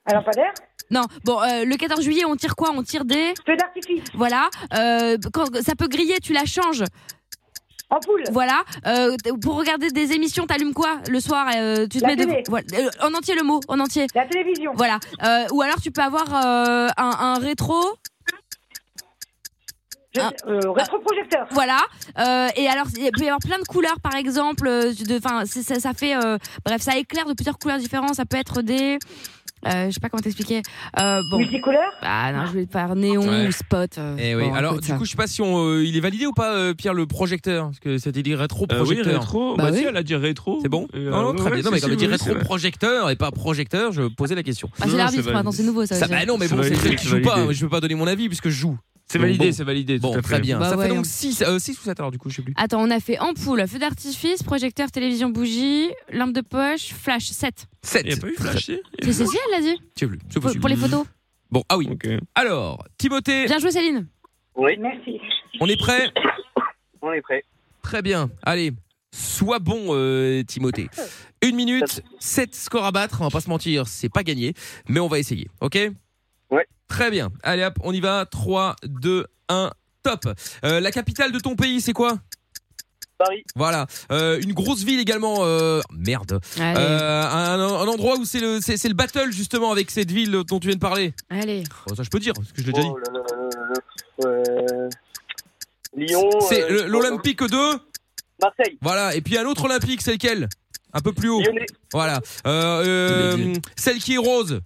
Speaker 14: Un lampadaire
Speaker 5: Non, bon, euh, le 14 juillet, on tire quoi On tire des.
Speaker 14: Feux d'artifice.
Speaker 5: Voilà. Euh, quand ça peut griller, tu la changes.
Speaker 14: Ampoule.
Speaker 5: Voilà. Euh, t- pour regarder des émissions, t'allumes quoi le soir euh, Tu te
Speaker 14: La
Speaker 5: mets de-
Speaker 14: télé.
Speaker 5: voilà, euh, en entier le mot, en entier.
Speaker 14: La télévision.
Speaker 5: Voilà. Euh, ou alors tu peux avoir euh, un, un rétro. Un-
Speaker 14: rétroprojecteur.
Speaker 5: Ah. Bah, Voilà. Euh, et alors, il peut y avoir plein de couleurs, par exemple. euh, De, enfin, c'est- ça, ça fait, euh, bref, ça éclaire de plusieurs couleurs différentes. Ça peut être des, euh, je sais pas comment t'expliquer. Euh, bon.
Speaker 14: Multicouleurs.
Speaker 5: Ah non, je voulais faire néon
Speaker 2: Ouais.
Speaker 5: ou spot. euh,
Speaker 2: Eh oui.
Speaker 5: bon,
Speaker 2: Alors,
Speaker 5: écoute,
Speaker 2: du
Speaker 5: ça.
Speaker 2: coup, je sais pas si on, euh, il est validé ou pas, euh, Pierre, le projecteur, parce que c'était dit rétro-projecteur.
Speaker 3: Euh, oui, rétro. Bah, si, elle a dit rétro.
Speaker 2: C'est bon.
Speaker 3: euh,
Speaker 2: non, non,
Speaker 3: ouais,
Speaker 2: très bien. Non,
Speaker 3: si,
Speaker 2: mais
Speaker 3: si,
Speaker 2: quand elle
Speaker 3: oui,
Speaker 2: dit
Speaker 3: oui, c'est vrai.
Speaker 2: rétro-projecteur et pas projecteur, je posais la question.
Speaker 5: Ah, c'est l'arbitre maintenant, c'est nouveau ça.
Speaker 2: Ça,
Speaker 5: aussi.
Speaker 2: bah non, mais
Speaker 3: C'est
Speaker 2: bon, c'est
Speaker 3: validé,
Speaker 2: celle qui
Speaker 3: c'est
Speaker 2: joue pas.
Speaker 3: validé.
Speaker 2: hein, Je peux pas donner mon avis puisque je joue.
Speaker 3: C'est
Speaker 2: Donc,
Speaker 3: validé,
Speaker 2: bon.
Speaker 3: c'est validé.
Speaker 2: Bon,
Speaker 3: tout à
Speaker 2: très
Speaker 3: fait.
Speaker 2: bien.
Speaker 5: Bah
Speaker 2: ça fait
Speaker 5: ouais,
Speaker 2: donc
Speaker 5: hein.
Speaker 2: 6 ou 7 alors, du coup, je sais plus.
Speaker 5: Attends, on a fait ampoule, feu d'artifice, projecteur, télévision, bougie, lampe de poche, flash, 7.
Speaker 2: 7.
Speaker 5: ben,
Speaker 3: Il n'y a pas eu flash si
Speaker 5: C'est Cécile, elle l'a dit
Speaker 2: Tu as vu, c'est
Speaker 5: pour,
Speaker 2: possible.
Speaker 5: pour les photos.
Speaker 2: Bon, ah oui. Alors, Timothée,
Speaker 5: Bien joué, Céline.
Speaker 14: Oui. Merci.
Speaker 2: on est prêt
Speaker 14: On est prêt.
Speaker 2: Très bien. Allez, sois bon, euh, Timothée. Une minute, 7 scores à battre. On va pas se mentir, c'est pas gagné, mais on va essayer. Ok
Speaker 14: Ouais.
Speaker 2: Très bien. Allez hop, on y va. 3, 2, 1, top. Euh, la capitale de ton pays, c'est quoi
Speaker 14: Paris.
Speaker 2: Voilà. Euh, une grosse ville également. euh, Merde.
Speaker 5: Allez.
Speaker 2: Euh, un, un endroit où c'est le, c'est, c'est le battle justement avec cette ville dont tu viens de parler.
Speaker 5: Allez.
Speaker 2: Bon, ça, je peux dire, parce que je l'ai
Speaker 14: Oh.
Speaker 2: déjà dit.
Speaker 14: Euh, Lyon.
Speaker 2: C'est
Speaker 14: euh,
Speaker 2: le- l'Olympique 2.
Speaker 14: Marseille.
Speaker 2: Voilà. Et puis un autre Olympique, c'est lequel Un peu plus haut.
Speaker 14: Lyonnais.
Speaker 2: Voilà. Euh, euh, celle qui est rose.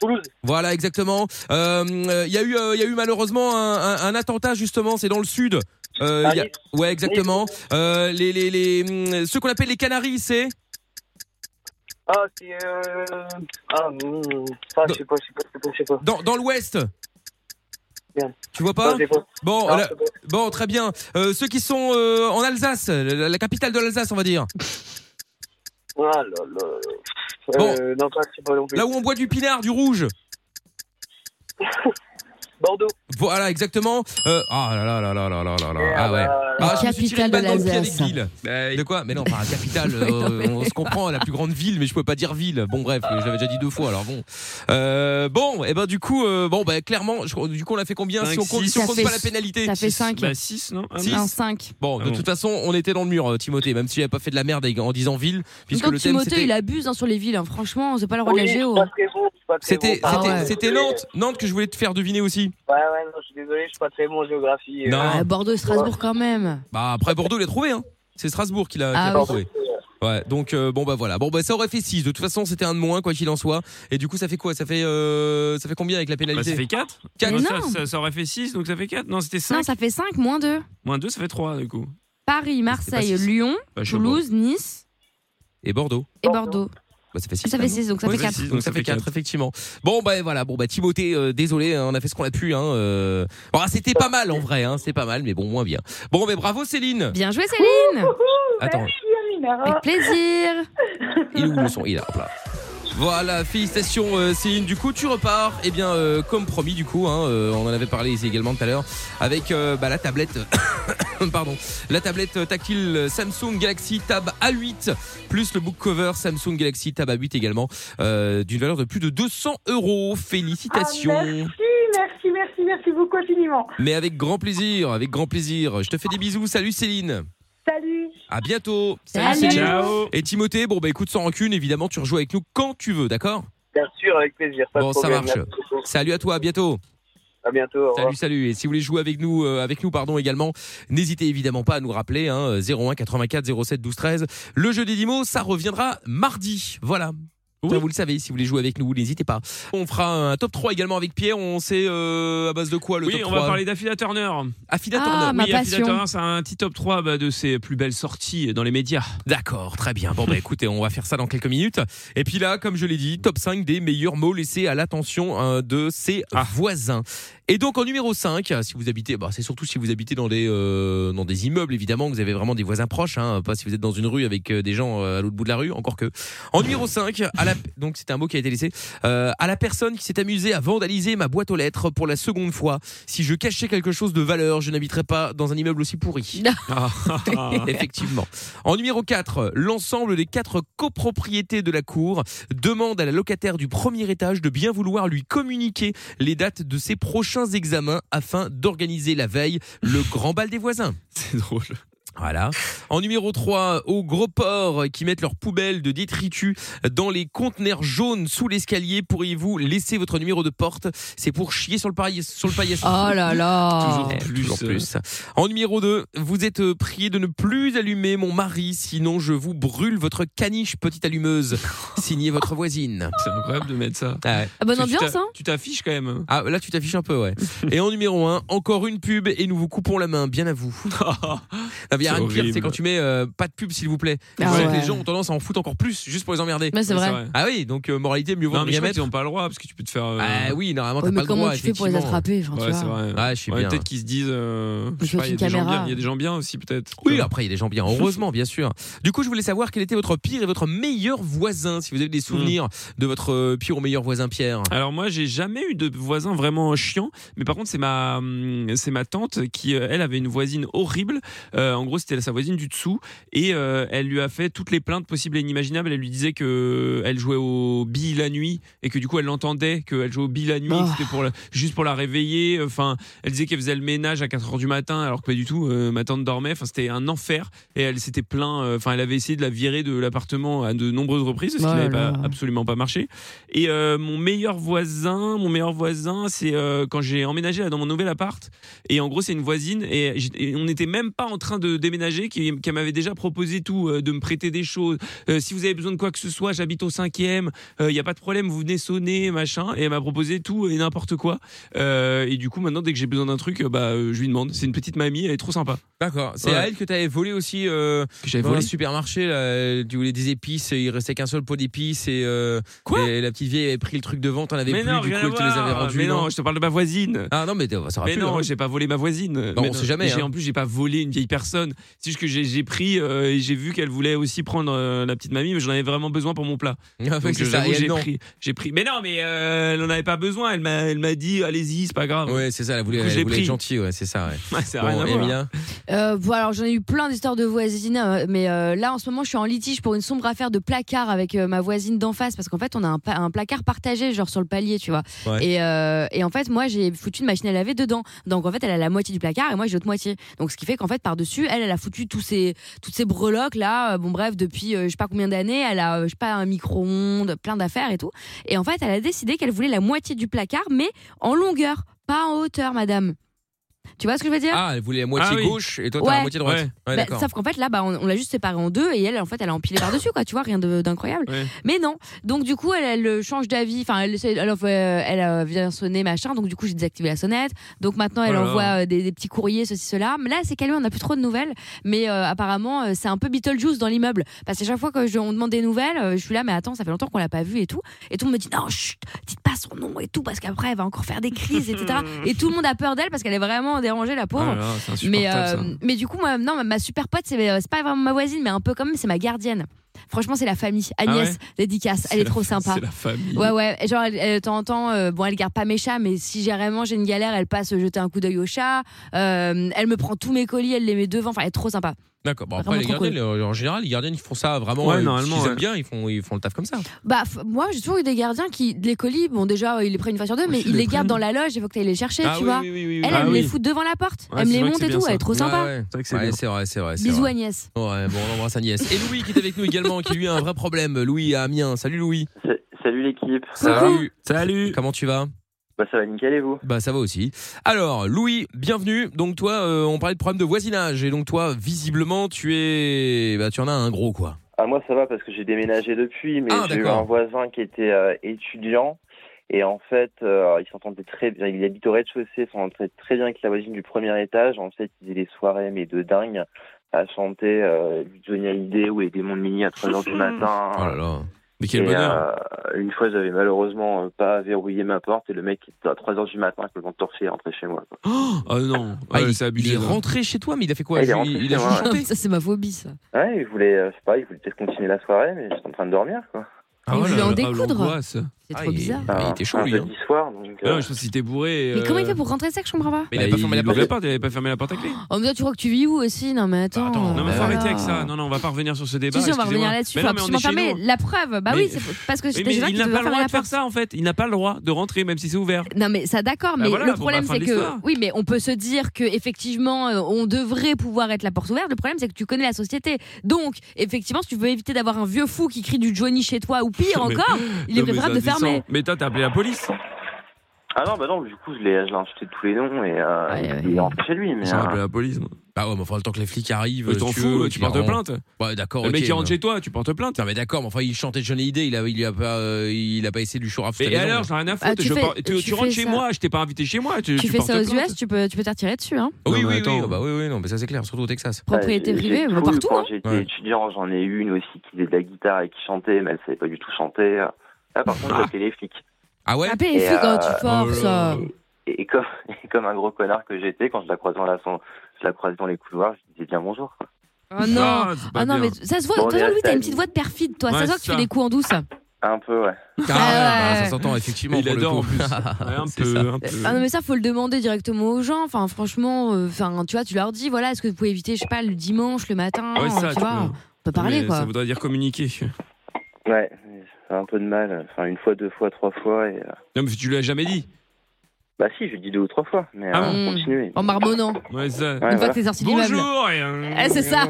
Speaker 14: Toulouse.
Speaker 2: Voilà, exactement. Euh, euh, Il y, a eu, euh, il y a eu malheureusement un, un- un attentat, justement, c'est dans le sud. Euh, il y a-
Speaker 14: Paris.
Speaker 2: Ouais, exactement. Euh, les, les, les, hum, ceux qu'on appelle les Canaries, c'est
Speaker 14: Ah, c'est. Euh... Ah, hmm, ah, je sais pas, je sais pas, je sais pas, je sais pas.
Speaker 2: dans, dans l'ouest.
Speaker 14: Merde.
Speaker 2: Tu vois pas
Speaker 14: Non, je sais pas.
Speaker 2: Bon,
Speaker 14: Non,
Speaker 2: la-
Speaker 14: je sais pas.
Speaker 2: bon, très bien. Euh, ceux qui sont euh, en Alsace, la, la capitale de l'Alsace, on va dire.
Speaker 14: Ah là là. Euh,
Speaker 2: Bon.
Speaker 14: Non, pas, c'est pas non plus.
Speaker 2: Là où on boit du pinard, du rouge.
Speaker 14: Bordeaux.
Speaker 2: Voilà, exactement. Euh, Ah là là là là là là là là. Ah ouais.
Speaker 14: La
Speaker 2: Ah, je me suis tiré
Speaker 14: capitale
Speaker 2: une balle
Speaker 14: de
Speaker 2: dans le pied
Speaker 14: l'Alsace.
Speaker 2: avec ville. De quoi Mais non, pas la capitale. euh, on se comprend, la plus grande ville, mais je pouvais pas dire ville. Bon bref, je l'avais déjà dit deux fois. Alors bon. Euh, bon, et ben du coup, euh, bon bah clairement, je- du coup on a fait combien Si on compte, si on compte pas la pénalité.
Speaker 5: Ça fait 5.
Speaker 2: Bah, six,
Speaker 3: non
Speaker 2: Six.
Speaker 5: Non, 5.
Speaker 2: Bon, de toute façon, on était dans le mur, euh, Timothée, même si j'avais pas fait de la merde avec- en disant ville, puisque
Speaker 5: Donc
Speaker 2: le thème
Speaker 5: Timothée,
Speaker 2: c'était.
Speaker 5: il abuse hein, sur les villes. hein. Franchement, c'est pas le roi de la géo. hein.
Speaker 2: C'était
Speaker 14: Ah
Speaker 2: c'était-
Speaker 14: ouais.
Speaker 2: c'était Nantes, Nantes que je voulais te faire deviner aussi.
Speaker 14: Ouais, ouais, non, je suis désolé, je suis pas très bon en géographie. euh.
Speaker 2: Non.
Speaker 5: Ah, Bordeaux et Strasbourg quand même.
Speaker 2: Bah après Bordeaux l'a trouvé hein. C'est Strasbourg qui l'a qui
Speaker 5: Ah
Speaker 2: l'a pas
Speaker 5: oui.
Speaker 2: trouvé. Ouais, donc euh, bon bah voilà. Bon bah ça aurait fait 6. De toute façon, c'était un de moins quoi qu'il en soit. Et du coup, ça fait quoi Ça fait euh, ça fait combien avec la pénalité
Speaker 3: ça fait 4
Speaker 2: Quatre.
Speaker 3: ça, ça- ça aurait fait 6, donc ça fait 4. Non, c'était 5.
Speaker 5: Non, ça fait 5 moins 2.
Speaker 3: Moins 2, ça fait 3 du coup.
Speaker 5: Paris, Marseille, Lyon,
Speaker 3: Bah, je suis
Speaker 5: Toulouse, Nice
Speaker 2: Et Bordeaux
Speaker 5: et Bordeaux.
Speaker 2: bah, ça fait 6.
Speaker 5: Ça fait six, donc ça fait quatre.
Speaker 2: Donc ça fait 4 effectivement. Bon bah voilà, bon bah Timothée euh, désolé, hein, on a fait ce qu'on a pu hein. euh. Bon, ah, c'était pas mal en vrai hein, c'est pas mal mais bon moins bien. Bon mais bravo Céline.
Speaker 5: Bien joué Céline
Speaker 2: Attends,
Speaker 5: Avec plaisir
Speaker 2: il est où le son Il est là, hop là. Voilà, félicitations euh, Céline. Du coup, tu repars. Eh bien, euh, comme promis, du coup, hein, euh, on en avait parlé ici également tout à l'heure avec euh, bah, la tablette. Pardon, la tablette tactile Samsung Galaxy Tab A8 plus le book cover Samsung Galaxy Tab A8 également euh, d'une valeur de plus de 200 euros. Félicitations.
Speaker 15: Ah, merci, merci, merci beaucoup infiniment.
Speaker 2: Mais avec grand plaisir, avec grand plaisir. Je te fais des bisous. Salut Céline.
Speaker 15: Salut.
Speaker 2: À bientôt.
Speaker 15: Salut.
Speaker 2: Céline.
Speaker 15: Ciao.
Speaker 2: Et Timothée, bon bah écoute sans rancune, évidemment, tu rejoues avec nous quand tu veux, d'accord
Speaker 14: Bien sûr, avec plaisir. Pas
Speaker 2: Bon,
Speaker 14: de
Speaker 2: ça
Speaker 14: problème,
Speaker 2: marche.
Speaker 14: merci beaucoup.
Speaker 2: Salut à toi, à bientôt.
Speaker 14: À bientôt. au revoir.
Speaker 2: Salut, salut. Et si vous voulez jouer avec nous, euh, avec nous, pardon, également, n'hésitez évidemment pas à nous rappeler hein, 01 84 07 12 13. Le jeu des 10 mots, ça reviendra mardi. Voilà. Ça, vous le savez, si vous voulez jouer avec nous, n'hésitez pas. On fera un top 3 également avec Pierre. On sait euh, à base de quoi le
Speaker 3: Oui,
Speaker 2: top
Speaker 3: on
Speaker 2: 3
Speaker 3: va parler d'Affida Turner.
Speaker 2: Affida
Speaker 3: Ah,
Speaker 2: Turner.
Speaker 3: oui, Affida Turner, c'est un petit top 3 bah, de ses plus belles sorties dans les médias.
Speaker 2: D'accord, très bien. Bon, bah écoutez, on va faire ça dans quelques minutes. Et puis là, comme je l'ai dit, top 5 des meilleurs mots laissés à l'attention hein, de ses
Speaker 3: Ah.
Speaker 2: voisins. Et donc en numéro 5, si vous habitez, bah, c'est surtout si vous habitez dans des, euh, dans des immeubles, évidemment, que vous avez vraiment des voisins proches, hein, pas si vous êtes dans une rue avec euh, des gens euh, à l'autre bout de la rue, encore que. En numéro 5, à la, donc c'était un mot qui a été laissé, euh, à la personne qui s'est amusée à vandaliser ma boîte aux lettres pour la seconde fois, si je cachais quelque chose de valeur, je n'habiterais pas dans un immeuble aussi pourri. Effectivement. En numéro 4, l'ensemble des quatre copropriétés de la cour demande à la locataire du premier étage de bien vouloir lui communiquer les dates de ses prochains examens afin d'organiser la veille le grand bal des voisins. C'est drôle. Voilà. En numéro 3, aux gros porcs qui mettent leurs poubelles de détritus dans les conteneurs jaunes sous l'escalier, pourriez-vous laisser votre numéro de porte C'est pour chier sur le, paillas- sur le paillasson.
Speaker 5: Oh là là.
Speaker 2: Toujours
Speaker 5: Eh,
Speaker 2: plus. euh, toujours plus. En numéro 2, vous êtes euh, prié de ne plus allumer mon mari, sinon je vous brûle votre caniche, petite allumeuse. Signé votre voisine. C'est incroyable de mettre ça.
Speaker 5: Ah, bonne Parce que tu ambiance, t'a- hein.
Speaker 2: Tu t'affiches quand même. Ah, là, tu t'affiches un peu, ouais. et en numéro 1, encore une pub et nous vous coupons la main, bien à vous. non, mais y a
Speaker 3: C'est
Speaker 2: rien de pire,
Speaker 3: horrible.
Speaker 2: c'est quand tu mets euh, pas de pub, s'il vous plaît.
Speaker 3: Ah
Speaker 2: Je sais que
Speaker 3: ouais.
Speaker 2: Les gens ont tendance à en foutre encore plus, juste pour les emmerder.
Speaker 5: Mais Bah, c'est vrai.
Speaker 2: Ah oui, donc euh, moralité, mieux vaut
Speaker 3: Non,
Speaker 2: ne
Speaker 3: mais je
Speaker 2: rien
Speaker 3: crois qu'ils
Speaker 2: mettre.
Speaker 3: n'ont pas le droit parce que tu peux te faire. euh,
Speaker 2: Ah oui, normalement,
Speaker 5: Ouais,
Speaker 2: t'as
Speaker 5: mais
Speaker 2: pas le droit.
Speaker 5: comment tu fais pour les
Speaker 2: effectivement.
Speaker 5: attraper, enfin, tu
Speaker 3: Ouais,
Speaker 5: vois.
Speaker 3: c'est vrai.
Speaker 2: Ah, je suis
Speaker 3: Ouais,
Speaker 2: bien.
Speaker 3: Peut-être qu'ils se disent. euh,
Speaker 5: Je
Speaker 3: je
Speaker 5: fais
Speaker 3: sais pas, il y a
Speaker 5: une
Speaker 3: des gens
Speaker 5: caméra.
Speaker 3: bien- il y a des gens bien aussi, peut-être. Euh,
Speaker 2: Oui, après, il y a des gens bien, heureusement, bien sûr. Du coup, je voulais savoir quel était votre pire et votre meilleur voisin, si vous avez des souvenirs de votre euh, pire ou meilleur voisin, Pierre.
Speaker 3: Alors moi, j'ai jamais eu de voisin vraiment chiant, mais par contre, c'est ma hum, c'est ma tante qui euh, elle avait une voisine horrible. Euh, en gros, c'était sa voisine du dessous et euh, elle lui a fait toutes les plaintes possibles et inimaginables. Elle lui disait que euh, elle jouait au billes la nuit et que du coup, elle l'entendait qu'elle jouait au billes la nuit,
Speaker 2: Ah.
Speaker 3: que c'était pour la- juste pour la réveiller. Enfin, elle disait qu'elle faisait le ménage à 4 heures du matin alors que pas du tout. euh, ma tante dormait. Enfin, c'était un enfer et elle s'était plaint. euh, Enfin, elle avait essayé de la virer de l'appartement à de nombreuses reprises, ce qui
Speaker 2: Oh
Speaker 3: n'avait
Speaker 2: là
Speaker 3: pas
Speaker 2: là.
Speaker 3: absolument pas marché. Et euh, mon meilleur voisin, mon meilleur voisin, c'est euh, quand j'ai emménagé là, dans mon nouvel appart. Et en gros, c'est une voisine et, j'étais- et on n'était même pas en train de déménager, qui, qui m'avait déjà proposé tout, euh, de me prêter des choses. Euh, si vous avez besoin de quoi que ce soit, j'habite au cinquième. Il n'y a pas de problème, vous venez sonner, machin. Et elle m'a proposé tout et n'importe quoi. Euh, et du coup, maintenant, dès que j'ai besoin d'un truc, euh, bah, euh, je lui demande. C'est une petite mamie, elle est trop sympa.
Speaker 2: D'accord. C'est
Speaker 3: Ouais.
Speaker 2: à elle que t'avais volé aussi euh,
Speaker 3: j'avais
Speaker 2: dans
Speaker 3: volé
Speaker 2: un supermarché. Là, euh, tu voulais des épices, et il restait qu'un seul pot d'épices et, euh, et la petite vieille avait pris le truc de vente, t'en avais
Speaker 3: Mais
Speaker 2: plus,
Speaker 3: non,
Speaker 2: du coup
Speaker 3: rien
Speaker 2: elle
Speaker 3: à
Speaker 2: te les avait
Speaker 3: voir.
Speaker 2: rendus.
Speaker 3: Mais non, je te parle de ma voisine.
Speaker 2: Ah non, mais t'as- ça aurait
Speaker 3: Mais
Speaker 2: pu,
Speaker 3: non,
Speaker 2: hein.
Speaker 3: j'ai pas volé ma voisine.
Speaker 2: Non,
Speaker 3: Mais
Speaker 2: on sait jamais,
Speaker 3: J'ai-
Speaker 2: hein.
Speaker 3: En plus, j'ai pas volé une vieille personne. C'est juste que j'ai- j'ai pris euh, et j'ai vu qu'elle voulait aussi prendre euh, la petite mamie, mais j'en avais vraiment besoin pour mon plat.
Speaker 2: Ah, ouais,
Speaker 3: Donc euh,
Speaker 2: c'est ça,
Speaker 3: j'avoue,
Speaker 2: et elle,
Speaker 3: j'ai
Speaker 2: non.
Speaker 3: pris, j'ai pris. Mais non, mais euh, elle en avait pas besoin. Elle m'a, elle m'a dit, allez-y, c'est pas grave.
Speaker 2: Ouais, c'est ça. Elle voulait,
Speaker 3: Du coup, je
Speaker 2: elle
Speaker 3: l'ai
Speaker 2: voulait
Speaker 3: pris.
Speaker 2: être gentille, ouais, c'est ça. Ouais.
Speaker 3: ça a
Speaker 2: bon,
Speaker 3: rien à voir.
Speaker 2: Emilia
Speaker 5: Euh, bon, alors j'en ai eu plein d'histoires de voisines, mais euh, là en ce moment je suis en litige pour une sombre affaire de placard avec euh, ma voisine d'en face parce qu'en fait on a un, pa- un placard partagé genre sur le palier, tu vois.
Speaker 16: Ouais.
Speaker 5: Et, euh, et en fait moi j'ai foutu une machine à laver dedans, donc en fait elle a la moitié du placard et moi j'ai l'autre moitié. Donc ce qui fait qu'en fait par dessus elle elle a foutu tous ces toutes ces breloques là, euh, bon bref depuis euh, je sais pas combien d'années, elle a euh, je sais pas un micro-ondes, plein d'affaires et tout. Et en fait elle a décidé qu'elle voulait la moitié du placard mais en longueur, pas en hauteur, madame. Tu vois ce que je veux dire
Speaker 2: Ah, elle voulait la moitié
Speaker 5: Ah oui.
Speaker 2: gauche et toi t'as
Speaker 5: Ouais.
Speaker 2: la moitié droite.
Speaker 5: Ouais.
Speaker 2: Ouais,
Speaker 5: Bah,
Speaker 2: d'accord.
Speaker 5: sauf qu'en fait là bah, on, on l'a juste séparé en deux et elle en fait elle a empilé par dessus quoi tu vois rien de- d'incroyable
Speaker 16: Ouais.
Speaker 5: mais non donc du coup elle, elle, euh, change d'avis enfin elle, essaie- elle, envoie- euh, elle, euh, vient sonner machin donc du coup j'ai désactivé la sonnette donc maintenant elle
Speaker 16: Oh là
Speaker 5: envoie
Speaker 16: là.
Speaker 5: euh, des, des petits courriers ceci cela mais là c'est calme on n'a plus trop de nouvelles mais euh, apparemment euh, c'est un peu Beetlejuice dans l'immeuble parce que chaque fois que je, on demande des nouvelles euh, je suis là mais attends ça fait longtemps qu'on l'a pas vu et tout et tout le monde me dit non chut dites pas son nom et tout parce qu'après elle va encore faire des crises etc et tout le monde a peur d'elle parce qu'elle est vraiment dérangée la pauvre
Speaker 16: Oh là là, c'est
Speaker 5: mais, euh,
Speaker 16: insupportable, ça.
Speaker 5: mais du coup, moi, non, ma- ma super pote, c'est euh, c'est pas vraiment ma voisine, mais un peu quand même, c'est ma gardienne. Franchement, c'est la famille. Agnès,
Speaker 16: Ah ouais
Speaker 5: dédicace, elle
Speaker 16: C'est
Speaker 5: est
Speaker 16: la-
Speaker 5: trop sympa.
Speaker 16: c'est la famille.
Speaker 5: Ouais, ouais. Et Genre, elle, elle, de temps en temps, euh, bon, elle garde pas mes chats, mais si j'ai vraiment j'ai une galère, elle passe euh, jeter un coup d'œil aux chats. Euh, elle me prend tous mes colis, elle les met devant. Enfin, elle est trop sympa.
Speaker 2: D'accord. Bon, après,
Speaker 5: Vraiment
Speaker 2: les
Speaker 5: trop
Speaker 2: gardiens, en général, les gardiens, ils font ça vraiment.
Speaker 3: Ouais,
Speaker 2: euh, parce
Speaker 3: normalement,
Speaker 2: qu'ils
Speaker 3: ouais.
Speaker 2: aiment bien, ils font, ils font le taf comme ça.
Speaker 5: Bah, f- moi, j'ai toujours eu des gardiens qui, les colis, bon, déjà, euh, ils les prennent une fois sur deux, mais ils
Speaker 2: les
Speaker 5: les gardent dans la loge, il faut que tu les chercher,
Speaker 2: Ah
Speaker 5: tu
Speaker 2: oui,
Speaker 5: vois.
Speaker 2: oui, oui, oui, oui.
Speaker 5: Elle,
Speaker 2: Ah
Speaker 5: elle me les
Speaker 2: oui.
Speaker 5: fout devant la porte,
Speaker 2: Ouais,
Speaker 5: elle me
Speaker 2: c'est
Speaker 5: les
Speaker 2: vrai que
Speaker 5: monte
Speaker 2: c'est
Speaker 5: et
Speaker 2: bien
Speaker 5: tout,
Speaker 2: ça.
Speaker 5: elle est trop
Speaker 2: Ouais,
Speaker 5: sympa.
Speaker 2: ouais. Ouais, c'est vrai, c'est vrai. c'est
Speaker 5: Bisous,
Speaker 2: vrai.
Speaker 5: Agnès.
Speaker 2: Ouais, bon, on embrasse Agnès. Et Louis qui est avec nous également, qui lui a un vrai problème. Louis à Amiens. Salut Louis.
Speaker 17: Salut l'équipe.
Speaker 2: Salut. Salut. Comment tu vas
Speaker 17: Bah ça va nickel et vous
Speaker 2: Bah ça va aussi. Alors Louis, bienvenue. Donc toi, euh, on parlait de problème de voisinage et donc toi, visiblement, tu es, bah tu en as un gros quoi.
Speaker 17: Ah moi ça va parce que j'ai déménagé depuis, mais
Speaker 2: Ah,
Speaker 17: j'ai eu
Speaker 2: d'accord.
Speaker 17: un voisin qui était euh, étudiant et en fait euh, il s'entendait très bien, il habite au rez-de-chaussée, s'entendait très bien avec la voisine du premier étage. En fait il faisait des soirées mais de dingue à chanter euh, du Johnny Hallyday ou Aider mon mini à 3h du matin.
Speaker 2: Oh là là. Mais quel
Speaker 17: Et,
Speaker 2: bonheur.
Speaker 17: euh, une fois j'avais malheureusement euh, pas verrouillé ma porte et le mec était à 3h du matin avec le vent torché est rentré chez moi. quoi.
Speaker 3: Ah non,
Speaker 2: Ah, il,
Speaker 3: c'est abusé. hein.
Speaker 2: il est rentré chez toi, mais il a fait quoi
Speaker 17: Ah, il est
Speaker 2: Ju-
Speaker 17: rentré
Speaker 2: il
Speaker 17: chez
Speaker 2: a
Speaker 17: moi,
Speaker 2: juste
Speaker 17: ouais.
Speaker 2: chanté.
Speaker 5: Ça, c'est ma phobie, ça.
Speaker 17: Ouais, il voulait, euh, je sais pas, il voulait peut-être continuer la soirée, mais j'étais en train de dormir, quoi.
Speaker 5: Ah, Il oh là voulait en là, découdre. l'angoisse. C'est trop bizarre.
Speaker 17: Ah,
Speaker 3: il était chaud,
Speaker 17: un
Speaker 2: hein.
Speaker 3: lui,
Speaker 17: jeudi soir, donc. euh.
Speaker 3: Ah non, je pense qu'il était bourré.
Speaker 5: Mais
Speaker 3: euh,
Speaker 5: comment il fait pour rentrer ça que je comprends pas
Speaker 3: mais Bah, il avait pas fermé la porte. Il avait pas fermé la porte à clé.
Speaker 5: Oh, mais toi, tu crois que tu vis où aussi Non, mais attends.
Speaker 3: Non, mais faut
Speaker 5: euh,
Speaker 3: arrêter avec ça. Non, non, on va pas revenir sur ce débat.
Speaker 5: Si, si, on va
Speaker 3: excusez-moi.
Speaker 5: revenir là-dessus.
Speaker 3: Mais
Speaker 5: Faut
Speaker 3: non, mais on est
Speaker 5: absolument
Speaker 3: chez
Speaker 5: fermer
Speaker 3: nous.
Speaker 5: la preuve. Bah
Speaker 3: Mais-
Speaker 5: oui, c'est parce que
Speaker 3: Oui,
Speaker 5: c'était
Speaker 3: mais
Speaker 5: gens qui
Speaker 3: il n'a
Speaker 5: devaient
Speaker 3: pas le
Speaker 5: fermer
Speaker 3: droit
Speaker 5: la
Speaker 3: de faire
Speaker 5: porte.
Speaker 3: ça en fait. Il n'a pas le droit de rentrer même si c'est ouvert.
Speaker 5: Non mais ça d'accord,
Speaker 3: Bah
Speaker 5: mais
Speaker 3: voilà,
Speaker 5: le
Speaker 3: bon,
Speaker 5: problème
Speaker 3: bah, fin
Speaker 5: c'est
Speaker 3: de
Speaker 5: que
Speaker 3: l'histoire.
Speaker 5: oui, mais on peut se dire que effectivement euh, on devrait pouvoir être la porte ouverte. Le problème c'est que tu connais la société, donc effectivement si tu veux éviter d'avoir un vieux fou qui crie du Johnny chez toi ou pire
Speaker 3: Mais-
Speaker 5: encore, il est
Speaker 3: Non, mais
Speaker 5: préférable
Speaker 3: ça
Speaker 5: de fermer.
Speaker 3: descend. Mais toi, t'as appelé la police.
Speaker 17: Ah non, bah non, du coup, je l'ai je l'ai insulté de tous les noms et euh, il est rentré chez lui. Mais,
Speaker 2: J'ai appelé
Speaker 17: euh,
Speaker 2: la police. moi. Bah ouais, mais enfin, le temps que les flics arrivent.
Speaker 3: Mais t'en
Speaker 2: si
Speaker 3: fous,
Speaker 2: veux, qu'ils
Speaker 3: tu portes
Speaker 2: rentrent.
Speaker 3: plainte.
Speaker 2: Ouais, d'accord.
Speaker 3: Le mec
Speaker 2: ok,
Speaker 3: qui rentre
Speaker 2: mais-
Speaker 3: chez toi, tu portes plainte.
Speaker 2: Non, mais d'accord, mais enfin, il chantait Johnny Hallyday, il a, il a pas, euh, il a pas essayé de lui chouraf.
Speaker 3: Mais alors, j'en ai rien à foutre.
Speaker 5: Ah, tu
Speaker 3: je
Speaker 5: fais-
Speaker 3: par- tu,
Speaker 5: tu
Speaker 3: tu rentres
Speaker 5: fais
Speaker 3: chez
Speaker 5: ça.
Speaker 3: moi, je t'ai pas invité chez moi. Tu,
Speaker 5: Tu,
Speaker 3: tu
Speaker 5: fais
Speaker 3: portes
Speaker 5: ça aux
Speaker 3: plainte.
Speaker 5: US, tu peux tu peux te retirer dessus hein.
Speaker 2: Oui, oui, oui. ah Bah oui, oui, non, mais ça c'est clair, surtout au Texas.
Speaker 5: Propriété
Speaker 17: j'ai-
Speaker 5: privée,
Speaker 17: j'ai
Speaker 5: bah,
Speaker 17: tout eu
Speaker 5: partout,
Speaker 17: Quand
Speaker 5: hein.
Speaker 17: j'étais
Speaker 2: Ouais.
Speaker 17: étudiant, j'en ai eu une aussi qui faisait de la guitare et qui chantait, mais elle savait pas du tout chanter. Là, par contre, j'ai appelé les flics.
Speaker 2: Ah ouais
Speaker 5: Appelez les flics quand tu forces. euh.
Speaker 17: Et, et comme, et comme un gros connard que j'étais, quand je la croisais dans, la, son- je la croisais dans les couloirs, je disais bien bonjour. quoi.
Speaker 5: Oh non,
Speaker 17: Ah, c'est pas
Speaker 5: Ah non
Speaker 17: bien.
Speaker 5: mais ça se voit.
Speaker 17: Bon,
Speaker 5: De toute façon,
Speaker 17: mais
Speaker 5: Louis, t'as
Speaker 17: ça-
Speaker 5: une petite voix de perfide, toi.
Speaker 17: Ouais,
Speaker 5: ça se voit que
Speaker 17: c'est
Speaker 5: tu fais
Speaker 17: ça.
Speaker 5: des coups en douce.
Speaker 17: Un peu, ouais.
Speaker 2: Ah,
Speaker 5: ouais.
Speaker 2: bah, ça s'entend effectivement.
Speaker 3: Il
Speaker 2: pour le
Speaker 3: adore, en
Speaker 2: coup.
Speaker 3: plus. Ouais, un
Speaker 2: C'est
Speaker 3: peu,
Speaker 2: ça.
Speaker 3: un peu.
Speaker 5: Ah non mais ça faut le demander directement aux gens. Enfin franchement, euh, enfin tu vois, tu leur dis voilà, est-ce que vous pouvez éviter, je sais pas, le dimanche, le matin,
Speaker 3: Ah ouais, ça,
Speaker 5: tu
Speaker 3: tu
Speaker 5: vois.
Speaker 3: peux-
Speaker 5: On peut parler
Speaker 3: Mais
Speaker 5: quoi.
Speaker 3: Ça voudrait dire communiquer.
Speaker 17: Ouais, j'ai un peu de mal. Enfin, une fois, deux fois, trois fois. Et, euh,
Speaker 3: Non, mais tu lui as jamais dit.
Speaker 17: Bah si, je lui ai dit deux ou trois fois, mais
Speaker 3: Ah
Speaker 17: euh,
Speaker 3: bon
Speaker 17: continuez.
Speaker 5: En marmonnant.
Speaker 3: Ouais, ça.
Speaker 17: fois voilà.
Speaker 5: que t'es sorti de l'immeuble.
Speaker 3: Bonjour. et, euh,
Speaker 5: Eh, c'est ça.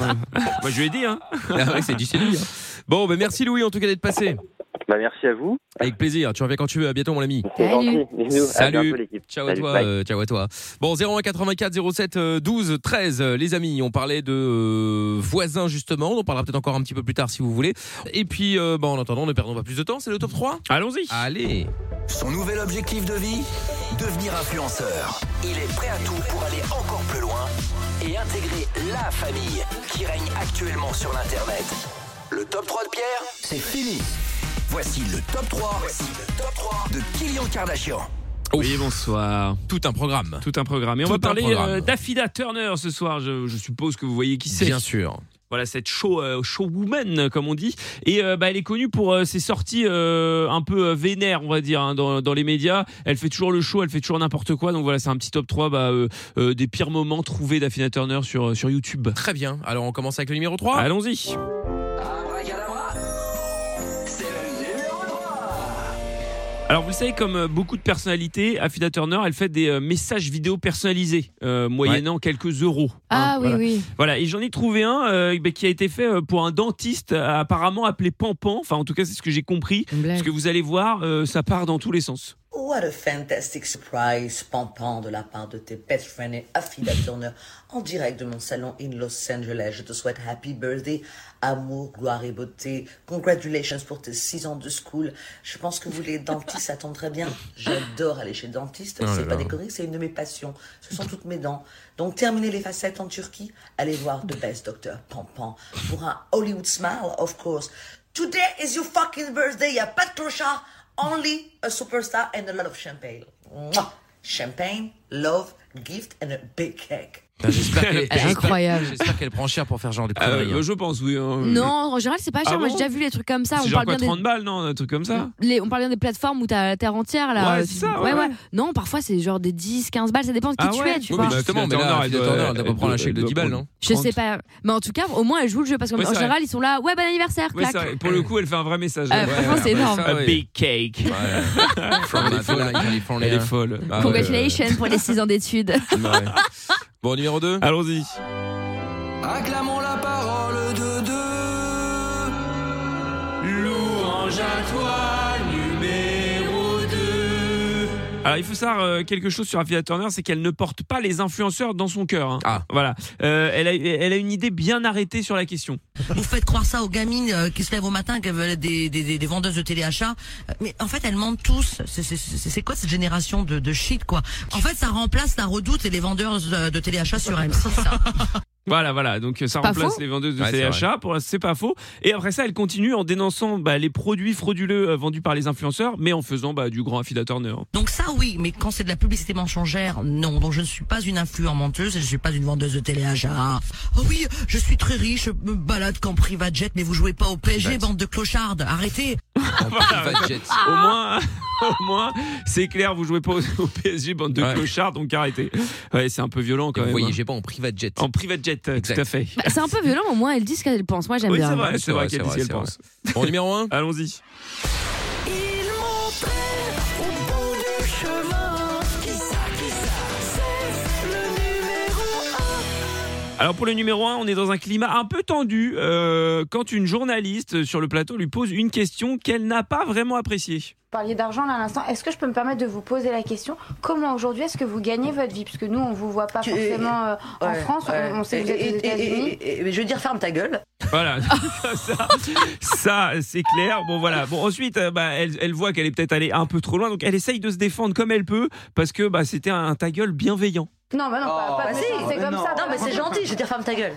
Speaker 3: Bah, je lui ai dit, hein.
Speaker 2: Ah ouais, c'est du chez lui, hein. Bon, bah merci Louis en tout cas d'être passé.
Speaker 17: Bah merci à vous.
Speaker 2: Avec plaisir. Tu reviens quand tu veux. À bientôt mon ami.
Speaker 17: C'est gentil. Bisous. À bientôt,
Speaker 2: Salut.
Speaker 17: l'équipe.
Speaker 2: Ciao à
Speaker 17: Salut.
Speaker 2: toi.
Speaker 17: Bye.
Speaker 2: euh, ciao à toi. Bon 01 84 07 euh, 12 13. euh, Les amis, on parlait de euh, voisins justement. On en parlera peut-être encore un petit peu plus tard si vous voulez. Et puis, euh, bah, en attendant, ne perdons pas plus de temps. C'est le top 3
Speaker 3: Allons-y.
Speaker 2: Allez.
Speaker 1: Son nouvel objectif de vie Devenir influenceur. Il est prêt à tout pour aller encore plus loin et intégrer la famille qui règne actuellement sur l'Internet. Le top 3 de Pierre, c'est fini. Voici le top 3, de Kylian Kardashian.
Speaker 3: Oui, bonsoir.
Speaker 2: Tout un programme.
Speaker 3: Tout un programme. Et on
Speaker 2: Tout
Speaker 3: va
Speaker 2: un
Speaker 3: parler
Speaker 2: programme.
Speaker 3: euh, d'Affida Turner ce soir. Je, je suppose que vous voyez qui c'est.
Speaker 2: Bien sûr.
Speaker 3: Voilà cette show euh, showwoman comme on dit et euh, bah, elle est connue pour euh, ses sorties euh, un peu euh, vénères on va dire hein, dans, dans les médias elle fait toujours le show elle fait toujours n'importe quoi donc voilà c'est un petit top 3 bah, euh, euh, des pires moments trouvés d'Affida Turner sur, euh, sur YouTube
Speaker 2: très bien alors on commence avec le numéro 3
Speaker 3: allons-y Alors vous le savez, comme euh, beaucoup de personnalités, Affida Turner, elle fait des euh, messages vidéo personnalisés, euh, moyennant quelques euros. hein.
Speaker 5: Ah oui,
Speaker 3: voilà.
Speaker 5: oui.
Speaker 3: Voilà, et j'en ai trouvé un euh, bah, qui a été fait euh, pour un dentiste euh, apparemment appelé Pampan, enfin en tout cas c'est ce que j'ai compris, parce que vous allez voir, euh, ça part dans tous les sens.
Speaker 16: What a fantastic surprise, Pampan, de la part de tes best friends et Affida Turner, en direct de mon salon in Los Angeles. Je te souhaite happy birthday, amour, gloire et beauté. Congratulations pour tes 6 ans de school. Je pense que vous, les dentistes, ça tombe très bien. J'adore aller chez le dentiste.
Speaker 18: Oh là
Speaker 16: c'est pas
Speaker 18: là.
Speaker 16: déconné, c'est une de mes passions. Ce sont toutes mes dents. Donc, terminez les facettes en Turquie. Allez voir The Best Doctor Pampan pour un Hollywood smile, of course. Today is your fucking birthday. Y a pas de clochard. Only a superstar and a lot of champagne. Mouah. Champagne, love, gift and a big cake.
Speaker 2: Incroyable. J'espère qu'elle prend cher pour faire genre des conneries.
Speaker 3: je pense, Ah, oui. hein.
Speaker 5: Non, en général, c'est pas
Speaker 3: Ah
Speaker 5: cher. Moi,
Speaker 3: bon
Speaker 5: j'ai déjà vu les trucs comme ça.
Speaker 3: C'est
Speaker 5: on
Speaker 3: genre
Speaker 5: parle
Speaker 3: quoi,
Speaker 5: bien
Speaker 3: 30
Speaker 5: des...
Speaker 3: balles, non Un truc comme ça
Speaker 5: les- on parle bien des plateformes où t'as la terre entière là.
Speaker 3: Ouais,
Speaker 5: Euh,
Speaker 3: c'est ça, ouais,
Speaker 5: ouais,
Speaker 3: ouais.
Speaker 5: Non, parfois c'est genre des 10, 15 balles, ça dépend de qui
Speaker 3: Ah
Speaker 5: tu
Speaker 3: ouais
Speaker 5: es, tu
Speaker 2: Oui,
Speaker 5: vois.
Speaker 2: mais justement, mais
Speaker 3: Affida
Speaker 2: là, Affida
Speaker 3: Turner, elle
Speaker 2: Turner,
Speaker 3: doit-
Speaker 2: elle doit
Speaker 3: elle
Speaker 2: pas prendre un
Speaker 3: doit-
Speaker 2: chèque de
Speaker 3: elle
Speaker 2: 10
Speaker 3: doit
Speaker 2: balles,
Speaker 3: prendre-
Speaker 2: non
Speaker 5: Je sais pas. Mais en tout cas, au moins elle joue le jeu parce qu'en
Speaker 3: Ouais,
Speaker 5: en
Speaker 3: c'est vrai.
Speaker 5: général, ils sont là. Ouais, bon anniversaire,
Speaker 3: Ouais,
Speaker 5: clac.
Speaker 3: ça- pour le coup, elle fait un vrai message.
Speaker 5: Ah, franchement, c'est énorme.
Speaker 3: A big cake.
Speaker 2: Elle est folle,
Speaker 3: Elle est folle.
Speaker 2: Ah, ouais,
Speaker 5: Congratulations pour les 6 ans d'études.
Speaker 2: Bon, numéro 2
Speaker 3: Allons-y.
Speaker 1: Acclamons la parole de deux.
Speaker 3: Louange à toi, numéro 2. Alors, il faut savoir euh, quelque chose sur Affida Turner, c'est qu'elle ne porte pas les influenceurs dans son cœur. hein.
Speaker 2: Ah.
Speaker 3: Voilà. Euh, elle, a, elle a une idée bien arrêtée sur la question.
Speaker 16: Vous faites croire ça aux gamines euh, qui se lèvent au matin, qu'elles veulent être des, des, des- des vendeuses de téléachat. Euh, Mais en fait, elles mentent tous. C'est- c'est- C'est c'est quoi cette génération de, de shit, quoi En fait, ça remplace la redoute et les vendeuses euh, de téléachat sur hein. M6. ça.
Speaker 3: Voilà, voilà. Donc euh, ça
Speaker 16: Pas
Speaker 3: remplace
Speaker 16: faux.
Speaker 3: les vendeuses de
Speaker 2: Ouais, c'est
Speaker 3: CHA. Pour l'instant, c'est pas faux. Et après ça, elle continue en dénonçant bah, les produits frauduleux euh, vendus par les influenceurs, mais en faisant bah, du grand Affida Turner.
Speaker 16: Donc ça, oui, mais quand c'est de la publicité mensongère, non. Donc je ne suis pas une influenceuse, et je ne suis pas une vendeuse de téléachat. Oh oui, je suis très riche, je me balade qu'en private jet, mais vous jouez pas au PSG, bande de clochards. Arrêtez
Speaker 3: Voilà. Au moins, au moins, c'est clair. Vous jouez pas au, au PSG, bande de clochards, donc arrêtez. Ouais, c'est un peu violent quand même. Vous voyagez
Speaker 2: pas en private jet.
Speaker 3: En private jet, euh, tout à fait.
Speaker 5: Bah, c'est un peu violent, au moins elle dit ce qu'elle pense. Moi, j'aime
Speaker 3: Oui,
Speaker 5: bien.
Speaker 3: c'est vrai, c'est vrai
Speaker 2: C'est
Speaker 3: qu'elle dit
Speaker 2: vrai,
Speaker 3: ce qu'elle
Speaker 2: c'est vrai,
Speaker 3: pense.
Speaker 2: Bon, numéro 1
Speaker 3: Allons-y. Alors pour le numéro 1, on est dans un climat un peu tendu euh, quand une journaliste sur le plateau lui pose une question qu'elle n'a pas vraiment appréciée.
Speaker 19: Vous parliez d'argent là à l'instant. Est-ce que je peux me permettre de vous poser la question Comment aujourd'hui est-ce que vous gagnez votre vie Parce que nous, on vous voit pas forcément euh, en
Speaker 16: Ouais,
Speaker 19: France.
Speaker 16: ouais.
Speaker 19: On, on sait que vous
Speaker 16: Et-
Speaker 19: êtes aux
Speaker 16: et- et-
Speaker 19: États-Unis.
Speaker 16: et- et- et- Je veux dire, ferme ta gueule.
Speaker 3: Voilà, ça, ça, c'est clair. Bon voilà. Bon ensuite, euh, bah, elle, elle voit qu'elle est peut-être allée un peu trop loin, donc elle essaye de se défendre comme elle peut parce que bah, c'était un, un ta gueule bienveillant.
Speaker 19: Non, bah non, pas, pas de
Speaker 16: Bah
Speaker 19: méchant,
Speaker 16: si,
Speaker 19: c'est comme ça.
Speaker 16: Non, mais c'est gentil, je veux dire, ferme ta gueule.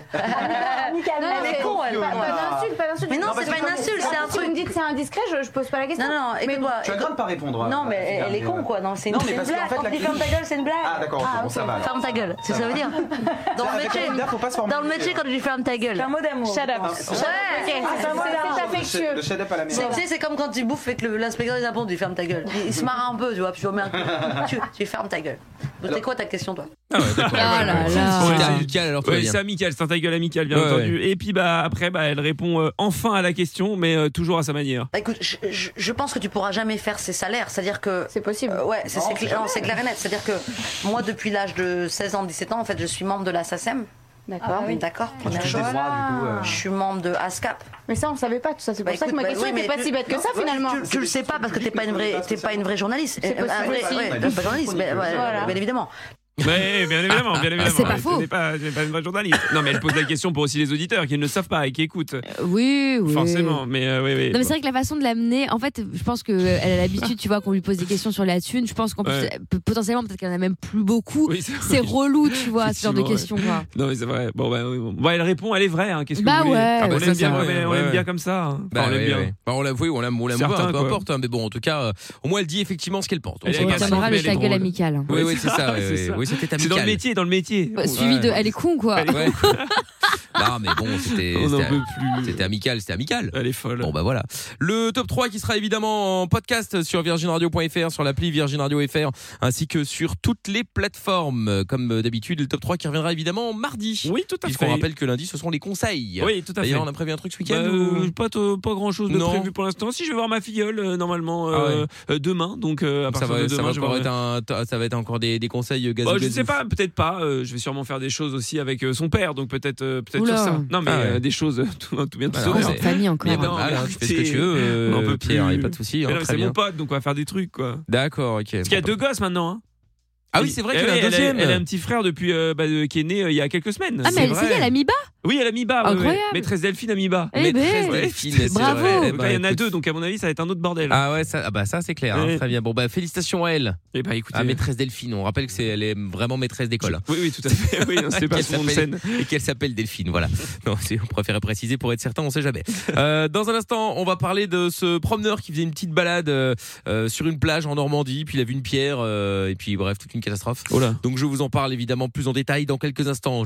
Speaker 19: Nickel,
Speaker 16: Non, non, mais con, elle,
Speaker 19: Pas,
Speaker 16: par contre.
Speaker 19: pas d'insulte, pas d'insulte.
Speaker 16: Mais non,
Speaker 19: parce
Speaker 16: c'est pas
Speaker 19: que
Speaker 16: une
Speaker 19: quand-
Speaker 16: insulte, c'est un
Speaker 19: Si vous me dites c'est indiscret, je, je pose pas la question.
Speaker 16: Non, non, écoute-moi.
Speaker 19: Mais-
Speaker 16: Tu aggraves
Speaker 20: pas répondre.
Speaker 16: Non, mais elle, elle est con, quoi. Non, c'est une, c'est une blague. Quand tu dis ferme ta gueule, c'est une blague.
Speaker 20: Ah, d'accord, ok, bon, ça va, alors.
Speaker 16: Ferme ta gueule, c'est ce que ça veut dire. Dans le
Speaker 20: Avec
Speaker 16: métier,
Speaker 20: Amida, faut pas se
Speaker 16: dans le
Speaker 20: formaliser.
Speaker 16: métier, quand tu dis ferme ta gueule. C'est un mot d'amour. Shut up.
Speaker 20: Ah,
Speaker 16: Ouais.
Speaker 20: shut up, ok.
Speaker 16: Ouais.
Speaker 20: Ah, c'est un mot d'amour.
Speaker 16: C'est
Speaker 20: Le- le shut up à la maison.
Speaker 16: C'est- Tu sais, c'est comme quand tu bouffes et que le- l'inspecteur des impôts, tu ferme ta gueule. Il, il se marre un peu, tu vois, puis tu remercies. tu, tu fermes ta gueule. Donc, C'est quoi ta question, toi Ah
Speaker 3: Ouais,
Speaker 2: C'était
Speaker 3: c'est-
Speaker 2: amical, alors tout
Speaker 3: ouais,
Speaker 2: va bien.
Speaker 3: c'est amical, c'est un ta gueule amical, bien
Speaker 2: Ouais,
Speaker 3: entendu. Et puis bah après, bah, elle répond euh, enfin à la question, mais euh, toujours à sa manière.
Speaker 16: Bah, écoute, je, je- je pense que tu pourras jamais faire ces salaires. C'est-à-dire que. C'est possible. ouais, c'est
Speaker 20: Non,
Speaker 16: c'est
Speaker 20: c'est
Speaker 16: cla- non,
Speaker 20: jamais.
Speaker 16: c'est clair et net. C'est-à-dire que moi, depuis l'âge de 16 ans, 17 ans, en fait, je suis membre de la SACEM.
Speaker 19: D'accord. Ah, bah oui.
Speaker 16: D'accord.
Speaker 20: Ah, tu
Speaker 16: première
Speaker 20: touches des
Speaker 16: chose.
Speaker 20: droits, du coup, euh.
Speaker 16: Je suis membre de ASCAP.
Speaker 19: Mais ça, on savait pas tout ça. C'est pour
Speaker 16: Bah,
Speaker 19: ça que
Speaker 16: écoute,
Speaker 19: ma
Speaker 16: bah,
Speaker 19: question
Speaker 16: oui,
Speaker 19: n'était
Speaker 16: mais
Speaker 19: pas
Speaker 16: tu-
Speaker 19: si bête que
Speaker 16: non,
Speaker 19: ça
Speaker 16: ouais,
Speaker 19: finalement.
Speaker 16: Tu, tu le sais pas parce que t'es pas une vraie, t'es pas une vraie journaliste. Euh,
Speaker 19: C'est
Speaker 16: Un vrai-
Speaker 19: possible.
Speaker 16: ouais,
Speaker 19: Si.
Speaker 16: pas journaliste, mais ouais,
Speaker 19: Voilà.
Speaker 16: bien évidemment.
Speaker 3: Ouais, bien évidemment, bien évidemment.
Speaker 5: Ah, C'est pas
Speaker 3: Tu
Speaker 5: faux.
Speaker 3: n'es pas, tu n'es pas une bonne journaliste. Non, mais elle pose la question pour aussi les auditeurs qui ne le savent pas et qui écoutent.
Speaker 5: Euh, oui, oui.
Speaker 3: Forcément, mais euh, oui, oui.
Speaker 5: Non mais c'est vrai que la façon de l'amener, en fait, je pense que euh, elle a l'habitude, tu vois, qu'on lui pose des questions sur la thune. Je pense qu'en plus,
Speaker 3: Ouais.
Speaker 5: euh, p- potentiellement, peut-être qu'elle en a même plus beaucoup.
Speaker 3: Oui, c'est-
Speaker 5: c'est
Speaker 3: oui.
Speaker 5: relou, tu vois, ce genre de questions.
Speaker 3: Effectivement, ouais.
Speaker 5: quoi.
Speaker 3: Non, mais c'est vrai. Bon, bah, oui, bon. Bah, elle répond, elle est vraie. hein. Qu'est-ce que
Speaker 5: Bah
Speaker 3: vous voulez
Speaker 5: ouais.
Speaker 3: On
Speaker 5: Ah bah,
Speaker 3: l'aime
Speaker 5: ça, c'est
Speaker 3: bien,
Speaker 5: vrai,
Speaker 3: on l'aime- on
Speaker 2: ouais,
Speaker 3: l'aime
Speaker 2: ouais.
Speaker 3: bien comme ça. hein.
Speaker 2: Bah,
Speaker 3: Enfin, on l'aime
Speaker 2: ouais,
Speaker 3: bien.
Speaker 2: ouais. Bah, on l'aime oui, on l'aime, on l'aime
Speaker 3: Certains,
Speaker 2: bien, peu
Speaker 3: quoi.
Speaker 2: importe. hein, mais bon, en tout cas, euh, au moins elle dit effectivement ce qu'elle pense.
Speaker 3: Elle est
Speaker 2: Donc, c'est
Speaker 3: agaçante,
Speaker 2: pas
Speaker 5: Camarade et
Speaker 2: grave, mais elle
Speaker 5: ta
Speaker 2: est
Speaker 5: gueule
Speaker 2: drôle.
Speaker 5: amicale. hein.
Speaker 2: Oui, oui, c'est ça. oui, oui, Oui, c'était
Speaker 3: C'est dans le
Speaker 2: amical.
Speaker 3: métier, dans le métier.
Speaker 5: Bah, Suivi
Speaker 2: Ouais.
Speaker 5: de, elle est con quoi.
Speaker 2: Ouais. non, mais bon, c'était.
Speaker 3: On en
Speaker 2: c'était-
Speaker 3: peut
Speaker 2: C'était amical, c'était amical.
Speaker 3: Elle est folle.
Speaker 2: Bon, bah voilà. Le top 3 qui sera évidemment en podcast sur virginradio.fr, sur l'appli Virgin Radio FR, ainsi que sur toutes les plateformes. Comme d'habitude, le top 3 qui reviendra évidemment mardi.
Speaker 3: Oui, tout à
Speaker 2: Puisqu'on
Speaker 3: fait.
Speaker 2: rappelle que lundi, ce seront les conseils.
Speaker 3: Oui, tout à
Speaker 2: D'ailleurs,
Speaker 3: fait.
Speaker 2: on a prévu un truc ce week-end
Speaker 3: Bah,
Speaker 2: ou-
Speaker 3: euh, pas, to- pas grand chose de
Speaker 2: Non.
Speaker 3: prévu pour l'instant. Si je vais voir ma filleule euh, normalement euh, euh, demain, donc euh, à
Speaker 2: Ah ça
Speaker 3: partir
Speaker 2: va,
Speaker 3: de
Speaker 2: ça va
Speaker 3: demain, je vais
Speaker 2: encore
Speaker 3: voir-
Speaker 2: être un- t- ça va être encore des, des conseils euh, gazou
Speaker 3: Bah, je ne
Speaker 2: gazou.
Speaker 3: sais pas, peut-être pas. euh, je vais sûrement faire des choses aussi avec euh, son père, donc peut-être euh, peut-être
Speaker 2: Oula.
Speaker 3: sur ça. Non, mais
Speaker 2: Ah ouais.
Speaker 3: euh, des choses euh, tout, tout bien.
Speaker 2: Bah,
Speaker 3: tout
Speaker 2: non,
Speaker 3: honneur.
Speaker 2: c'est- Famille encore.
Speaker 3: Mais
Speaker 2: Il y a pas de
Speaker 3: non,
Speaker 2: mal,
Speaker 3: mais
Speaker 2: hein, tu fais ce que
Speaker 3: écoutez,
Speaker 2: tu veux, euh,
Speaker 3: on en peut
Speaker 2: Pierre,
Speaker 3: plus.
Speaker 2: il y a pas de souci, hein,
Speaker 3: Mais non,
Speaker 2: très
Speaker 3: C'est mon
Speaker 2: bien.
Speaker 3: pote, donc on va faire des trucs quoi.
Speaker 2: D'accord, ok.
Speaker 3: Parce qu'il y a deux gosses maintenant. hein.
Speaker 2: bah. Ah oui, c'est vrai
Speaker 3: Eh
Speaker 2: qu'il y en a
Speaker 3: ouais,
Speaker 2: un
Speaker 3: elle
Speaker 2: deuxième.
Speaker 3: Elle a un petit frère depuis euh, bah, euh, qui est né euh, il y a quelques semaines.
Speaker 5: Ah mais
Speaker 3: C'est
Speaker 5: elle, ça y est,
Speaker 3: vrai.
Speaker 5: elle a mis bas.
Speaker 3: Oui, elle a mis bas. ouais, ouais.
Speaker 5: Incroyable.
Speaker 3: Maîtresse Delphine a mis bas.
Speaker 5: Eh ben. Maîtresse
Speaker 2: Delphine,
Speaker 3: Ouais.
Speaker 2: c'est Bravo. vrai.
Speaker 3: Donc
Speaker 2: Eh ben,
Speaker 3: là, il y en a
Speaker 2: écoute.
Speaker 3: deux, donc à mon avis, ça va être un autre bordel.
Speaker 2: Ah ouais, ça, ah bah ça c'est clair, hein,
Speaker 3: Ouais.
Speaker 2: très bien. Bon bah félicitations à elle.
Speaker 3: Et bah écoutez.
Speaker 2: À maîtresse Delphine, on rappelle que c'est elle est vraiment maîtresse d'école.
Speaker 3: Oui, oui, tout à fait. Oui, non, c'est pas
Speaker 2: Qu'elle
Speaker 3: son nom de
Speaker 2: s'appelle-
Speaker 3: scène.
Speaker 2: Et qu'elle s'appelle Delphine, voilà. Non, c'est- on préférait préciser pour être certain, on sait jamais. Euh, dans un instant, on va parler de ce promeneur qui faisait une petite balade euh, euh, sur une plage en Normandie, puis il a
Speaker 3: Oh
Speaker 2: vu une pierre, euh, et puis bref, toute une catastrophe. Donc je vous en parle évidemment plus en détail dans quelques instants.